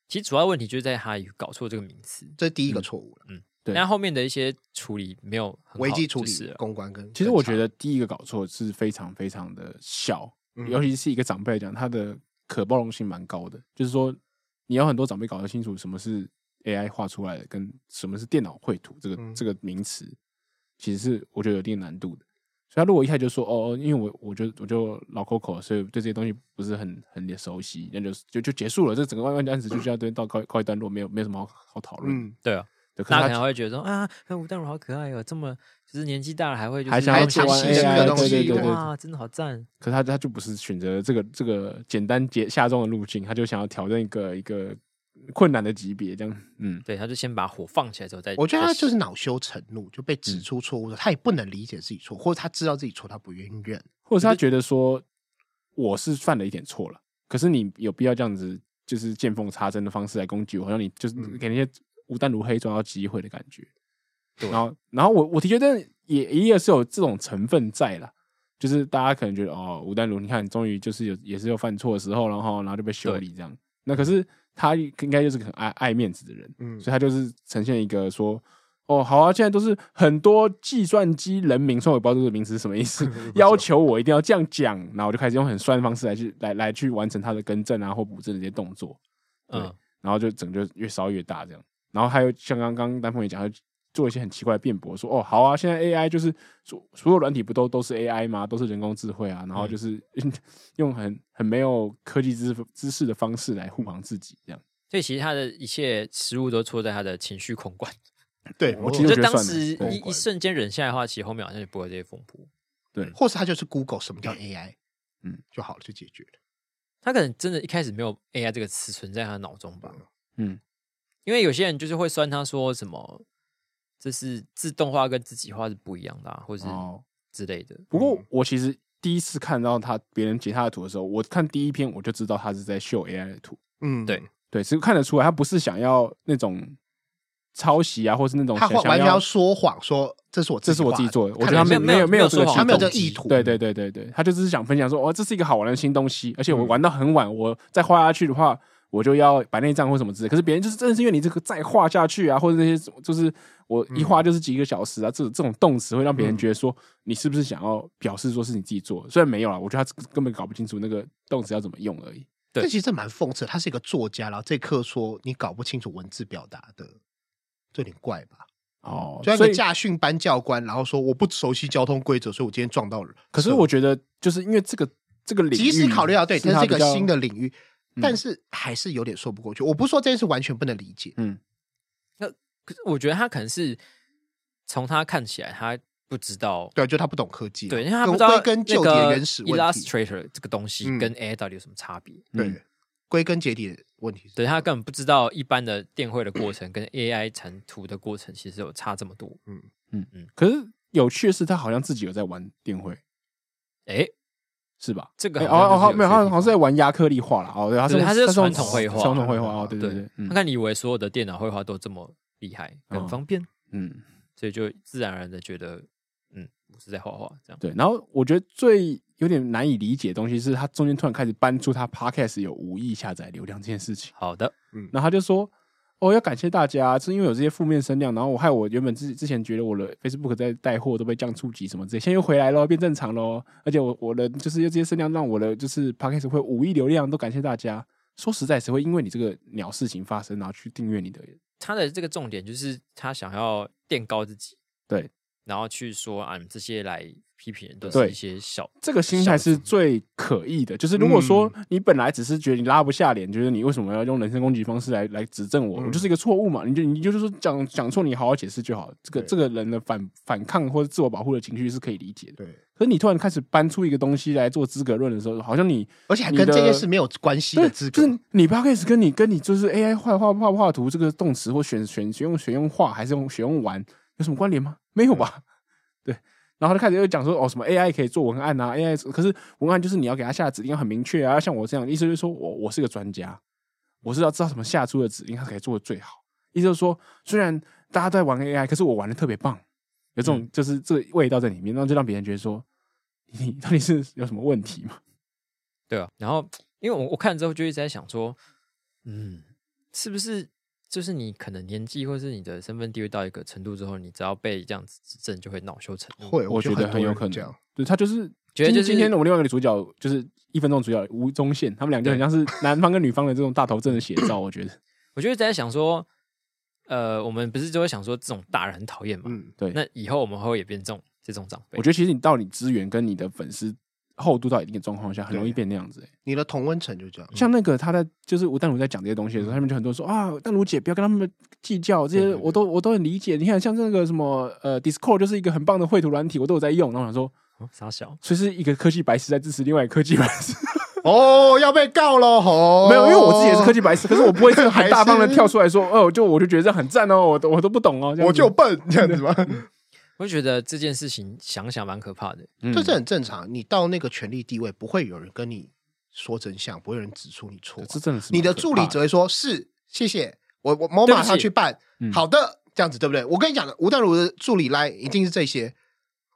Speaker 1: 其实主要问题就是在他搞错这个名词，
Speaker 3: 这是第一个错误了，
Speaker 2: 对
Speaker 1: 但后面的一些处理没有很好
Speaker 3: 危机处
Speaker 1: 就是
Speaker 3: 理
Speaker 1: 了、
Speaker 3: 公关跟
Speaker 2: 其实我觉得第一个搞错是非常非常的小，
Speaker 3: 嗯
Speaker 2: 尤其是一个长辈来讲，他的可包容性蛮高的。就是说，你要很多长辈搞得清楚什么是 AI 画出来的，跟什么是电脑绘图这个、
Speaker 3: 嗯
Speaker 2: 这个名词，其实是我觉得有一定难度的。所以他如果一开始就说哦，哦因为我我就我就老 Coco，所以对这些东西不是很很熟悉，那就就就结束了。这整个万万案子就这样对到告告一段落，没有没有什么好好讨论。
Speaker 3: 嗯，
Speaker 1: 对啊，
Speaker 2: 对，可
Speaker 1: 大家
Speaker 2: 是他
Speaker 1: 可能会觉得说啊，那吴淡如好可爱哦，这么就是年纪大了还会就是
Speaker 2: 还想要
Speaker 1: 尝
Speaker 3: 做
Speaker 1: 试
Speaker 3: 玩 AI
Speaker 1: 东
Speaker 3: 对对
Speaker 1: 西
Speaker 3: 对对对
Speaker 1: 哇，真的好赞，
Speaker 2: 可是他他就不是选择这个这个简单节下重的路径，他就想要挑战一个一个困难的级别，这样，嗯，
Speaker 1: 对，他就先把火放起来之后再，
Speaker 3: 我觉得
Speaker 1: 再
Speaker 3: 他就是恼羞成怒，就被指出错误的，他也不能理解自己错，或者他知道自己错，他不愿意认。
Speaker 2: 或者是他觉得说我是犯了一点错了，可是你有必要这样子就是见缝插针的方式来攻击我，好像你就是
Speaker 3: 嗯
Speaker 2: 给那些无蛋如黑抓到机会的感觉。
Speaker 1: 对
Speaker 2: 然后然后我我的确，但也也也是有这种成分在啦。就是大家可能觉得哦，吴丹如，你看，终于就是有也是有犯错的时候，然后然后就被修理这样。那可是他应该就是个很爱爱面子的人，
Speaker 3: 嗯
Speaker 2: 所以他就是呈现一个说，哦，好啊，现在都是很多计算机人名，虽然我 不知道这个名词是什么意思，要求我一定要这样讲，然后我就开始用很酸的方式来去来来去完成他的更正啊或补正的这些动作，
Speaker 1: 嗯，
Speaker 2: 然后就整个就越烧越大这样。然后还有像刚刚丹凤也讲，他做一些很奇怪的辩驳，说哦，好啊，现在 AI 就是所所有软体不都都是 AI 吗？都是人工智慧啊，然后就是用 很很没有科技知知识的方式来护航自己这样。
Speaker 1: 所以其实他的一切失误都错在他的情绪控管。
Speaker 3: 对，
Speaker 2: 我其
Speaker 1: 我觉得
Speaker 2: 实觉得
Speaker 1: 当
Speaker 2: 算了
Speaker 1: 时
Speaker 2: 对
Speaker 1: 一一瞬间忍下来的话，其实后面好像就不会这些风波。
Speaker 3: 或是他就是 Google 什么叫 AI，
Speaker 2: 嗯
Speaker 3: 嗯，就好了，就解决了。
Speaker 1: 他可能真的一开始没有 AI 这个词存在他脑中吧，
Speaker 2: 嗯，
Speaker 1: 因为有些人就是会酸他说什么，这是自动化跟自己化是不一样的、啊，或是
Speaker 2: 哦，
Speaker 1: 之类的。
Speaker 2: 不过
Speaker 3: 嗯
Speaker 2: 我其实第一次看到他别人截他的图的时候，我看第一篇我就知道他是在秀 AI 的图，
Speaker 3: 嗯，
Speaker 1: 对，
Speaker 2: 对，是看得出来他不是想要那种抄袭啊，或是那种
Speaker 3: 他
Speaker 2: 想
Speaker 3: 完完
Speaker 2: 想
Speaker 3: 全
Speaker 2: 要
Speaker 3: 要说谎，说这是我
Speaker 2: 这是我自己
Speaker 3: 画
Speaker 2: 做的，我觉
Speaker 3: 看
Speaker 2: 得他
Speaker 3: 起来
Speaker 2: 们
Speaker 1: 没
Speaker 2: 没
Speaker 1: 有
Speaker 2: 有
Speaker 1: 没有
Speaker 2: 有
Speaker 1: 说
Speaker 2: 这
Speaker 1: 谎
Speaker 2: 个
Speaker 3: 他没有
Speaker 1: 动
Speaker 3: 这个
Speaker 1: 机
Speaker 3: 意图，
Speaker 2: 对对对对对，他就只是想分享说，哦，这是一个好玩的新东西，而且我
Speaker 3: 嗯
Speaker 2: 玩到很晚，我再画下去的话，我就要白内障或什么之类。可是别人就是真的是因为你这个再画下去啊，或者那些就是我
Speaker 3: 嗯
Speaker 2: 一画就是几个小时啊，这种这种动词会让别人觉得说你是不是想要表示说是你自己做的？虽然没有啦，我觉得他根本搞不清楚那个动词要怎么用而已。
Speaker 1: 对
Speaker 3: 这其实蛮讽刺的。他是一个作家，然后这课说你搞不清楚文字表达的，这有点怪吧？
Speaker 2: 哦，
Speaker 3: 就像
Speaker 2: 所
Speaker 3: 一
Speaker 2: 以
Speaker 3: 个驾训班教官，然后说我不熟悉交通规则，所以我今天撞到了车。
Speaker 2: 可是我觉得就是因为这个这个领域，
Speaker 3: 即使考虑到对，这是一个新
Speaker 2: 的，
Speaker 3: 的领域，
Speaker 2: 嗯
Speaker 3: 但是还是有点说不过去。我不是说这件事完全不能理解，
Speaker 2: 嗯
Speaker 1: 可是我觉得他可能是从他看起来，他不知道，
Speaker 3: 对，就他不懂科技，
Speaker 1: 对，因为他不
Speaker 3: 跟
Speaker 1: 知道
Speaker 3: 归根究底
Speaker 1: 那
Speaker 3: 的
Speaker 1: 个
Speaker 3: 原始问题，
Speaker 1: Illustrator 这个东西
Speaker 3: 嗯
Speaker 1: 跟 AI 到底有什么差别？
Speaker 2: 嗯
Speaker 3: 对，归根结底的问题是，
Speaker 1: 对他根本不知道一般的电绘的过程跟 AI 产图的过程其实有差这么多。
Speaker 2: 可是有趣的是，他好像自己有在玩电绘，
Speaker 1: 哎，
Speaker 2: 是吧？
Speaker 1: 这个
Speaker 2: 哎
Speaker 1: 好像
Speaker 2: 哦哦，
Speaker 1: 就是
Speaker 2: 好没有，
Speaker 1: 这
Speaker 2: 他
Speaker 1: 个
Speaker 2: 好像是在玩亚克力画啦。哦，对，他是
Speaker 1: 对他是
Speaker 2: 用
Speaker 1: 传
Speaker 2: 用
Speaker 1: 统绘画啊
Speaker 2: 传统绘画哦，对对
Speaker 1: 对
Speaker 2: 对，
Speaker 1: 看
Speaker 2: 嗯
Speaker 1: 看你以为所有的电脑绘画都这么厉害、很
Speaker 2: 嗯
Speaker 1: 方便，
Speaker 2: 嗯，
Speaker 1: 所以就自然而然的觉得，嗯，我是在画画这样。
Speaker 2: 对。然后我觉得最有点难以理解的东西是，他中间突然开始搬出他 podcast 有无意下载流量这件事情，
Speaker 1: 好的，
Speaker 2: 然后他就说。哦，要感谢大家，是因为有这些负面声量，然后我害我原本之之前觉得我的 Facebook 在带货都被降触及什么之类，现在又回来咯，变正常咯。而且我我的就是这些声量让我的就是 Podcast 会五亿流量，都感谢大家。说实在，谁会因为你这个鸟事情发生，然后去订阅你的
Speaker 1: 他的这个重点就是他想要垫高自己，
Speaker 2: 对，
Speaker 1: 然后去说啊，你们这些来批评人都是
Speaker 2: 对
Speaker 1: 一些小，
Speaker 2: 这个心态是最可疑的，就是如果说
Speaker 3: 嗯
Speaker 2: 你本来只是觉得你拉不下脸，觉得你为什么要用人身攻击方式来来指正我，
Speaker 3: 嗯
Speaker 2: 我就是一个错误嘛，你就你就是说讲讲错，你好好解释就好。这个
Speaker 3: 对
Speaker 2: 这个人的反反抗或者自我保护的情绪是可以理解的。
Speaker 3: 对，
Speaker 2: 可是你突然开始搬出一个东西来做资格论的时候，好像你
Speaker 3: 而且还
Speaker 2: 你
Speaker 3: 跟
Speaker 2: 的
Speaker 3: 这件事没有关系的资
Speaker 2: 对，
Speaker 3: 格
Speaker 2: 就是，你 p o d c a s 跟你跟你就是 AI 画画画画图这个动词或选选选用选用画还是用选用玩有什么关联吗？没有
Speaker 3: 嗯
Speaker 2: 吧？ 对。然后他开始又讲说哦，什么 AI 可以做文案啊，AI 可是文案就是你要给他下指令要很明确啊，要像我这样，意思就是说我我是个专家，我是要知道什么下出的指令，他可以做的最好。意思就是说，虽然大家都在玩 AI，可是我玩的特别棒，有这
Speaker 3: 嗯
Speaker 2: 种就是这个味道在里面，然后就让别人觉得说你到底是有什么问题吗？
Speaker 1: 对啊。然后因为我我看之后就一直在想说，嗯，是不是就是你可能年纪或是你的身份地位到一个程度之后，你只要被这样子指正，就会恼羞成怒。
Speaker 3: 会，
Speaker 2: 我觉
Speaker 3: 觉
Speaker 2: 得很有可能
Speaker 3: 这样，
Speaker 2: 对他就是，
Speaker 1: 觉得就是
Speaker 2: 今今天我们另外一个主角就是一分钟主角吴宗宪，他们俩就很像是男方跟女方的这种大头阵的写 照，我觉得
Speaker 1: 我就一直在想说，呃，我们不是就会想说这种大人很讨厌嘛？
Speaker 3: 嗯，
Speaker 2: 对。
Speaker 1: 那以后我们会不会也变这种这种长辈
Speaker 2: 我？觉得其实你到你资源跟你的粉丝厚度到一定的状况下，很容易
Speaker 3: 对
Speaker 2: 变那样子、欸。
Speaker 3: 你的同温层就这样，
Speaker 2: 像那个他在就是吴淡如在讲这些东西的时候，他们就很多人说啊，淡如姐不要跟他们计较，这
Speaker 3: 嗯对
Speaker 2: 些
Speaker 3: 对对
Speaker 2: 我都我都很理解。你看像那个什么呃，Discord 就是一个很棒的绘图软体，我都有在用。然后我想说，
Speaker 1: 哦傻小，
Speaker 2: 所以是一个科技白痴在支持另外一个科技白 痴。
Speaker 3: 哦，要被告了吼，
Speaker 2: 没有，因为我自己也是科技白痴，可是我不会这个很大方的
Speaker 3: 哦 还是
Speaker 2: 跳出来说，哦，就我就觉得这很赞哦，我都我都不懂哦，这样子
Speaker 3: 我就笨这样子吗？
Speaker 1: 我就觉得这件事情想想蛮可怕的。
Speaker 2: 嗯
Speaker 3: 这是很正常，你到那个权力地位，不会有人跟你说真相，不会有人指出你错啊。
Speaker 2: 这真的是
Speaker 3: 你的
Speaker 2: 蛮可
Speaker 3: 助
Speaker 2: 怕
Speaker 3: 理只会说是谢谢，我我我
Speaker 1: 对不
Speaker 3: 马上
Speaker 1: 起
Speaker 3: 去办
Speaker 2: 嗯，
Speaker 3: 好的，这样子对不对？我跟你讲的，吴淡如的助理来一定是这些，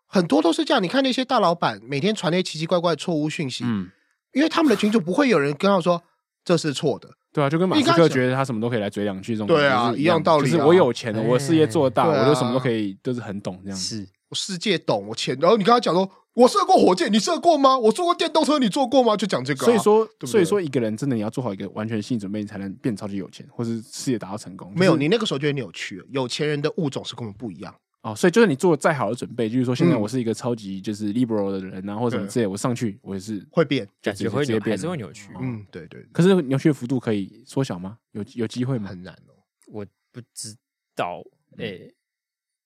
Speaker 3: 很多都是这样。你看那些大老板每天传那些奇奇怪怪的错误讯息，
Speaker 2: 嗯，
Speaker 3: 因为他们的群主不会有人跟他说这是错的，
Speaker 2: 对啊，就跟马斯
Speaker 3: 你刚
Speaker 2: 克
Speaker 3: 刚
Speaker 2: 觉得他什么都可以来嘴两句这种
Speaker 3: 对啊
Speaker 2: 感觉是
Speaker 3: 一样道理啊
Speaker 2: 就是我有钱了，我事业做得大，
Speaker 3: 哎对啊
Speaker 2: 我就什么都可以，就是很懂这样子。
Speaker 1: 是，
Speaker 3: 我世界懂我钱。然后你跟他讲说，我射过火箭，你射过吗？我坐过电动车，你坐过吗？就讲这个啊、
Speaker 2: 所以说，
Speaker 3: 对不对
Speaker 2: 所以说，一个人真的你要做好一个完全心理准备，你才能变超级有钱，或是事业达到成功。
Speaker 3: 没有，
Speaker 2: 就是
Speaker 3: 你那个时候就很扭曲了。有钱人的物种是跟我们不一样。
Speaker 2: 哦，所以就是你做再好的准备，就是说现在
Speaker 3: 嗯
Speaker 2: 我是一个超级就是 liberal 的人啊，或者什么
Speaker 3: 对
Speaker 2: 之类，我上去我也是
Speaker 3: 会变，
Speaker 2: 就
Speaker 1: 感觉
Speaker 2: 直接
Speaker 1: 会
Speaker 2: 直接
Speaker 1: 扭，还
Speaker 2: 变
Speaker 1: 是
Speaker 2: 了
Speaker 1: 会。扭曲。
Speaker 3: 嗯，对对
Speaker 2: 可是扭曲的幅度可以缩小吗？有有机会
Speaker 3: 对
Speaker 2: 吗？
Speaker 3: 很难哦。
Speaker 1: 我不知道，
Speaker 3: 嗯
Speaker 1: 哎、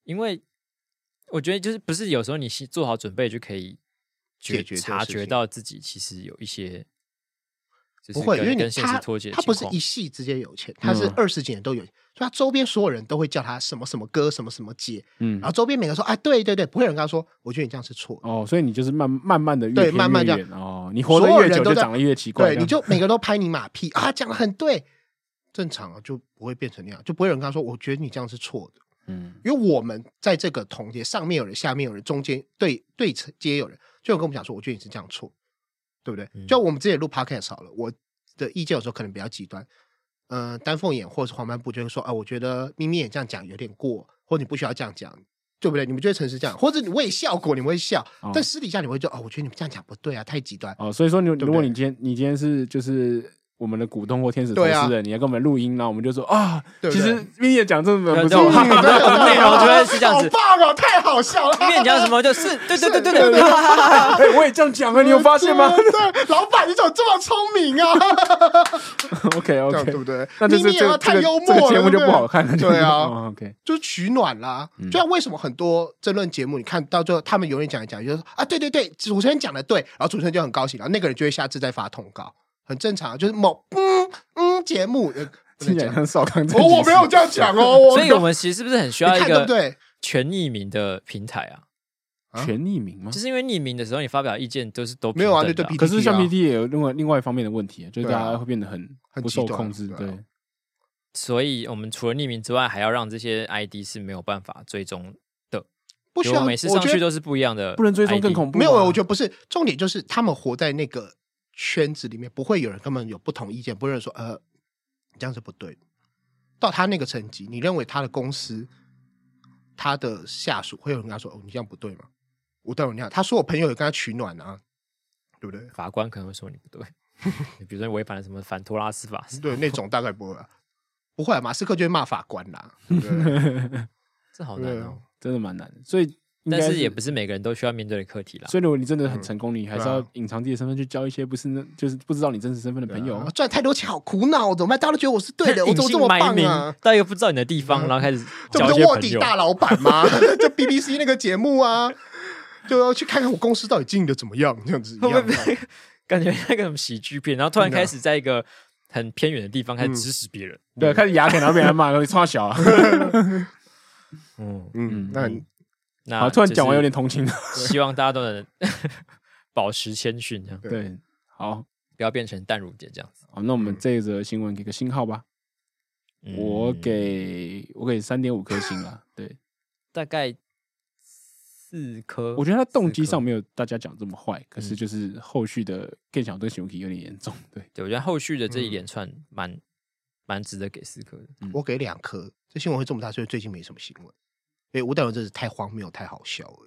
Speaker 1: 因为我觉得就是不是有时候你心做好准备就可以觉
Speaker 3: 解决这个
Speaker 1: 察
Speaker 3: 事
Speaker 1: 觉
Speaker 3: 情
Speaker 1: 到自己其实有一些就是
Speaker 3: 不会，因
Speaker 1: 跟
Speaker 3: 为你
Speaker 1: 跟现实
Speaker 3: 他
Speaker 1: 脱节的
Speaker 3: 他不
Speaker 1: 情
Speaker 3: 是
Speaker 1: 况
Speaker 3: 一系之间有钱，他是
Speaker 2: 嗯
Speaker 3: 二十几年都有钱，所以他周边所有人都会叫他什么什么哥，什么什么姐，
Speaker 2: 嗯
Speaker 3: 然，后周边每个说，哎，对对对，不会有人跟他说，我觉得你这样是错的。
Speaker 2: 哦，所以你就是慢慢慢的越
Speaker 3: 对
Speaker 2: 偏
Speaker 3: 慢慢
Speaker 2: 越
Speaker 3: 这样
Speaker 2: 远哦，你活得
Speaker 3: 所有
Speaker 2: 越
Speaker 3: 人
Speaker 2: 久
Speaker 3: 都
Speaker 2: 就
Speaker 3: 在
Speaker 2: 长得越奇怪，
Speaker 3: 对，
Speaker 2: 这
Speaker 3: 你
Speaker 2: 样
Speaker 3: 就 每个都拍你马屁啊，讲的很对，正常啊，就不会变成那样，就不会有人跟他说，我觉得你这样是错的，
Speaker 2: 嗯
Speaker 3: 因为我们在这个同阶，上面有人，下面有人，中间对对层阶有人，就有跟我们讲说，我觉得你是这样错，对不对？
Speaker 1: 嗯
Speaker 3: 就我们之前录 podcast 好了，我的意见有时候可能比较极端，呃，丹凤眼或者是黄斑部就会说啊，我觉得咪咪眼这样讲有点过，或你不需要这样讲，对不对？你们就会诚实这样，或者你为效果你们会笑，
Speaker 2: 哦
Speaker 3: 但私底下你会说哦，我觉得你们这样讲不对啊，太极端。
Speaker 2: 哦，所以说你
Speaker 3: 对
Speaker 2: 如果
Speaker 3: 不对
Speaker 2: 你今天你今天是就是我们的股东或天使投
Speaker 3: 对啊
Speaker 2: 资人，你要跟我们录音，然后我们就说啊，
Speaker 3: 对不
Speaker 2: 其
Speaker 3: 对
Speaker 2: 实 m i n 讲真的 蛮不
Speaker 1: 对
Speaker 2: 错，
Speaker 1: 我
Speaker 2: 哈
Speaker 1: 们
Speaker 2: 哈
Speaker 1: 的内容就会是这样子
Speaker 3: 好棒哦，太好笑了。
Speaker 1: 因为你讲什么 就是对对对对对，哈哈 哈 哈
Speaker 2: 哎，我也这样讲啊，你有发现吗
Speaker 3: 对，老板，你怎么这么聪明啊？
Speaker 2: ？OK
Speaker 3: 这样对
Speaker 2: OK，
Speaker 3: 不对？
Speaker 2: 那这
Speaker 3: 你
Speaker 2: 这
Speaker 3: 你也要
Speaker 2: 这
Speaker 3: 太
Speaker 2: 这
Speaker 3: 幽
Speaker 2: 个
Speaker 3: 默
Speaker 2: 这
Speaker 3: 了，
Speaker 2: 个节目就
Speaker 3: 对
Speaker 2: 不
Speaker 3: 对
Speaker 2: 好看嗯了，就
Speaker 3: 对啊
Speaker 2: 哦，OK，
Speaker 3: 就是取暖啦。就像为什么很多争论节目，你看到最后，他们有人讲一讲，就说啊，对对对，主持人讲的对，然后主持人就很高兴，然后那个人就会下次再发通告，很正常，就是某嗯嗯节目。呃不能
Speaker 2: 竟
Speaker 3: 讲
Speaker 2: 然像少康这
Speaker 3: 哦，我没有这样讲哦，我
Speaker 1: 所以我们其实是不是很需要
Speaker 3: 你
Speaker 1: 一
Speaker 3: 看对不
Speaker 1: 个
Speaker 3: 对？
Speaker 1: 全匿名的平台啊？
Speaker 3: 啊
Speaker 2: 全匿名吗
Speaker 1: 就？是因为匿名的时候，你发表意见都是都
Speaker 3: 没有啊
Speaker 1: 平
Speaker 3: 就
Speaker 1: 等
Speaker 3: 对比
Speaker 1: 的
Speaker 2: 可是像
Speaker 3: PTT
Speaker 2: PT 也有另外另外一方面的问题，就是
Speaker 3: 对
Speaker 2: 大
Speaker 3: 啊
Speaker 2: 家会变得很
Speaker 3: 很
Speaker 2: 不
Speaker 3: 极
Speaker 2: 受
Speaker 3: 端
Speaker 2: 控制，
Speaker 3: 对啊
Speaker 2: 对。
Speaker 1: 所以我们除了匿名之外，还要让这些 ID 是没有办法追踪。
Speaker 3: 不
Speaker 1: 比
Speaker 3: 需
Speaker 1: 如
Speaker 3: 要，
Speaker 1: 我每次
Speaker 3: 我
Speaker 1: 上
Speaker 3: 觉
Speaker 1: 去
Speaker 3: 得
Speaker 1: 都是不一样的 ID，
Speaker 2: 不能追踪更恐怖吗。啊
Speaker 3: 没有，我觉得不是重点，就是他们活在那个圈子里面，不会有人根本有不同意见，不会有人说呃你这样是不对的。到他那个层级，你认为他的公司、他的下属会有人跟他说哦你这样不对吗？我当然那样，他说我朋友有跟他取暖啊，对不对？
Speaker 1: 法官可能会说你不 对，你比如说你违反了什么反托拉斯法，
Speaker 3: 对，那种大概不会、啊，不会、啊，马斯克就会骂法官啦，对不对？
Speaker 1: 这好难
Speaker 3: 嗯
Speaker 1: 哦。
Speaker 2: 真的蛮难的，所以应该
Speaker 1: 但是也不是每个人都需要面对的课题啦。
Speaker 2: 所以如果你真的很成功，你还是
Speaker 3: 对
Speaker 2: 要
Speaker 3: 啊
Speaker 2: 隐藏自己的身份去交一些不是那就是不知道你真实身份的朋友
Speaker 3: 啊。赚太多钱好苦恼，怎么办？大家都觉得我是对的，我
Speaker 1: 隐
Speaker 3: 怎么这
Speaker 1: 姓
Speaker 3: 么
Speaker 1: 埋
Speaker 3: 棒
Speaker 1: 名
Speaker 3: 啊？嗯
Speaker 1: 到一个不知道你的地方，然后开始
Speaker 3: 这
Speaker 1: 交
Speaker 3: 不
Speaker 1: 一
Speaker 3: 是
Speaker 1: 些
Speaker 3: 卧
Speaker 1: 朋
Speaker 3: 底
Speaker 1: 友。
Speaker 3: 大老板吗？ 就 BBC 那个节目啊，就要去看看我公司到底经营的怎么样，这样子一
Speaker 1: 会
Speaker 3: 样
Speaker 1: 不
Speaker 3: 啊。
Speaker 1: 会感觉那个什么喜剧片，然后突然
Speaker 3: 真的啊嗯
Speaker 1: 开始在一个很偏远的地方开始指使别人？
Speaker 3: 啊
Speaker 2: 对，开始牙啃，然后被人骂，然后冲他小啊。
Speaker 1: 嗯，
Speaker 3: 嗯，那你
Speaker 1: 那
Speaker 2: 好，突然
Speaker 1: 啊就是
Speaker 2: 讲完有点同情。
Speaker 1: 希望大家都能 保持谦逊，这样
Speaker 3: 对
Speaker 2: 对，好，
Speaker 1: 不要变成淡如姐这样子。
Speaker 2: 好，那我
Speaker 3: 嗯
Speaker 2: 们这一则新闻给个星号吧，
Speaker 1: 嗯
Speaker 2: 我给我给三点五颗星啦。 对，
Speaker 1: 大概四颗，
Speaker 2: 我觉得他动机
Speaker 1: 四颗嗯
Speaker 2: 上没有大家讲这么坏，可是就是后续的更小对熊体有点严重。对，
Speaker 1: 对，我觉得后续的这一
Speaker 3: 嗯
Speaker 1: 连串蛮蛮值得给四颗的。
Speaker 3: 我给两颗，这新闻会这么大，所以最近没什么新闻。因为吴代文真是太荒谬、太好笑了。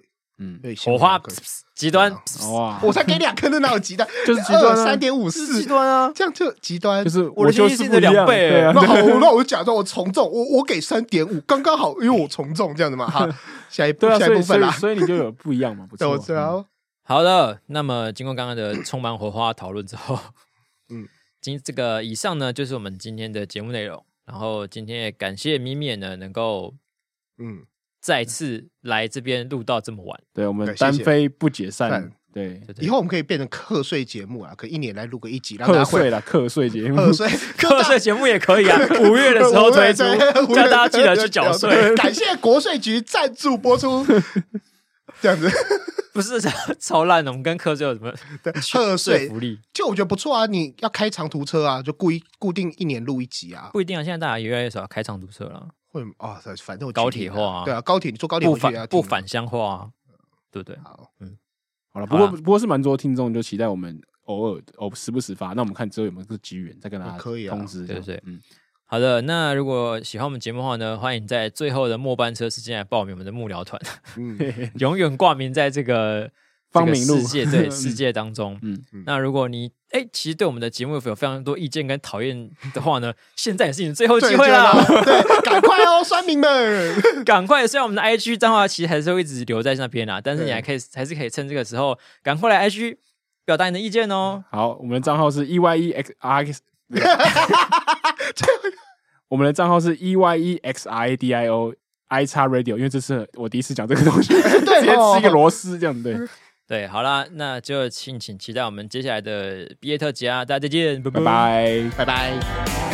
Speaker 2: 嗯，
Speaker 3: 对，
Speaker 1: 火花
Speaker 3: 新闻两颗
Speaker 1: 极端，
Speaker 3: 啊哦
Speaker 2: 哇，
Speaker 3: 我才给两颗，那哪有极端？
Speaker 2: 就是极端啊
Speaker 3: 三点五
Speaker 1: 是
Speaker 3: 四
Speaker 1: 极，端啊！
Speaker 3: 这样就极端。
Speaker 2: 就是
Speaker 1: 我的
Speaker 2: 就
Speaker 1: 心意
Speaker 2: 是
Speaker 1: 是
Speaker 2: 不一
Speaker 1: 两
Speaker 2: 样
Speaker 1: 倍
Speaker 2: 对啊
Speaker 3: 那好， 那我就假装我从众，我我给三点五，刚刚好，因为我从众这样子 嘛哈。下一步
Speaker 2: 对啊，
Speaker 3: 下
Speaker 2: 所
Speaker 3: 一
Speaker 2: 以
Speaker 3: 部
Speaker 2: 所
Speaker 3: 分
Speaker 2: 以
Speaker 3: 啦，
Speaker 2: 所以你就有不一样嘛，不
Speaker 3: 对，
Speaker 2: 错
Speaker 3: 我。知道。
Speaker 1: 好的，那么经过刚刚的充满火花的讨论之后，嗯
Speaker 3: 嗯，
Speaker 1: 今这个以上呢就是我们今天的节目内容。然后今天也感谢米米呢能够
Speaker 3: 嗯，
Speaker 1: 再次来这边录到这么晚，
Speaker 2: 对，我们
Speaker 3: 对谢
Speaker 2: 单
Speaker 3: 谢
Speaker 2: 飞不解散
Speaker 3: 散。
Speaker 2: 对，
Speaker 1: 对不对
Speaker 3: 以 后我们可以变成课税节目啊，可以一年来录个一集，让大
Speaker 2: 课
Speaker 3: 家会
Speaker 2: 税啦，课税节目。
Speaker 3: 课税，，。
Speaker 1: 课税节目也可以啊，五月的时候推出叫大家记得去缴税
Speaker 3: 感谢国税局赞助播出，这样子，
Speaker 1: 不是超超烂的，我们跟课税有什么
Speaker 3: 对，课
Speaker 1: 税
Speaker 3: 税
Speaker 1: 福利？
Speaker 3: 就我觉得不错啊。你要开长途车啊，就固一固定一年录一集啊，
Speaker 1: 不一定啊，现在大家也越来越少开长途车了，
Speaker 3: 会啊，反正我
Speaker 1: 高铁化啊
Speaker 3: 对啊，高铁你坐高铁
Speaker 1: 不
Speaker 3: 回去也要
Speaker 1: 反不
Speaker 3: 听
Speaker 1: 反乡话啊，对不对？
Speaker 3: 好，
Speaker 2: 好了，不
Speaker 1: 好
Speaker 2: 过
Speaker 1: 啦
Speaker 2: 不过是蛮多听众就期待我们偶尔偶时不时发，那我们看之后有没有这个机缘再跟大家
Speaker 3: 嗯可以啊
Speaker 2: 通知一下。
Speaker 1: 对对对
Speaker 2: 嗯，
Speaker 1: 好的，那如果喜欢我们节目的话呢，欢迎在最后的末班车时间来报名我们的幕僚 团，
Speaker 3: 嗯，
Speaker 1: 永远挂名在这个
Speaker 2: 芳名录
Speaker 1: 这个世界对 世界当中。嗯
Speaker 2: 嗯，
Speaker 1: 那如果你哎，其实对我们的节目有非常多意见跟讨厌的话呢，现在也是你最后机会啦，
Speaker 3: 对，对赶快哦，酸民们，
Speaker 1: 赶快！虽然我们的 IG 账号其实还是会一直留在那边啦，但是你还可以还是可以趁这个时候赶快来 IG 表达你的意见哦。
Speaker 2: 好，我们的账号是 e y e x r x，我们的账号是 e y e x r a d i o i x radio，因为这是我第一次讲这个东 西，直
Speaker 3: 对
Speaker 2: 接
Speaker 3: 哦
Speaker 2: 吃一个螺丝这 样对。
Speaker 1: 对，好啦，那就敬请期待我们接下来的毕业特辑啊！大家再见，拜
Speaker 2: 拜拜。
Speaker 3: 拜拜。